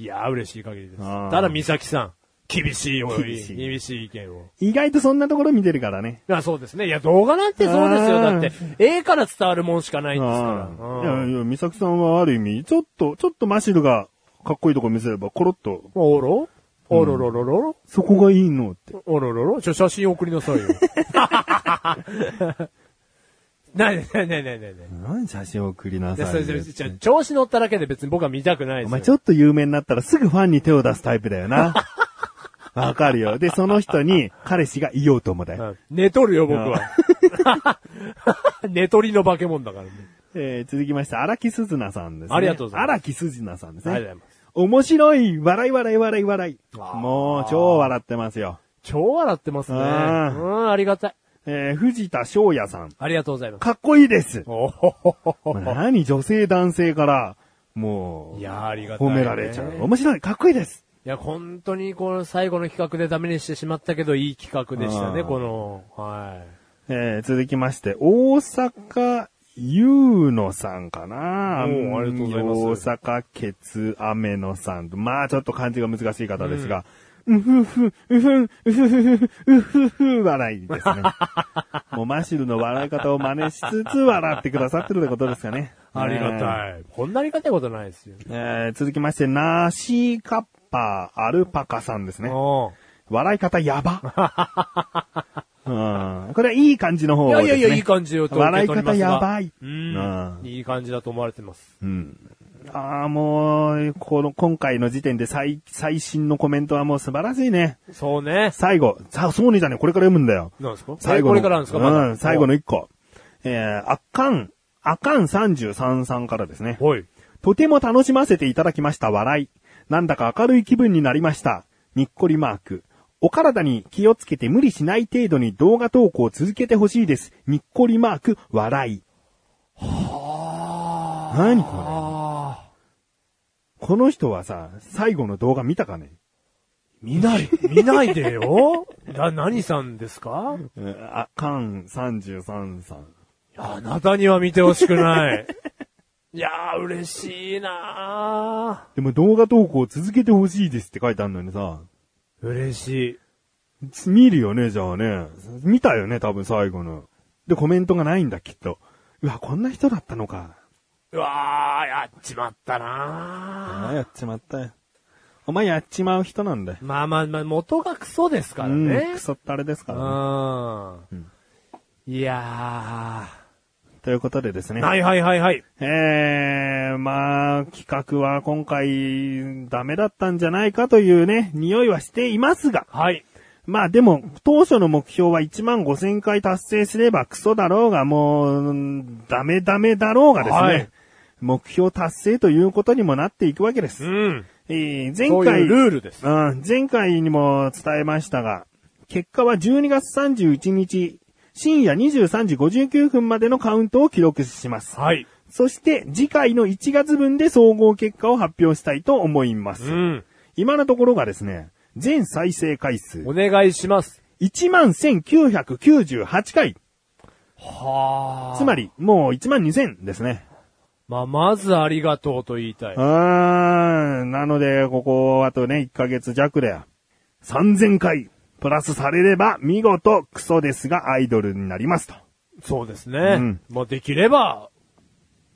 いや、嬉しい限りです。あーただ、美咲さん、厳しいお厳しい厳しい意見を。うん意外とそんなところ見てるからね。いや、そうですね。いや、動画なんてそうですよ。あだーって、絵から伝わるもんしかないんですかあら。あ。ういやんいや、美咲さんはある意味、ちょっと、ちょっとマシルがかっこいいとこ見せれば、コロッとおろおろろろろろそこがいいのって。おろろろちょ、写真送りなさいよ。 なになになになになに何写真送りなでさそれいでよっじゃて。調子乗っただけで別に僕は見たくないおです前よ。ちょっと有名になったらすぐファンに手を出すタイプだ よな。わかるよ。で、その人に彼氏がいようともだよ。うん寝とるよ、僕は。 寝取りの化け物だからね。えー続きまして、荒木すずなさんです、ね。ありがとうございます荒木すずなさんですね。ありがとうございます。面白い笑い笑い笑い笑い。あーもう、超笑ってますよ。超笑ってますね。うあーん、ありがたい。えー藤田翔也さん。ありがとうございます。かっこいいです。おほほほほもう何女性男性から、も、いうやーありがたい、褒ね。められちゃう。い面白い、かっこいいです。や、本当にこの最後の企画でダメにしてしまったけど、いい企画でしたあね、ーこの、はい。えー続きまして、大阪優のさんかな。おーありがとうございます大阪ケツアメノさん。まあ、ちょっと漢字が難しい方ですが、うふふ、うふん、うふふふ、うふふ、笑いですね。もうマシルの笑い方を真似しつつ笑ってくださってるってことですかね。ありがい。たい。こんなありがたいことないですよ。えー続きまして、ナシカッパーアルパカさんですね。お笑い方やば。うん、これはいい感じの方いですやね。いやいや、いい感じよ、笑い方やばい。ううんん。いい感じだと思われてます。うん。ああ、もう、この、今回の時点で最、最新のコメントはもう素晴らしいね。そうね。最後。さ、そうにじゃねえこれから読むんだよ。なんですか最後この。れからなんですかまだうん、最後の一個。えー、あかん、あかん33さんからですね。ほい。とても楽しませていただきました笑い。なんだか明るい気分になりました。にっこりマーク。お体に気をつけて無理しない程度に動画投稿を続けてほしいです。にっこりマーク、笑い。はあ。何これ。この人はさ、最後の動画見たかね見ない、見ないでよ。 な、何さんですかうんあ、カン33さん。いやあなたには見てほしく ない。いやー、嬉しいなでも動画投稿を続けてほしいですって書いてあるのにさ、ー嬉しい。見るよね、じゃあね。見たよね、多分最後の。で、コメントがないんだ、きっと。うわ、こんな人だったのか。うわー、やっちまったあなあ、やっちまったよ。お前やっちまう人なんだよ。ー。まあまあまあ、元がクソですからうん、ねク。ソったれですからね。うん。いやということでですー。ね。はいはいはいはい。えー、まあ、企画は今回ダメだったんじゃないかというね、匂いはしていますが。はい。まあでも、当初の目標は1万5000回達成すればクソだろうが、もううん、ダメダメだろうがですね、はい目標達成ということにもなっていくわけです。うん。えー前そうい回うルールです。うん、前回にも伝えましたが、結果は12月31日、深夜23時59分までのカウントを記録します。はい。そして次回の1月分で総合結果を発表したいと思います。うん。今のところがですね、全再生回数お願いします。 11,998回。はつまり、もう12,000ですね。。まあ、まずありがとうと言いたいうーん。なので、ここ、あとね、1ヶ月弱で、3000回、プラスされれば、見事、クソですが、アイドルになりますと。そうですね。んまあ、できれば、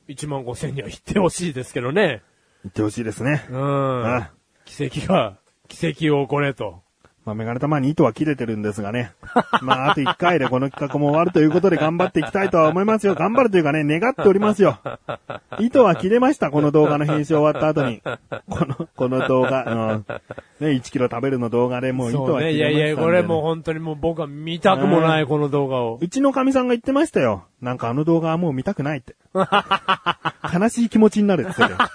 1万5千には行ってほしいですけどね。言ってほしいですね。うん。あ奇跡が、奇跡を起これと。まあ、メガネ玉に糸は切れてるんです がね。まあ、あと1回でこの企画も終わるということで頑張っていきたいとは思いますよ。頑張るというかね、願っておりますよ。糸は切れました、この動画の編集終わった後に。この、この動画、うん。ね、1キロ食べるの動画でもうそ糸うは切れましたんでね、ね。いやいや、これもう本当にもう僕は見たくもない、この動画を。うちの神さんが言ってましたよ。なんかあの動画はもう見たくないって。悲しい気持ちになるって言 ってたよ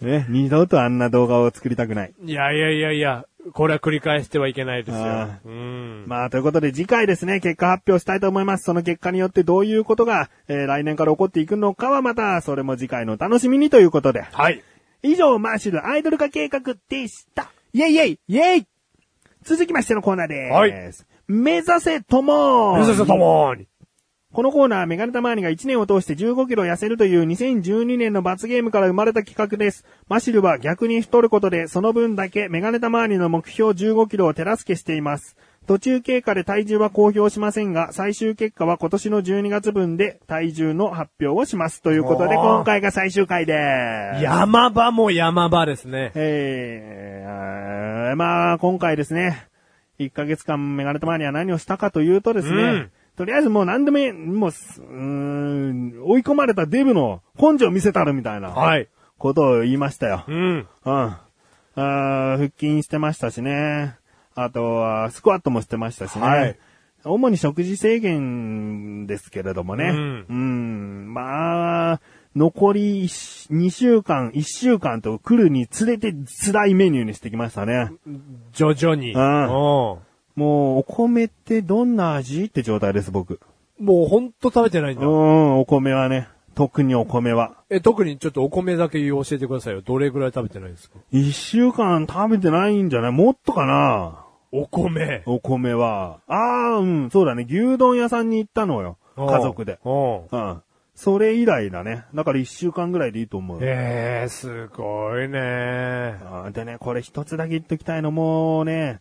ね、二度とあんな動画を作りたくない。いやいやいやいや、これは繰り返してはいけないですよあ。うん。まあ、ということで次回ですね、結果発表したいと思います。その結果によってどういうことが、えー来年から起こっていくのかはまた、それも次回のお楽しみにということで。はい。以上、マーシュルアイドル化計画でした。イェイイェイイェイ続きましてのコーナーです。はい目指せとも水瀬ともに。このコーナー、メガネタマーニが1年を通して15キロ痩せるという2012年の罰ゲームから生まれた企画です。マシルは逆に太ることで、その分だけメガネタマーニの目標15キロを手助けしています。途中経過で体重は公表しませんが、最終結果は今年の12月分で体重の発表をします。ということで、おー今回が最終回です。山場も山場ですね。えーあー、まあ、今回ですね、1ヶ月間メガネとマニア何をしたかというとですね、うんとりあえずもう何でもいい、もうす、うーん、追い込まれたデブの根性を見せたるみたいなはい。ことを言いましたよ。うん。うん。あー腹筋してましたしね。あとは、スクワットもしてましたしね。はい主に食事制限ですけれどもね。うんうんまあ、残り2週間、1週間と来るにつれて辛いメニューにしてきましたね。徐々に。うんおうもう、お米ってどんな味って状態です、僕。もうほんと食べてないんうだ。ん、お米はね。特にお米は。え、特にちょっとお米だけ教えてくださいよ。どれぐらい食べてないですか1週間食べてないんじゃないもっとかなお米。お米は、ああ、うん、そうだね、牛丼屋さんに行ったのよ。家族で。うん。うん。それ以来だね。だから一週間ぐらいでいいと思う。ええー、すごいね。うんでね、これ一つだけ言っときたいの、もうね、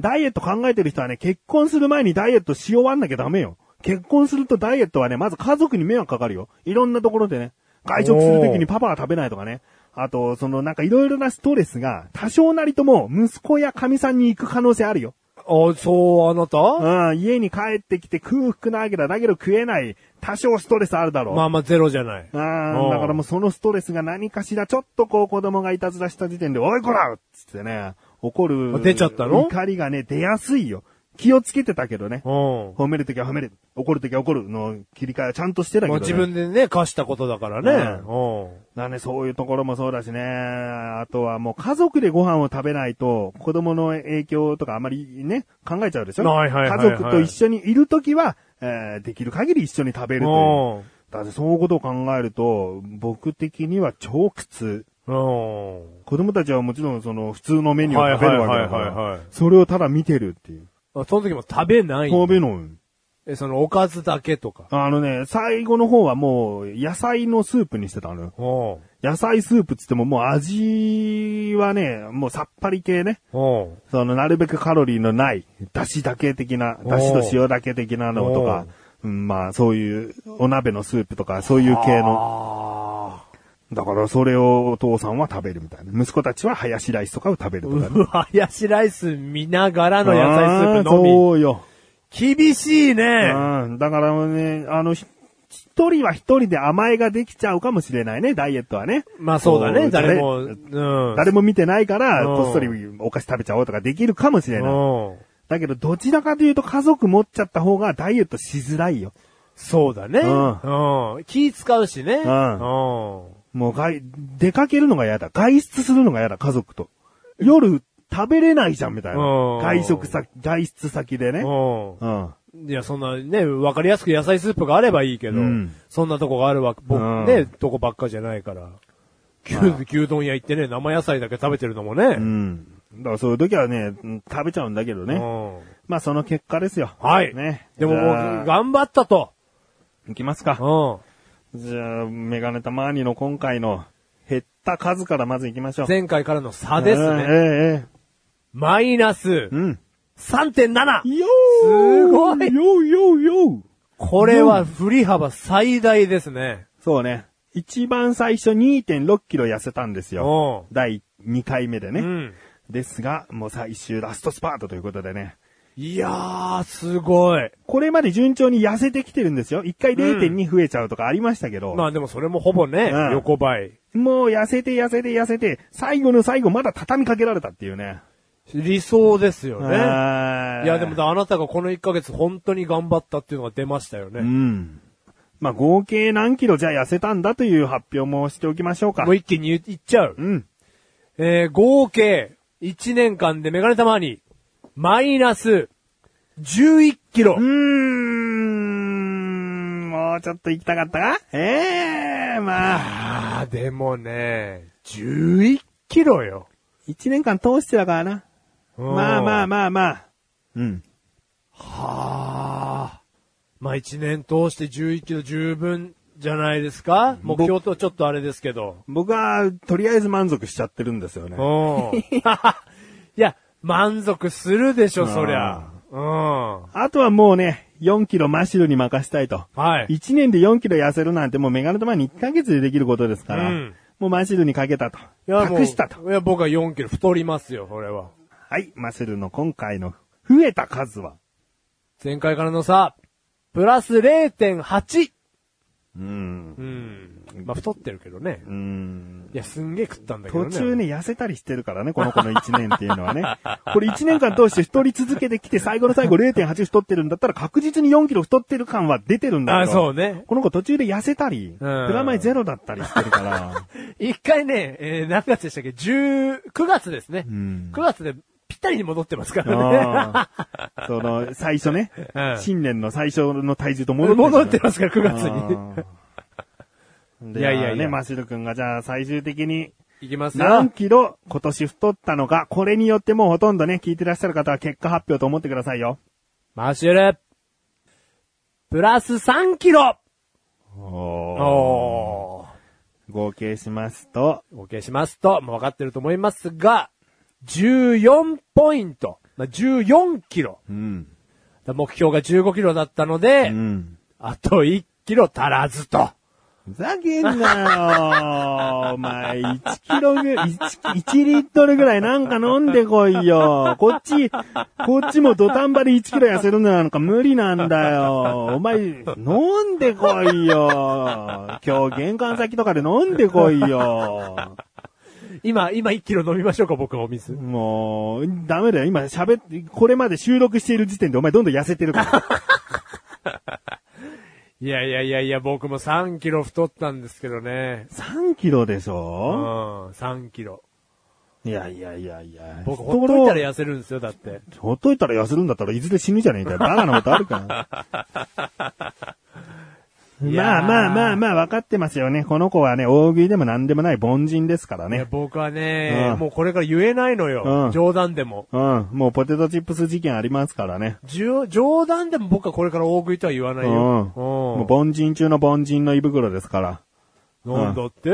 ダイエット考えてる人はね、結婚する前にダイエットし終わんなきゃダメよ。結婚するとダイエットはね、まず家族に迷惑かかるよ。いろんなところでね。外食するときにパパは食べないとかね。あと、そのなんかいろいろなストレスが多少なりとも息子や神さんに行く可能性あるよ。あ、そう、あなたうん、家に帰ってきて空腹なわけだ。だけど食えない。多少ストレスあるだろう。まあまあゼロじゃない。あうんあ、だからもうそのストレスが何かしら、ちょっとこう子供がいたずらした時点で、おいこらっつってね、怒ある。出ちゃったの怒りがね、出やすいよ。気をつけてたけどねう。ん。も褒めるときは褒める。怒るときは怒るの切り替えはちゃんとしてたけど、うね。自分でね、貸したことだからね。うだね、そういうところもそうだしね。あとはもう家族でご飯を食べないと、子供の影響とかあまりね、考えちゃうでしょはいはいはいはい家族と一緒にいるときは、えーできる限り一緒に食べるという。ん。だってそういうことを考えると、僕的には超苦痛。うん。うん。子供たちはもちろんその普通のメニューを食べるわけだかはいはいはいはいはらい、それをただ見てるっていう。あその時も食べない。食べの、え、そのおかずだけとか。あのね、最後の方はもう野菜のスープにしてたのよ。うん。野菜スープっつってももう味はね、もうさっぱり系ね。うん。そのなるべくカロリーのない、だしだけ的な、だしと塩だけ的なのとか、うん、まあそういうお鍋のスープとかそういう系の。あだからそれをお父さんは食べるみたいな。息子たちはハヤシライスとかを食べるあ。とかね、うわ、ヤシライス見ながらの野菜スープあーのそうよ。み。厳しいね。うん。だからね、あの、ひ一人は一人で甘えができちゃうかもしれないね、ダイエットはね。まあそうだそね、う誰も。う誰ん。誰も見てないから、うんこっそりお菓子食べちゃおうとかできるかもしれない。うん。だけど、どちらかというと家族持っちゃった方がダイエットしづらいよ。そうだね。んうん。気使うしね。んうんもう外、出かけるのが嫌だ。外出するのが嫌だ、家族と。夜、食べれないじゃん、みたいな。うん外食先、外出先でね。ううん。ん。いや、そんなね、わかりやすく野菜スープがあればいいけど、うんそんなとこがあるわ、僕うんね、とこばっかじゃないから。牛牛丼屋行ってね、生野菜だけ食べてるのもね。うん。だからそういう時はね、うん食べちゃうんだけどうね。んまあその結果ですよ。はいね。でももうじゃあ、頑張ったと。いきますか。うじゃあ、メガネたまーにの今回の減った数からまずいきましょん。う。前回からの差ですえね。ええマイナスえうん。 3.7。よーすごいよよよこれは振り幅最大ですね。そうね。一番最初2.6キロ痩せたんですよ。う第2回目でね。ん。うん。ですが、もう最終ラストスパートということでね。いやー、すごい。これまで順調に痩せてきてるんですよ。一回0.2増えちゃうとかありましたけど。まあでもそれもほぼね、うん横ばい。もう痩せて痩せて痩せて、最後の最後まだ畳みかけられたっていうね。理想ですよね。あーいや、でもだあなたがこの1ヶ月本当に頑張ったっていうのが出ましたよね。うもん。まあ、合計何キロじゃあ痩せたんだという発表もしておきましょうか。う一気にいっちゃう。うん。えー、合計1年間でメガネたまにマイナス11キロうー。ん。もうちょっと行きたかったかええまあ、あー、でもね、11キロよ。一年間通してだからな。まあままあまあまあ。うん。あ。はーまあ1年通して11キロ十分じゃないですか目標とちょっとあれですけど。僕は、とりあえず満足しちゃってるんですよね。うん。 いや、満足するでしょ、そりゃ。うん。あとはもうね、4キロマシュルに任したいと。はい。 1年で4キロ痩せるなんてもうメガネと前に1ヶ月でできることですから、うんもうマシュルにかけたと。託したと。いや、僕は4キロ太りますよ、これは。はい、マシュルの今回の増えた数は。前回からの差、プラス0.8。うん。うん。まあ、太ってるけどねう。ん。いや、すんげえ食ったんだけど途ね。中ね、。痩せたりしてるからね、この子の1年っていうのはね。 これ1年間通して太り続けてきて、最後の最後0.8太ってるんだったら確実に4キロ太ってる感は出てるんだけあ、ど。そうね。この子途中で痩せたり、プラマイゼロだったりして るから。一回ね、えー何月でしたっけ ?10、9月ですね。ん9月でぴったりに戻ってますからね。あーその、最初ね、うん新年の最初の体重と戻って 戻ってまますから、9月に。に。いいや やいいややいやね、マシル君がじゃあ最終的にいきます何よ。キロ今年太ったのか、これによってもうほとんどね、聞いてらっしゃる方は結果発表と思ってくださいよ。マッシュル、プラス3キロおおー。合計しますと、合計しますと、もう分かってると思いますが、14ポイント。まあ、14キロ。うん。だ目標が15キロだったので、うん。あと1キロ足らずと。ふざけんなよ。お前、1キロぐらい、1, 1リットルぐらいなんか飲んでこいよ。こっち、こっちも土壇場で1キロ痩せるのなんか無理なんだよ。お前、飲んでこいよ。今日玄関先とかで飲んでこいよ。今、今1キロ飲みましょうか、僕お水。もう、ダメだよ。今喋って、これまで収録している時点でお前どんどん痩せてるから。いやいやいやいや、僕も3キロ太ったんですけどね。 3キロでしうょん、3キロ。いやいやいやいや。僕、ほっといたら痩せるんですよ、だって。ほっといたら痩せるんだったらいずれ死ぬじゃねえかよ。バカなことあるか。 いやまーあまあまあまあ、分かってますよね。この子はね、大食いでも何でもない凡人ですからいや、ね。僕はね、うんもうこれから言えないのよ。うん冗談でも。うん。もうポテトチップス事件ありますからね。じゅ冗談でも僕はこれから大食いとは言わう。なんいよ。もう凡人中の凡人の胃袋ですから。なんだって、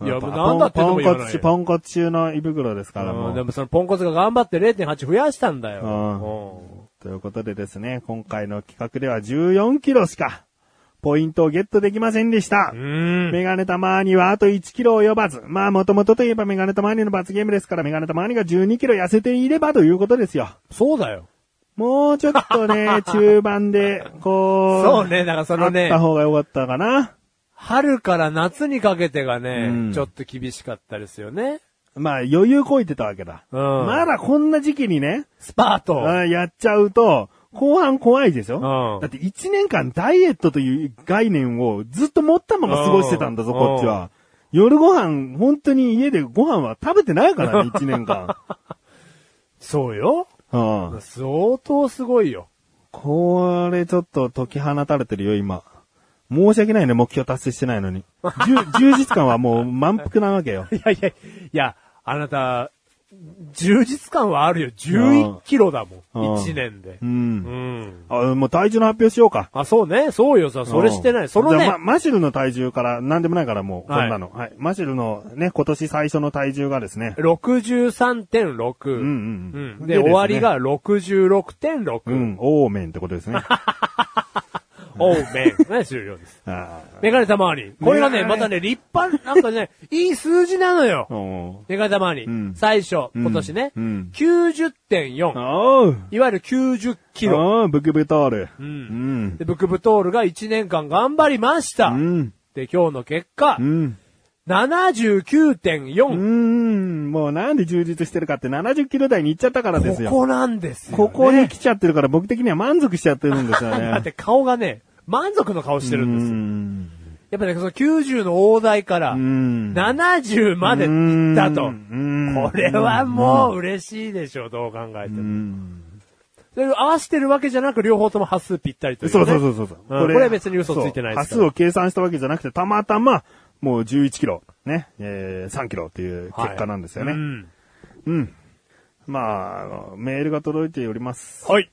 いや、もうなんだってでポもン言コわないツ、よ。ポンコツ中の胃袋ですからもうん、でう。もそのポンコツが頑張って0.8増やしたんだよ。うということでですね、今回の企画では14キロしかポイントをゲットできませんでした。 うん。うん。メガネたまーにはあと1キロ及ばず。まあ、もともとといえばメガネたまーにの罰ゲームですから、メガネたまーにが12キロ痩せていればということですよ。そうだよ。もうちょっとね、中盤で、こう、そうね、だからそのあっねた、方が良かったかな。春から夏にかけてがね、うんちょっと厳しかったですよね。まあ、余裕こいてたわけだ。うんまだこんな時期にね、スパート。あやっちゃうと、後半怖いでしょ、うんだって1年間ダイエットという概念をずっと持ったまま過ごしてたんだぞ、うんこっちは。夜ご飯、本当に家でご飯は食べてないからね、1年 間。そうよ。うん。相当すごいよ。これちょっと解き放たれてるよ、今。申し訳ないね、目標達成してないのに。じゅ 充実感はもう満腹なわけよ。いやいや、いや、あなた、充実感はあるよ。11キロだもうんん。1年でうう。。んん。あ、もう体重の発表しようか。あ、そうね。そうよ、さ、それしてなうい。んそのじゃあねま、マシュルの体重から、なんでもないからもう、こはいんなの、はい。マシュルのね、今年最初の体重がですね。 63.6。うんうんうん。で、ですね終わり。が66.6。う、ん、オーメンってこと ですね。おう、めん。ね、終了です。あメガネたまわり。これがメね、ガネまたね、立派、なんか ね、いい数字なのよー。おメガネたまわりうん。最初、ん今年ね。うん90.4。おういわゆる90キロ。おうブクブトール。う。うんん。で、ブクブトールが1年間頑張りました。うん。で、今日の結果、うん。うー79.4。ん、もうなんで充実してるかって70キロ台に行っちゃったからですよ。ここなんですよ、ね。ここに来ちゃってるから僕的には満足しちゃってるんですよね。 だって顔がね、満足の顔してるうんですよ。ん。やっぱね、その90の大台から、うん。 70まで行ったとう。んこれはもう嬉しいでしょう、どう考えても。うん。それを合わせてるわけじゃなく、両方とも端数ぴったりという、ね。そうそうそうそうそう。んこれは別に嘘ついてないですすからでか。ら波数を計算したわけじゃなくて、たまたま、もう11キロ、ね、えー、3キロっていうはい結果なんですようね。ん。うん。まああの、メールが届いております。はい。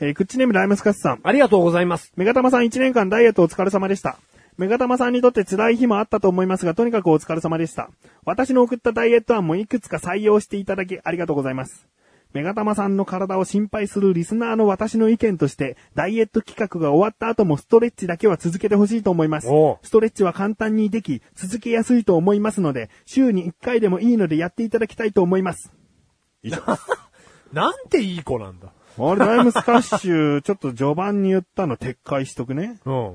えー、クッチネームライムスカスさん。ありがとうございます。メガタマさん1年間ダイエットお疲れ様でした。メガタマさんにとって辛い日もあったと思いますが、とにかくお疲れ様でした。私の送ったダイエット案もいくつか採用していただきありがとうございます。メガタマさんの体を心配するリスナーの私の意見として、ダイエット企画が終わった後もストレッチだけは続けてほしいと思いますお。ストレッチは簡単にでき、続けやすいと思いますので、週に1回でもいいのでやっていただきたいと思います。以上。なんていい子なんだ。あれ、ライムスカッシュ、ちょっと序盤に言ったの撤回しとくね。うん。うん。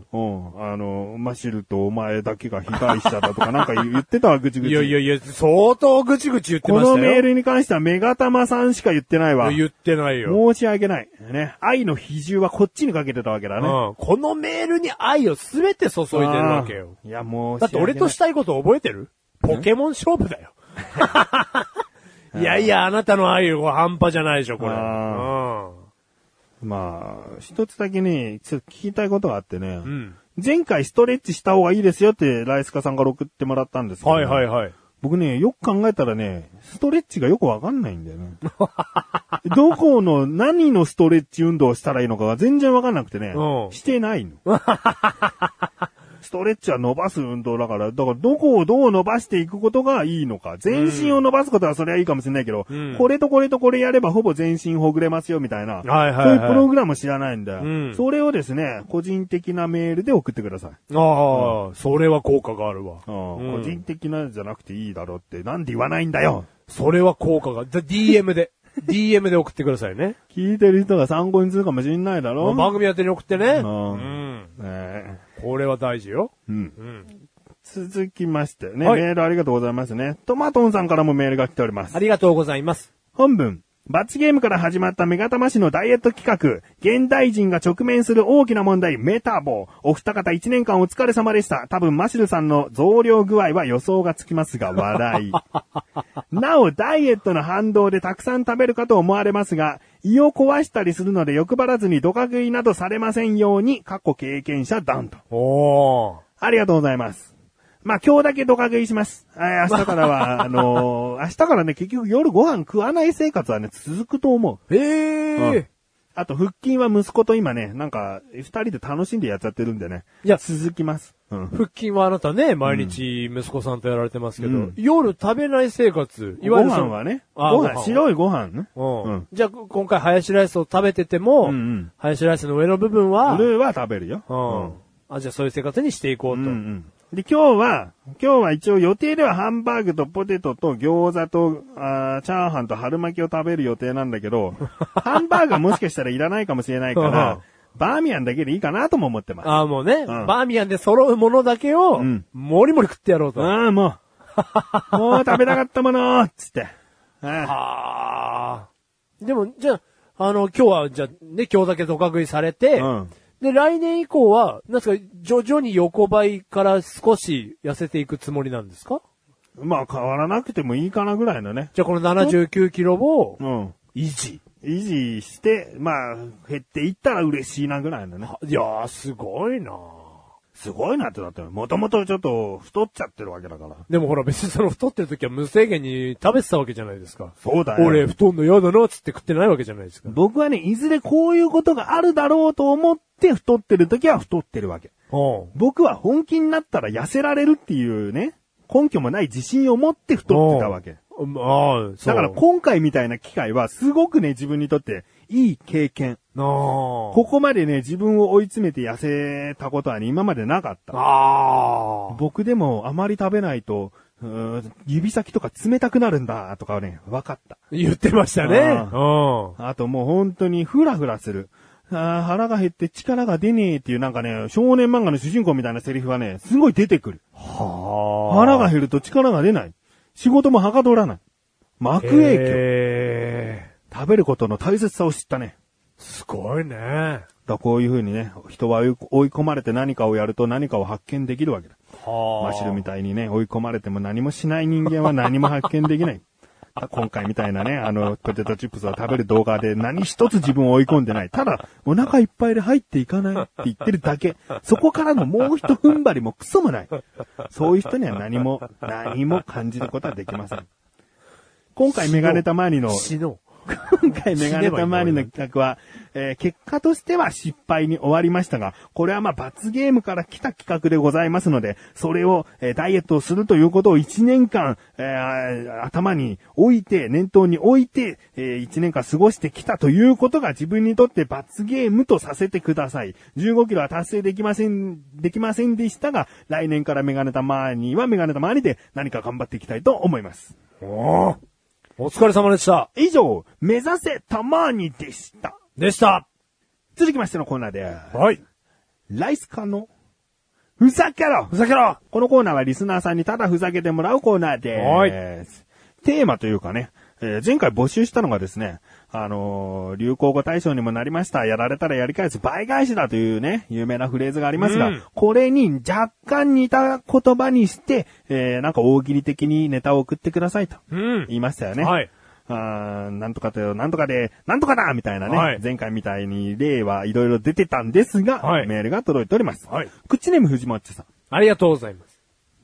あの、マシルとお前だけが被害者だとかなんか 言ってたわ、ぐちぐち。いやいやいや、相当ぐちぐち言ってこましたよ。のメールに関してはメガタマさんしか言ってないわ。言ってないよ。申し訳ない。ね。愛の比重はこっちにかけてたわけだね。うん、このメールに愛をすべて注いでるわけよ。あー。いや、もう。だって俺としたいこと覚えてるポケモン勝負 だよ。いやいや、あなたの愛は半端じゃないでしょ、これ。あまあ、一つだけね、ちょっと聞きたいことがあってね。うん。うん。前回ストレッチした方がいいですよってライスカさんから送ってもらったんですけど、はいはいはい。僕ね、よく考えたらね、ストレッチがよくわかんないんだよね。 どこの何のストレッチ運動をしたらいいのかが全然わかんなくてね、うんしてないの。 ストレッチは伸ばす運動だから、だからどこをどう伸ばしていくことがいいのか。全身を伸ばすことはそれはいいかもしれないけど、うんこれとこれとこれやればほぼ全身ほぐれますよみたいな、はいそういうプログラム知らないんだよ、うんそれをですね、個人的なメールで送ってください。ああ、それは効果があるわ。うんうん個人的なじゃなくていいだろうって、なんで言わないんだよそれは効果が。じゃ、DM で。DM で送ってくださいね。聞いてる人が参考にするかもしれないだろ番組宛てに送ってね。うんうん。ねこれは大事よ。えうんうん。続きましてね、はいメールありがとうございますね。トマトンさんからもメールが来ておりますあ。りがとうございます。本文。罰ゲームから始まったメガタマ市のダイエット企画、現代人が直面する大きな問題、メタボ。お二方1年間お疲れ様でした。多分マシルさんの増量具合は予想がつきますが、笑い。なお、ダイエットの反動でたくさん食べるかと思われますが、胃を壊したりするので欲張らずにドカ食いなどされませんように、過去経験者ダンと。おー。ありがとうございます。まあ、今日だけドカ食いします。えー明日からは、あの ー明日からね、結局夜ご飯食わない生活はね、続くと思う。えうえん。あと、腹筋は息子と今ね、なんか、二人で楽しんでやっちゃってるんでね。いや続きます。うん。腹筋はあなたね、毎日息子さんとやられてますけど、うん夜食べない生活、いわゆごるそ飯のはね、あごご飯飯、は白いご飯ね。うんうんじゃあ、今回、ハヤシライスを食べてても、うんうんハヤシライスの上の部分は、ルーは食べるよ。うんあ、じゃあそういう生活にしていこうと。うんうんで、今日は、今日は一応予定ではハンバーグとポテトと餃子と、あーチャーハンと春巻きを食べる予定なんだけど、ハンバーグはもしかしたらいらないかもしれないから、バーミヤンだけでいいかなとも思ってます。ああ、もうね、んバーミヤンで揃うものだけを、うんもりもり食ってやろうと。あああ、もう、もう食べたかったものつって。ああー。でも、じゃあ、あの、今日は、じゃあ、ね、今日だけドカ食いされて、うんで、来年以降は、なんですか、徐々に横ばいから少し痩せていくつもりなんですかあまあ変わらなくてもいいかなぐらいのね。じゃあこの79キロをうん。維持。維持して、まあ、減っていったら嬉しいなぐらいのね。いやー、すごいなすごいなってだって、もともとちょっと太っちゃってるわけだから。でもほら別にその太ってる時は無制限に食べてたわけじゃないですか。そうだよ。俺太んの嫌だなっつって食ってないわけじゃないですか。僕はね、いずれこういうことがあるだろうと思って太ってる時は太ってるわけ。うん。僕は本気になったら痩せられるっていうね、根拠もない自信を持って太ってたわけ。うん。ああ、そう。だから今回みたいな機会はすごくね、自分にとっていい経験。なあ。ここまでね、自分を追い詰めて痩せたことはね、今までなかった。あ僕でもあまり食べないと、うーん指先とか冷たくなるんだとかね、分かった。あ。言ってましたね。あうん。あともう本当にフラフラする。あー腹が減って力が出ねえっていうなんかね、少年漫画の主人公みたいなセリフはね、すごい出てくる。は腹が減ると力が出ない。仕事もはかどらない。へ幕影響。え食べることの大切さを知ったね。すごいね。だからこういう風にね、人は追い追い込まれて何かをやると何かを発見できるわけだ。はマシルみたたいにね、追い込まれても何もしない人間は何も発見できない。今回みたいなね、あの、ポテトチップスを食べる動画で何一つ自分を追い込んでない。ただ、お腹いっぱいで入っていかないって言ってるだけ。そこからのもう一踏ん張りもクソもない。そういう人には何も、何も感じることはできません。今回メガネたまわりの、死の今回メガネたまわりの企画は、えー結果としては失敗に終わりましたが、これはまあ罰ゲームから来た企画でございますので、それを、えーダイエットをするということを1年間、えー頭に置いて、念頭に置いて、え1年間過ごしてきたということが自分にとって罰ゲームとさせてください。15キロは達成できません、できませんでしたが、来年からメガネたまわりはメガネたまわりで何か頑張っていきたいと思います。う。おお疲れ様でした。以上、目指せたまーにでした。でした。続きましてのコーナーで、はい。ライスカの、ふざけろふざけろこのコーナーはリスナーさんにただふざけてもらうコーナーです。はいテーマというかね、えー前回募集したのがですね、あのー流行語大賞にもなりました。やられたらやり返す倍返しだというね、有名なフレーズがありますが、うんこれに若干似た言葉にして、えーなんか大喜利的にネタを送ってくださいとうん。言いましたよね。はい。あーなんとかとよ、なんとかで、なんとかだみたいなね、はい前回みたいに例はいろいろ出てたんですが、はいメールが届いております。はい口ネーム藤もっちさん。ありがとうございます。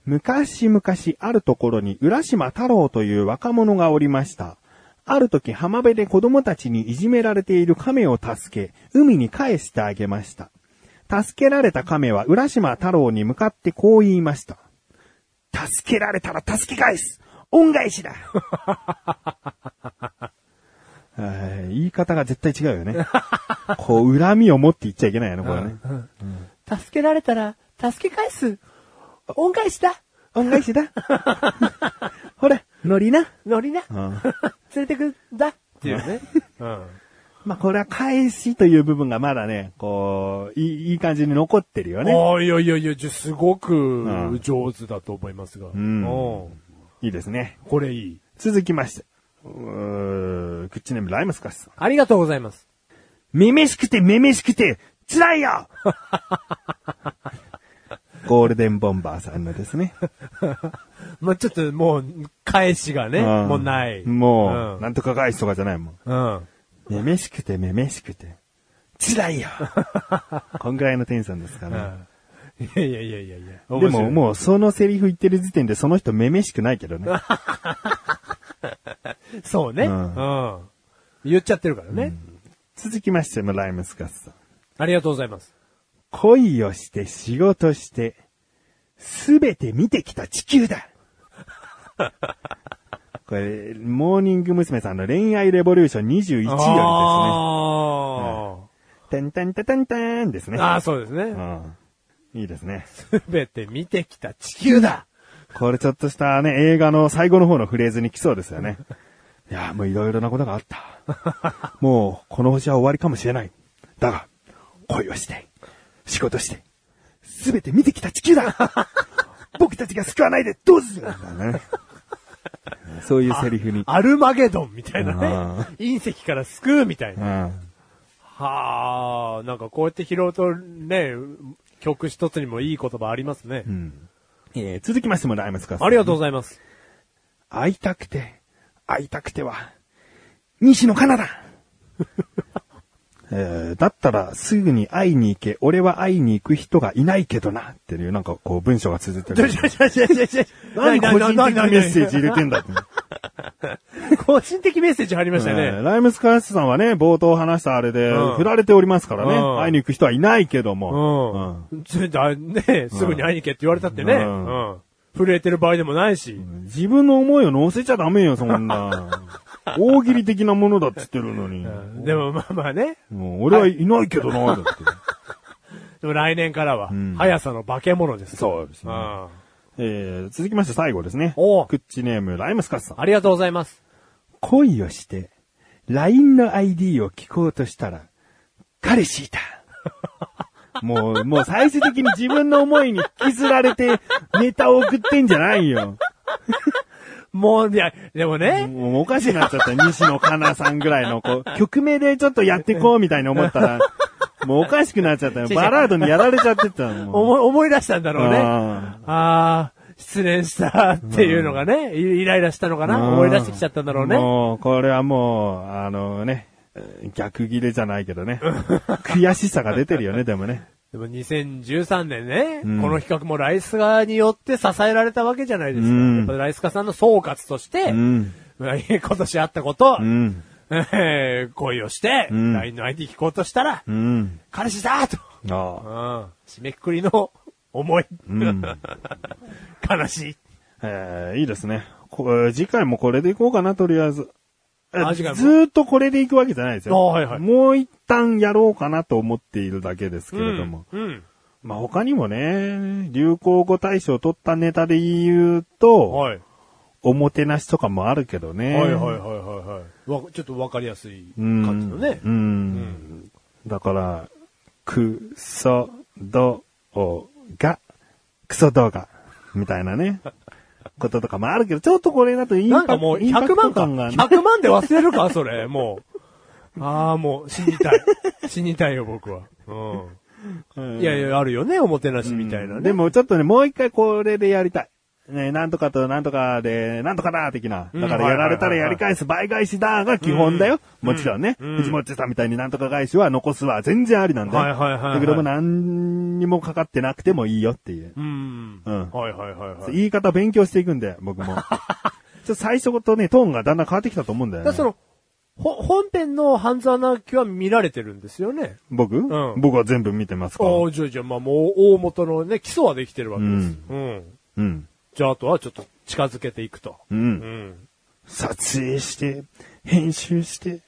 昔々あるところに浦島太郎という若者がおりました。ある時浜辺で子供たちにいじめられている亀を助け、海に返してあげました。助けられた亀は浦島太郎に向かってこう言いました。助けられたら助け返す恩返しだはい言い方が絶対違うよね。こう、恨みを持って言っちゃいけないよね、これね。助けられたら、助け返す。恩返しだ。恩返しだほら、ノリな。ノリな。うん連れてくんだ。ていう ね。うん。まあ、これは返しという部分がまだね、こう、いいいい感じに残ってるよね。ああ、いやいやいや、じゃあすごくん上手だと思いますが。うんんいいですね。これいい。続きまして。うークッチネームライムスカスさん。ありがとうございます。めめしくてめめしくて、辛いよ ゴールデンボンバーさんのですね。まあ、ちょっともう、返しがね、うんもうない。もう、なんとか返しとかじゃないもん。うん。うん。めめしくてめめしくて、辛いよこんぐらいのテンションですかね。いやいやいやいやいや。でもう。もうそのセリフ言ってる時点でその人めめしくないけどね。そうね。ううんん。言っちゃってるからね。続きましてもライムスカスさん。ありがとうございます。恋をして仕事して、すべて見てきた地 球だこれ、モーニング娘。さんの恋愛レボリューション21一よりですね。あタンタンタタンタンですね。ーあー、そうですね。うんいいですね。 すべて見てきた地球だこれちょっとしたね、映画の最後の方のフレーズに来そうですよ ね。いや、もういろいろなことがあった。 もう、この星は終わりかもしれない。だが、恋をして、仕事して、すべて見てきた地球 だ僕たちが救わないでどうするんだね。そういうセリフに。アルマゲドンみたいなねうん。隕石から救うみたいうな。ん。はあ、なんかこうやって拾うとね、曲一つにもいい言葉ありますね。うんえー続きましてもライムスカス。ありがとうござい ます。会いたくて、会いたくては、西野カナだ えーだったらすぐに会いに行け、俺は会いに行く人がいないけどな、っていうなんかこう文章が続いてる。 何個人的メッセージ入れてんだ って。 個人的メッセージ入りましたえーね。ライムスカイスさんはね、冒頭話したあれで、うん振られておりますからね、うん会いに行く人はいないけど も。うん。ちょだね、すぐに会いに行けって言われたってね。ううんん。震えてる場合でもないし。うん自分の思いを乗せちゃダメよ、そん な。大喜利的なものだって言ってるのに。でもまあまあね。もう俺はいないけどな、だって。でも来年からはん、速さの化け物です。う。 そうですね。あえー、続きまして最後ですね。おうクッチネーム、ライムスカスさん。りがとうございます。恋をして、LINE の ID を聞こうとしたら、彼氏 いた。もう、もう最終的に自分の思いに引きずられて、ネタを送ってんじゃないよ。もう、いや、でもね、もうおかしくなっちゃった。西野カナさんぐらいの、こう、曲名でちょっとやってこうみたいに思ったら、もうおかしくなっちゃったよ。バラードにやられちゃってたの。もう 思い思い出したんだろうね。あああ、失恋したっていうのがね、イイライラしたのかなうん思い出してきちゃったんだろうね。もう、これはもう、あのね、逆切れじゃないけどね。悔しさが出てるよ ね、でもね。でも2013年ね、うんこの企画もライスカによって支えられたわけじゃないですか。うんやっぱライスカさんの総括として、うん。 今年あったこと、うん。えー 恋をして、ん LINE の ID 聞こうとしたら、うん。彼氏だと、あうんあ。締めくくりの思い、ん 悲しい。えーいいですね。こ次回もこれでいこうかな、とりあえず。えあず次回もーっとこれでいくわけじゃないですよ。あはいはいもう一旦やろうかなと思っているだけですけれども。うんうんまあ他にもね、流行語大賞を取ったネタで言うと、はい。おもてなしとかもあるけどね。はいはいはいはいはい。わちょっとわかりやすいうん感じのね。うん。だから、くそどおが、クソ動画、みたい なね。こととかもあるけど、ちょっとこれだとインなんパかクもうト、インパク100ト万か。感がね。 100万で忘れるか、それ、もう。ああ、もう死にた い。死にたいよ、僕は。うん。いやいや、あるよね、おもてなしみたいなね。でもちょっとね、もう一回これでやりたい。ね、なんとかとなんとかで、なんとかだ的な。だからやられたらやり返す倍返しだが基本だよ。もちろんね。藤本さんみたいになんとか返しは残すは全然ありなんだよ。はいはいはいはいだけども何にもかかってなくてもいいよっていう。うん。うんはいはいはいはい。言い方勉強していくんで、 僕も。ちょっと最初とね、トーンがだんだん変わってきたと思うんだよだね。からその、ほ、本編の半沢直樹は見られてるんですよね。僕、ん僕は全部見てますから。ああ、じゃあじゃあ、まあもう大元のね、基礎はできてるわけです。うんうん。うん。じゃああとはちょっと近づけていくと。う。うんん。撮影して、編集して、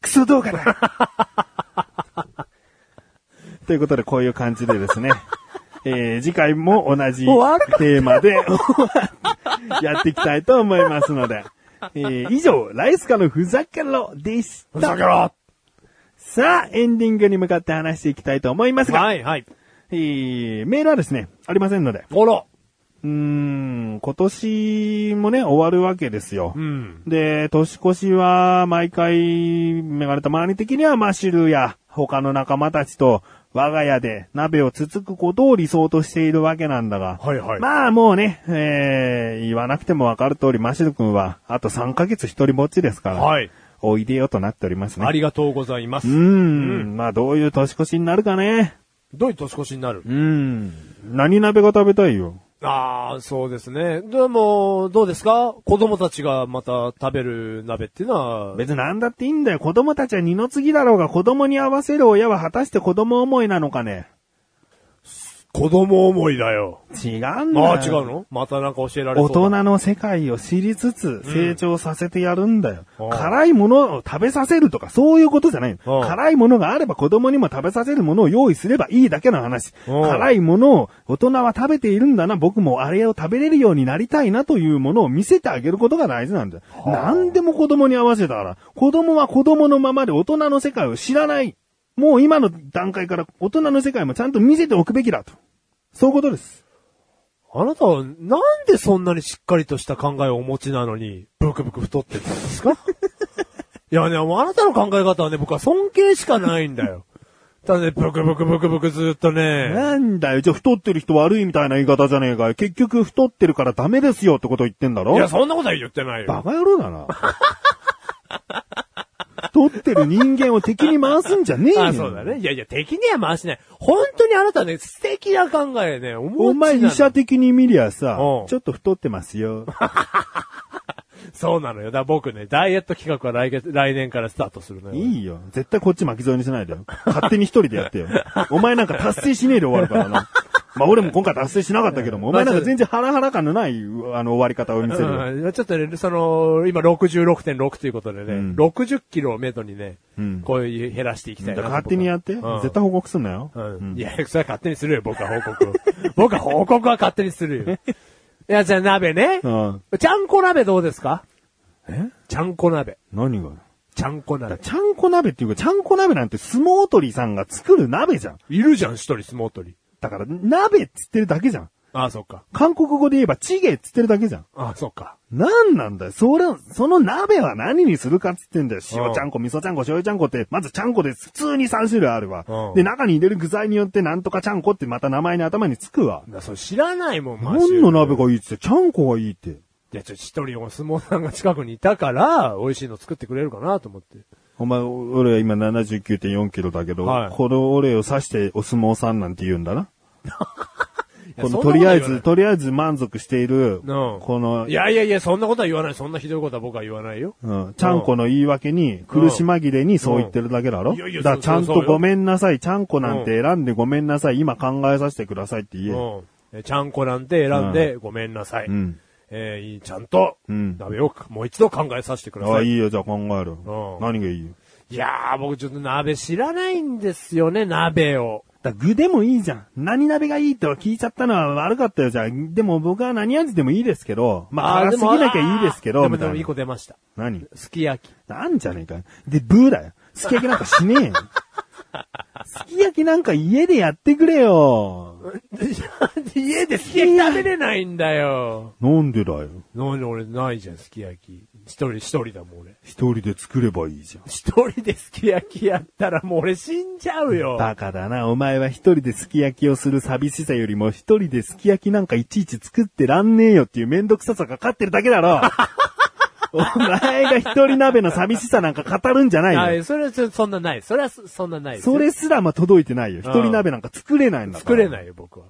クソ動画だ ということで、こういう感じでですね。 えー、次回も同じテーマで やっていきたいと思いますので。えー、以上、ライスカのふざけろでした。ふざけろさあ、エンディングに向かって話していきたいと思いますが、はいはい。えー、メールはですね、ありませんので、あら。うーん、今年もね、終わるわけですよ。うん。で、年越しは、毎回、メガネたまに的にはマシュルや、他の仲間たちと、我が家で鍋をつつくことを理想としているわけなんだが、はいはい。まあもうね、えー、言わなくてもわかる通り、マシュル君は、あと3ヶ月一人ぼっちですから、はい。おいでよとなっておりますね。ありがとうございまうーす。ん、まあどういう年越しになるかね。どういう年越しになるうーん、何鍋が食べたいよ。ああ、そうですね。でも、どうですか子供たちがまた食べる鍋っていうのは、別に何だっていいんだよ。子供たちは二の次だろうが、子供に合わせる親は果たして子供思いなのかね。子供思いだよ。違うんだよ。ああ、違うのまたなんか教えられそう大だ人の世界を知りつつ成長させてやるんだよ。うん辛いものを食べさせるとかそういうことじゃないの。うん辛いものがあれば子供にも食べさせるものを用意すればいいだけの話。うん辛いものを大人は食べているんだな、僕もあれを食べれるようになりたいなというものを見せてあげることが大事なんだよ。何でも子供に合わせたから、子供は子供のままで大人の世界を知らない。もう今の段階から大人の世界もちゃんと見せておくべきだと。そういうことです。あなたはなんでそんなにしっかりとした考えをお持ちなのに、ブクブク太ってるんです かいやね、もうあなたの考え方はね、僕は尊敬しかないんだよ。ただね、ブクブクブクブクずっとね。なんだよ、じゃあ太ってる人悪いみたいな言い方じゃねえかよ。結局太ってるからダメですよってこと言ってんだろいや、そんなことは言ってないバよ。カ野郎だな。太ってる人間を敵に回すんじゃねえよ。あ、そうだね。。いやいや、敵には回しない。本当にあなたね、素敵な考えね、お持ちなのお前医者的に見りゃさうん、ちょっと太ってますよ。そうなのよ。だから僕ね、ダイエット企画は来月、来年からスタートするのよ。いいよ。絶対こっち巻き添えにしないでよ。勝手に一人でやってよ。お前なんか達成しねえで終わるからな。まあ俺も今回達成しなかったけども、お前なんか全然ハラハラ感のない、あの、終わり方を見せるよ。うん、ちょっとね、その、今66.6ということでね、ん60キロを目途にね、うんこういう減らしていきたいだかなら勝手にやって。うん絶対報告すんなよ。うんうんいや、それは勝手にするよ、僕は報告を。 僕は報告は勝手にするよ。いや、じゃあ鍋ね。うんちゃんこ鍋どうですかえちゃんこ鍋。何がちゃんこ鍋。ちゃんこ鍋っていうか、ちゃんこ鍋なんて相撲取りさんが作る鍋じゃん。いるじゃん、一人相撲取り。だから、鍋っつってるだけじゃん。ああ、そっか。韓国語で言えばチゲっつってるだけじゃん。ああ、そっか。なんなんだよ。それ、その鍋は何にするかっつってんだよ。塩ちゃんこ、味噌ちゃんこ、醤油ちゃんこって、まずちゃんこで普通に3種類あるわうん。で、中に入れる具材によってなんとかちゃんこってまた名前に頭につくわだ。からそれ知らないもん、マジで何の鍋がいいっつって、ちゃんこがいいって。いや、ちょ、一人お相撲さんが近くにいたから、美味しいの作ってくれるかなと思って。お前、俺は今79.4キロだけど、はいこの俺を刺してお相撲さんなんて言うんだな。いこの、やそとんなりあえ言わなず、いとりあえず満足していうる、んこのい、やいやいや、そんなことは言わない。そんなひどいことは僕は言わないよ。うん、ちゃんこの言い訳に、苦し紛れにそう言ってるだけだろ、うんいやいやだからそうちゃんそうとよごめんなさい、ちゃんこなんて選んでごめんなさい、今考えさせてくださいって言え。うんえ。ちゃんこなんて選んで、ごめんなさい。うんえーいいちゃんと、うん鍋をもう一度考えさせてくだあさあ、い。いいよ、じゃあ考える。ん何がいいよ。いやー、僕ちょっと鍋知らないんですよね、鍋を。だから具でもいいじゃん。何鍋がいいと聞いちゃったのは悪かったよ、じゃあ。でも僕は何味でもいいですけど、まあ、ー辛すぎなきゃいいですけあーど、でもみでたもいいいな。子出ました。何すき焼き。 なんじゃねえかよ。で、ブーだよ。すき焼きなんかしねえよ。すき焼きなんか家でやってくれよ。 家ですき焼き食べれないんだよ。なんでだよ。なんで俺ないじゃん、すき焼き。一人、一人だもん俺。一人で作ればいいじゃん。一人ですき焼きやったらもう俺死んじゃうよ。バカだな。お前は一人ですき焼きをする寂しさよりも一人ですき焼きなんかいちいち作ってらんねえよっていうめんどくささが勝ってるだけだろ。お前が一人鍋の寂しさなんか語るんじゃないはよ。い、それはちょそんなない。それはそそんなないですよ。それすらま届いてないよ。ん一人鍋なんか作れないんだから。作れないよ、僕は。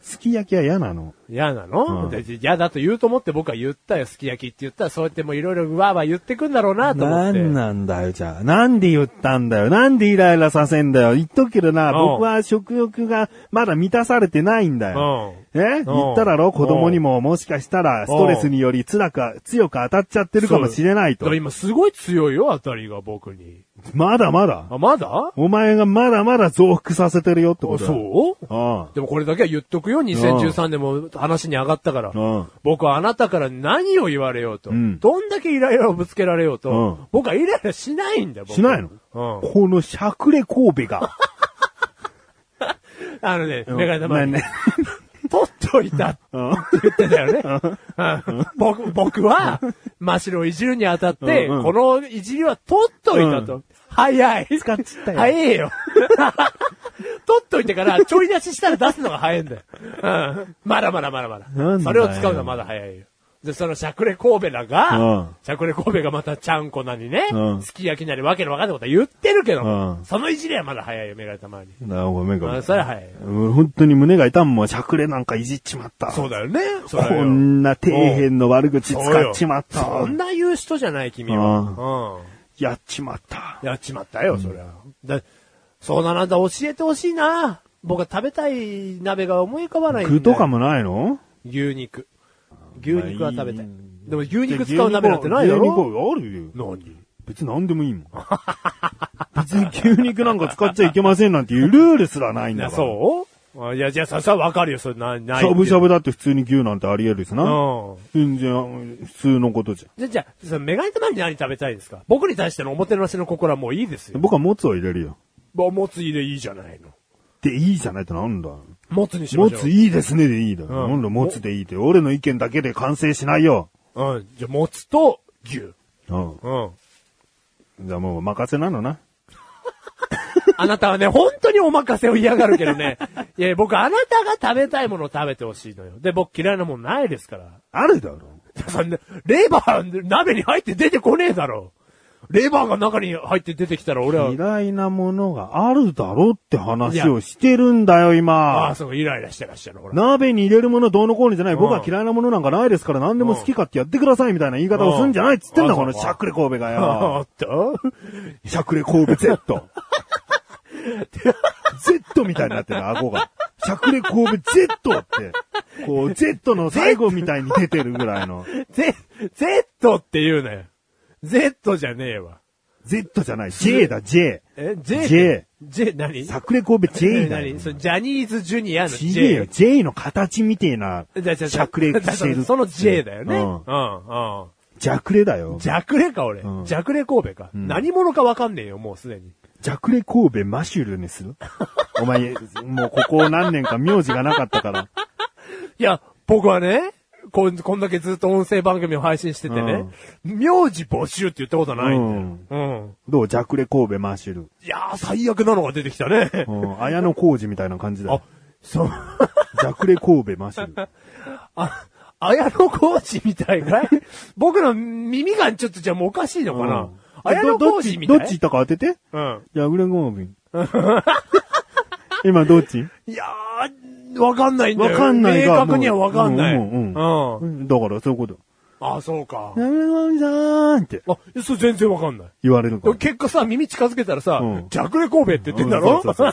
すき焼きは嫌なの。嫌なの、うんで嫌だと言うと思って僕は言ったよ、すき焼きって言ったら、そうやってもういろいろわーわー言ってくんだろうなと思なって。んなんだよ、じゃあ。なんで言ったんだよ。なんでイライラさせんだよ。言っとくけどな、うん僕は食欲がまだ満たされてないんだよ。うえ言っただろ子供にももしかしたらストレスにより辛く、強く当たっちゃってるかもしれないん。だかとら。今すごい強いよ、当たりが僕に。まだまだ。あ、まだお前がまだまだ増幅させてるよってことだ。そうあでもこれだけは言っとくよ、2013年も話に上がったから。うん僕はあなたから何を言われようと、んどんだけイライラをぶつけられようと、うん僕はイライラしないんだよ、僕しないのあ。うん。このしゃくれ神戸 が。あのね、メガネ玉に、ね取っといたって 言ってたよね。うん僕、僕は、真っ白をいじるにあたって、うんうんこのいじりは取っといたと。早い。使っちゃったよ早え よ。取っといてから、ちょい出ししたら出すのが早いんだよ。うん。まだまだまだまだ。なんだよそれを使うのはまだ早いよ。で、そのしゃくれ神戸らが、うんしゃくれ神戸がまたちゃんこなりね、うんすき焼きなりわけのわかんないことは言ってるけど、うんそのいじりはまだ早いよ、メガネたまに。なあ、ごめんごめあん。それは早いよ。うん本当に胸が痛むもん。しゃくれなんかいじっちまった。そうだよね。それはよこんな底辺の悪口使っちまっそうよたそん。な言う人じゃない、君は。やっちまったうん。。やっちまったよ、そりゃ。だ、そうだなんだ、教えてほしいな。僕は食べたい鍋が思い浮かばないんだよ具とかもないの牛肉。牛肉は食べたいまあい。でも牛肉使う鍋なんてないだ牛肉ろはあるよ。何別に何でもい いもん。別に牛肉なんか使っちゃいけませんなんていうルールすらないんだな、から。そうあいや、じゃあさ、さ、わかるよ、それ、な、ない。しゃぶしゃぶ。ぶだって普通に牛なんてあり得るしうな。ん。全然、普通のことじゃじゃ、じゃあ、そのメガネたまに何食べたいですか僕に対してのおもてなしの心はもういいですよん。。僕はもつを入れるよ。もう、もついでいいじゃないの。で、いいじゃないってなんだもつにしまもしょう。ついいですねでいいだろ。うんなんだ、もつでいいって。俺の意見だけで完成しないよ。うん。じゃあ、もつと牛。うん。うん。じゃあもう任せなのな。あなたはね、本当にお任せを嫌がるけどね。いや、僕、あなたが食べたいものを食べてほしいのよ。で、僕嫌いなもんないですから。あるだろ。そんなレバー、鍋に入って出てこねえだろ。レバーが中に入って出てきたら俺は、嫌いなものがあるだろって話をしてるんだよ、あ今あ、。そう、イライラしてらっしゃる、ほら。鍋に入れるものどうのこうのじゃない。ん僕は嫌いなものなんかないですから何でも好き勝手やってくださいみたいな言い方をするんじゃないっつってんうんだ、このしゃくれ神戸があ よっ。としゃくれ神戸 Z。Z みたいになってる、顎が。しゃくれ神戸 Z って。こう、Z の最後みたいに出てるぐらいの。 ?Z、Z って言うなよ。Z じゃねえわ。 Z じゃない、J だ、J。え、J? J。 J、何しゃくれ神戸 J だよ何。それジャニーズジュニアのちげえよ、J の形みてえな、じゃじゃしゃくれしてる。その J だよね。ううんん、うん。じゃくれだよ。ジャクレか、俺。うんジャクレ神戸か。何者かわかんねえよ、もうすでに。じゃくれ神戸マシュルにする お前、もうここ何年か名字がなかったから。いや、僕はね、こん、こんだけずっと音声番組を配信しててね、名字募集って言ったことないんだよ。うん。どうじゃくれ神戸マシュル。いやー、最悪なのが出てきたね。うん、綾野浩二みたいな感じだよあ。、そう、 じゃくれ神戸マシュル。あ、綾野コーチみたいかい僕の耳がちょっとじゃあもうおかしいのかな。綾野どどコっーちチみどたいっち行ったか当てて。うん。じゃくれ神戸。今どっちいやー、わかんないんだわよ。かんない明が。確にはわかんない。ううんうんう。うんん。だからそういうこと。あ、そうかじ。ゃくれ神戸さーんってあ、そう全然わかんない。言われるから。結果さ、耳近づけたらさ、うんジャクレ神戸って言ってんだろ、うんそうそ う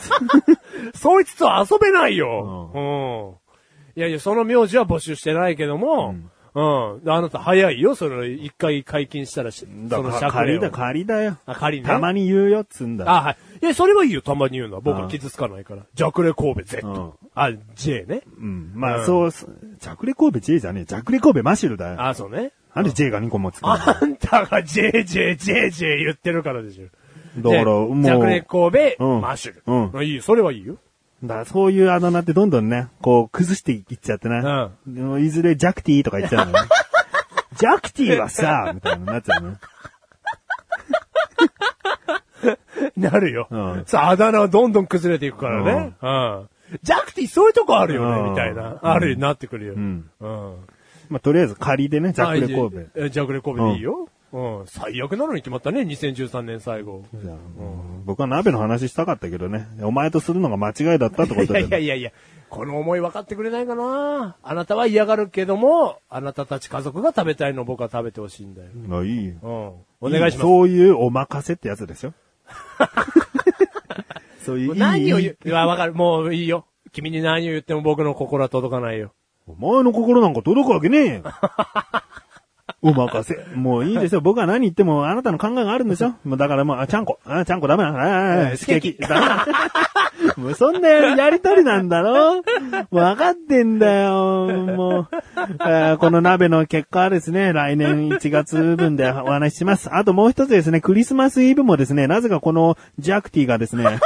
そいつと遊べないよ、うん。いやいや、その名字は募集してないけども、うん。あなた早いよ、その一回解禁したらし、だそのから借仮りだ、仮だよ。あ、仮ね。たまに言うよっつんだ。あ、はい。いや、それはいいよ、たまに言うのは。僕うはん傷つかないから。ジャクレ神戸 Z。うんあ、J ね。うん。まあ、うんそう、すジャクレ神戸 J じゃねえ。ジャクレ神戸マシュルだよ。あ、そうね。なんで J が2個もつくのあんたが JJJJ 言ってるからでしょ。だからもうじゃあジャクネ神戸、うんマッシュル。うんあいいよ、それはいいよ。だからそういうあだ名ってどんどんね、こう崩していっちゃってな。いずれジャクティーとか言っちゃう のね。ジャクティーはさ、みたいになっちゃうね。なるよ。うんさあ、あだ名はどんどん崩れていくからね。うん。ジャクティ、そういうとこあるよね、うんみたいな。あるようになってくるよ。うん。うん。まあ、とりあえず仮でね、ジャクレ神戸。戸。ジャクレ神戸でいいよ。うん。最悪なのに決まったね、2013年最後。じゃあうん僕は鍋の話したかったけどね。お前とするのが間違いだったってこと いやで、いやいやいや、この思い分かってくれないかなあなたは嫌がるけども、あなたたち家族が食べたいのを僕は食べてほしいんだよ。あいいようん。お願いします。そういうお任せってやつで すよ。そういういい何を言う、いや、わかる。もういいよ。君に何を言っても僕の心は届かないよ。お前の心なんか届くわけねえよ。 お任せ。もういいですよ。僕は何言ってもあなたの考えがあるんでしょもうだからもう、あ、ちゃんこ。あ、ちゃんこダメだ。ああ、あすき焼き。ダメだ。もうそんなやりとりなんだろわかってんだよ。もう、あーこの鍋の結果はですね、来年1月分で お話しします。あともう一つですね、クリスマスイブもですね、なぜかこのジャクティがで すね、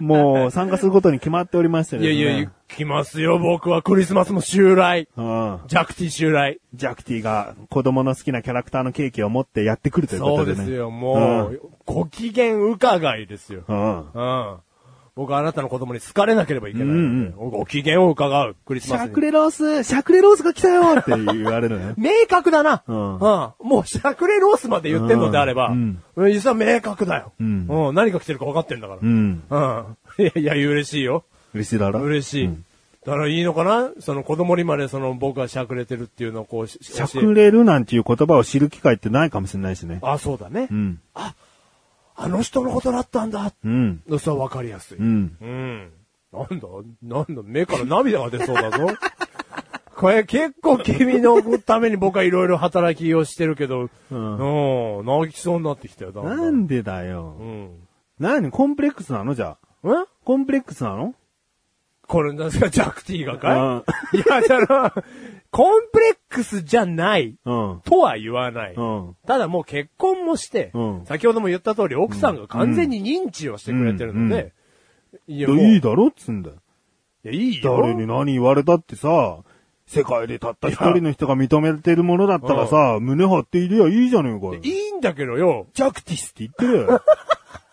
もう参加することに決まっておりましていですやね。いや、来ますよ、僕は。クリスマスも襲来。うん。ジャクティ襲来。ジャクティが子供の好きなキャラクターのケーキを持ってやってくるというこそとうでね。ですよ、もう、ご機嫌伺いですよ。うん。うん。うん。僕はあなたの子供に好かれなければいけないので、うんご機嫌を伺う、クリスシマスャに。ク。レロース、シャクレロースが来たよって言われるのね明確だな。うんもう、シャクレロースまで言ってんのであれば、うん実は明確だよ、うん何が来てるか分かってんだから。 うん。うん。いやいや、嬉しいよ。嬉しいだろ嬉しい。だからいいのかなその子供にまでその僕がしゃくれてるっていうのをこうし、シしャクレルなんていう言葉を知る機会ってないかもしれないしね。あ、そうだね、うん。あの人のことだったんだ。うん。それは分かりやすい。うん。うん。なんだなんだ目から涙が出そうだ ぞ。これ結構君のために僕はいろいろ働きをしてるけど、うん、泣きそうになってきたよ、だんだ。なんんでだうよ。ん。何コンプレックスなのじゃあ。えコンプレックスなのこれ、なんですか、ジャクティがかういいや、だから、コンプレックスじゃない、ん。とは言わない。うん。ただもう結婚もして、うん先ほども言った通り、奥さんが完全に認知をしてくれてるので、いや、もういいだろっつうんだよ。いや、いいよ。誰に何言われたってさ、世界でたった一人の人が認めてるものだったらさ、胸張っていりゃいいじゃねえかよ。いいんだけどよ。ジャクティスって言ってる よ。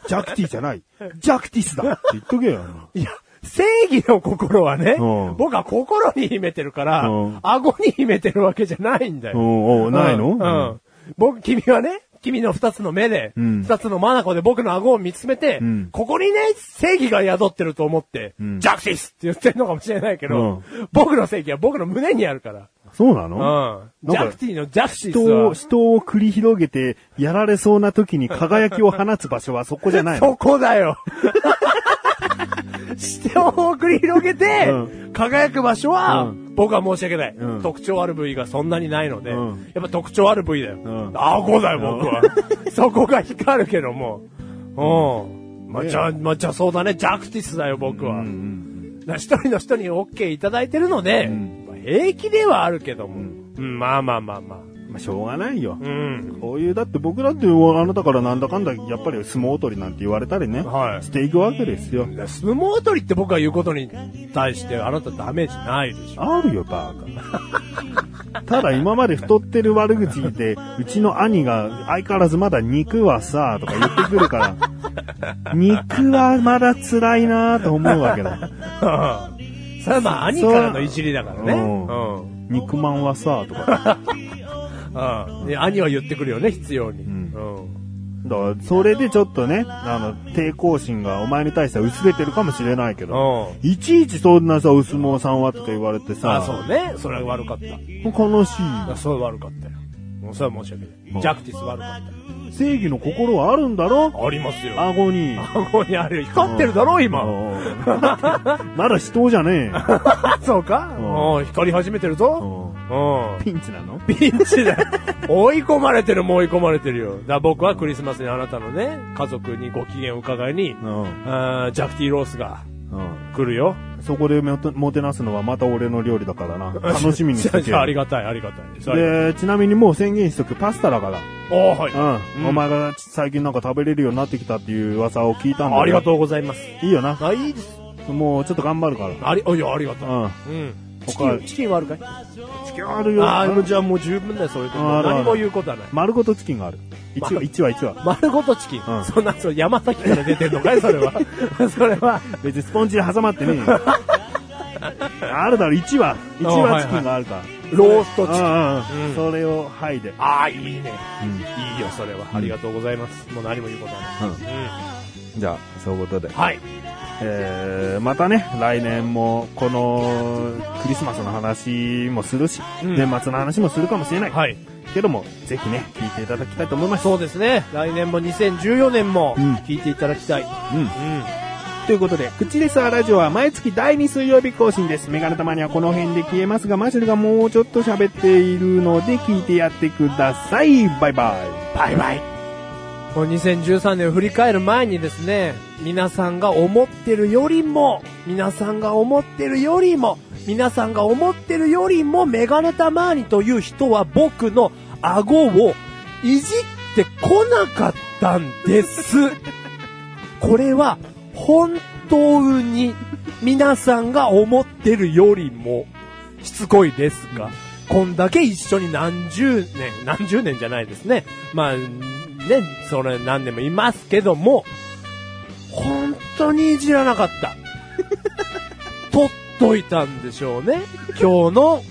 ジャクティじゃない。ジャクティスだって言っとけよ。いや、正義の心はね、うん僕は心に秘めてるから、うん顎に秘めてるわけじゃないんだおよ。うおうないの、うんうん。僕、君はね、君の二つの目で、うん二つの眼で僕の顎を見つめて、うんここにね、正義が宿ってると思って、うんジャクティスって言ってるのかもしれないけど、僕の正義は僕の胸にあるから。そうなの、うん。なジんかャクティのジャクティス人はを、、人を繰り広げて、やられそうな時に輝きを放つ場所はそこじゃないそのこだよ。視点を繰り広げて、う輝く場所は、うん僕は申し訳ない、うん特徴ある部位がそんなにないので、うんやっぱ特徴ある部位だよ。ん顎だよ、僕は。 そこが光るけども。うん。まあ、じゃあ、まあ、じゃあそうだね、ジャクティスだよ、僕は。だから一人の人に OK いただいてるので、んまあ平気ではあるけども。うん、まあまあまあまあ。まあ、しょうがないよ。うん。こういう、だって僕だって、あなたからなんだかんだ、やっぱり相撲取りなんて言われたりね、はいしていくわけですよ。相撲取りって僕が言うことに対してあなたダメージないでしょ。あるよ、バーカ。ただ今まで太ってる悪口で、うちの兄が相変わらずまだ肉はさ、とか言ってく るから、肉はまだ辛いなと思うわけだ。それはまあ兄からのいじりだからね。うんうん。肉まんはさ、とか。だかうん。で兄は言ってくるよね、必要に。んうん。ら、それでちょっとね、あの、抵抗心がお前に対しては薄れてるかもしれないけうど、ん。いちいちそんなさ、お相撲さんはとか言われてあ、さ、そうね。それは悪かった。悲しいよ。それは悪かったよ。もうそれは申し訳うなんい。ジャクティス悪かっ正義の心はあるんだろた。ありますよ。顎に。顎にあるよ。光ってるだろ、今。うん まだ死闘じゃねえよ。 そうかうんうん。光り始めてるぞ。うん。ピンチなのピンチだよ。追い込まれてるもう追い込まれてるよ。だから僕はクリスマスにあなたのね、家族にご機嫌を伺いに、うん。あージャクティロースがうん。来るよ。そこでもてもてなすのはまた俺の料理だか らな。楽しみにしとけじゃ あありよ。がたい、ありがたい。で、ちなみにもう宣言しとくパスタだから。ああ、はい。うん。お前が最近なんか食べれるようになってきたっていう噂を聞いたんだよありがとうございます。いいよな。あ、いいです。もうちょっと頑張るから。あり、あいや、ありがとう。うん。うん。チキ他ン、、チキンはあるかいチキンあるよ。ああ、もうじゃあもう十分だよ、そういうこと。あるある何も言うことはない。丸ごとチキンがある。一ま話、一話、一話。丸ごとチキン。うんそんな、それ山崎から出てんのかいそれは。 それは。別にスポンジで挟まってね えよあるだろ、一話。一あはいはい話チキンがあるから。ローストチキン。うんううんん。それを剥いで。ああ、いいね。うん。いいよ、それは。ありがとうございます。もう何も言うことはない。うん。じゃあ、そういうことで。はい。えー、またね、来年も、この、クリスマスの話もするし、うん年末の話もするかもしれない。はい。けども、ぜひね、聞いていただきたいと思います。そうですね。来年も2014年もうん聞いていただきたい。うんうん。ということで、クチレスアラジオは毎月第2水曜日更新です。メガネたまにはこの辺で消えますが、マシュルがもうちょっと喋っているので、聞いてやってください。バイバイ。バイバイ。この2013年を振り返る前にですね、皆さんが思ってるよりも、皆さんが思ってるよりも、皆さんが思ってるよりも、メガネたまーにという人は僕の顎をいじってこなかったんです。 これは本当に皆さんが思ってるよりもしつこいですが、こんだけ一緒に何十年、何十年じゃないですね。まあ、ね、それ何年もいますけども、本当にいじらなかった。取っといたんでしょうね。今日の、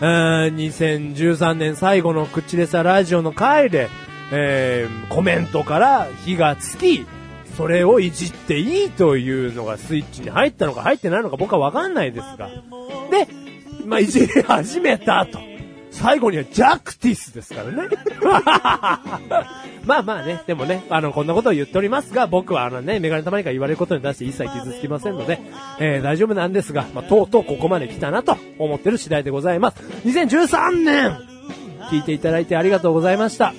えー2013年最後の口レサラジオの回で、えーコメントから火がつき、それをいじっていいというのがスイッチに入ったのか入ってないのか僕はわかんないですが。で、まあ、いじり始めたと。最後にはジャクティスですからね。まあまあね、でもね、あの、こんなことを言っておりますが、僕はあのね、メガネたまにから言われることに対して一切傷つきませんので、えー、大丈夫なんですが、まあ、とうとうここまで来たなと思ってる次第でございます。2013年聞いていただいてありがとうございました。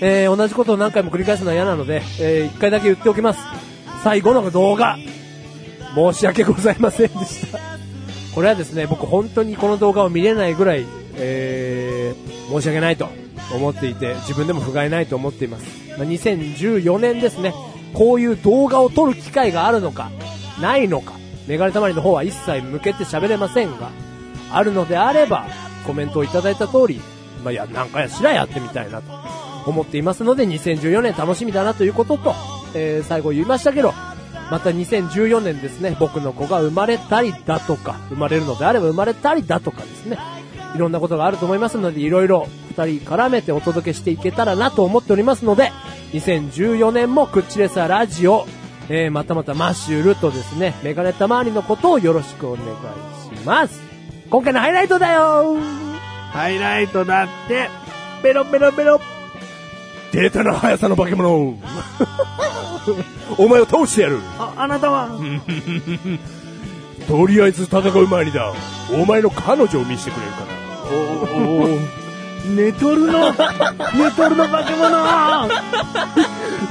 えー、同じことを何回も繰り返すのは嫌なので、えー、一回だけ言っておきます。最後の動画、申し訳ございませんでした。これはですね、僕本当にこの動画を見れないぐらい、えー、申し訳ないと思っていて、自分でも不甲斐ないと思っています。まあ、2014年ですね、こういう動画を撮る機会があるのか、ないのか、メガネたまりの方は一切向けて喋れませんが、あるのであれば、コメントをいただいた通り、まあ、いや、なんかやしらやってみたいなと思っていますので、2014年楽しみだなということと、えー、最後言いましたけど、また2014年ですね、僕の子が生まれたりだとか、生まれるのであれば生まれたりだとかですね、いろんなことがあると思いますので、いろいろ二人絡めてお届けしていけたらなと思っておりますので、2014年もクッチレサラジオ、えー、またまたマッシュルとですね、メガネたまわりのことをよろしくお願いします。今回のハイライトだよハイライトだって、ベロベロベロ。データの速さの化け物 お前を倒してやるあ、あなたは、とりあえず戦う前にだお前の彼女を見せてくれるかなおおお寝とる の、寝とるの化け物あ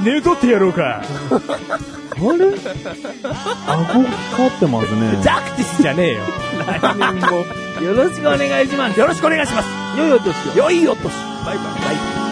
寝取ってやろうかれ顎光ってますねザクティスじゃねえよ来年もよろしくお願いしますよろしくお願いします良いお年を良いお年バイバイバイ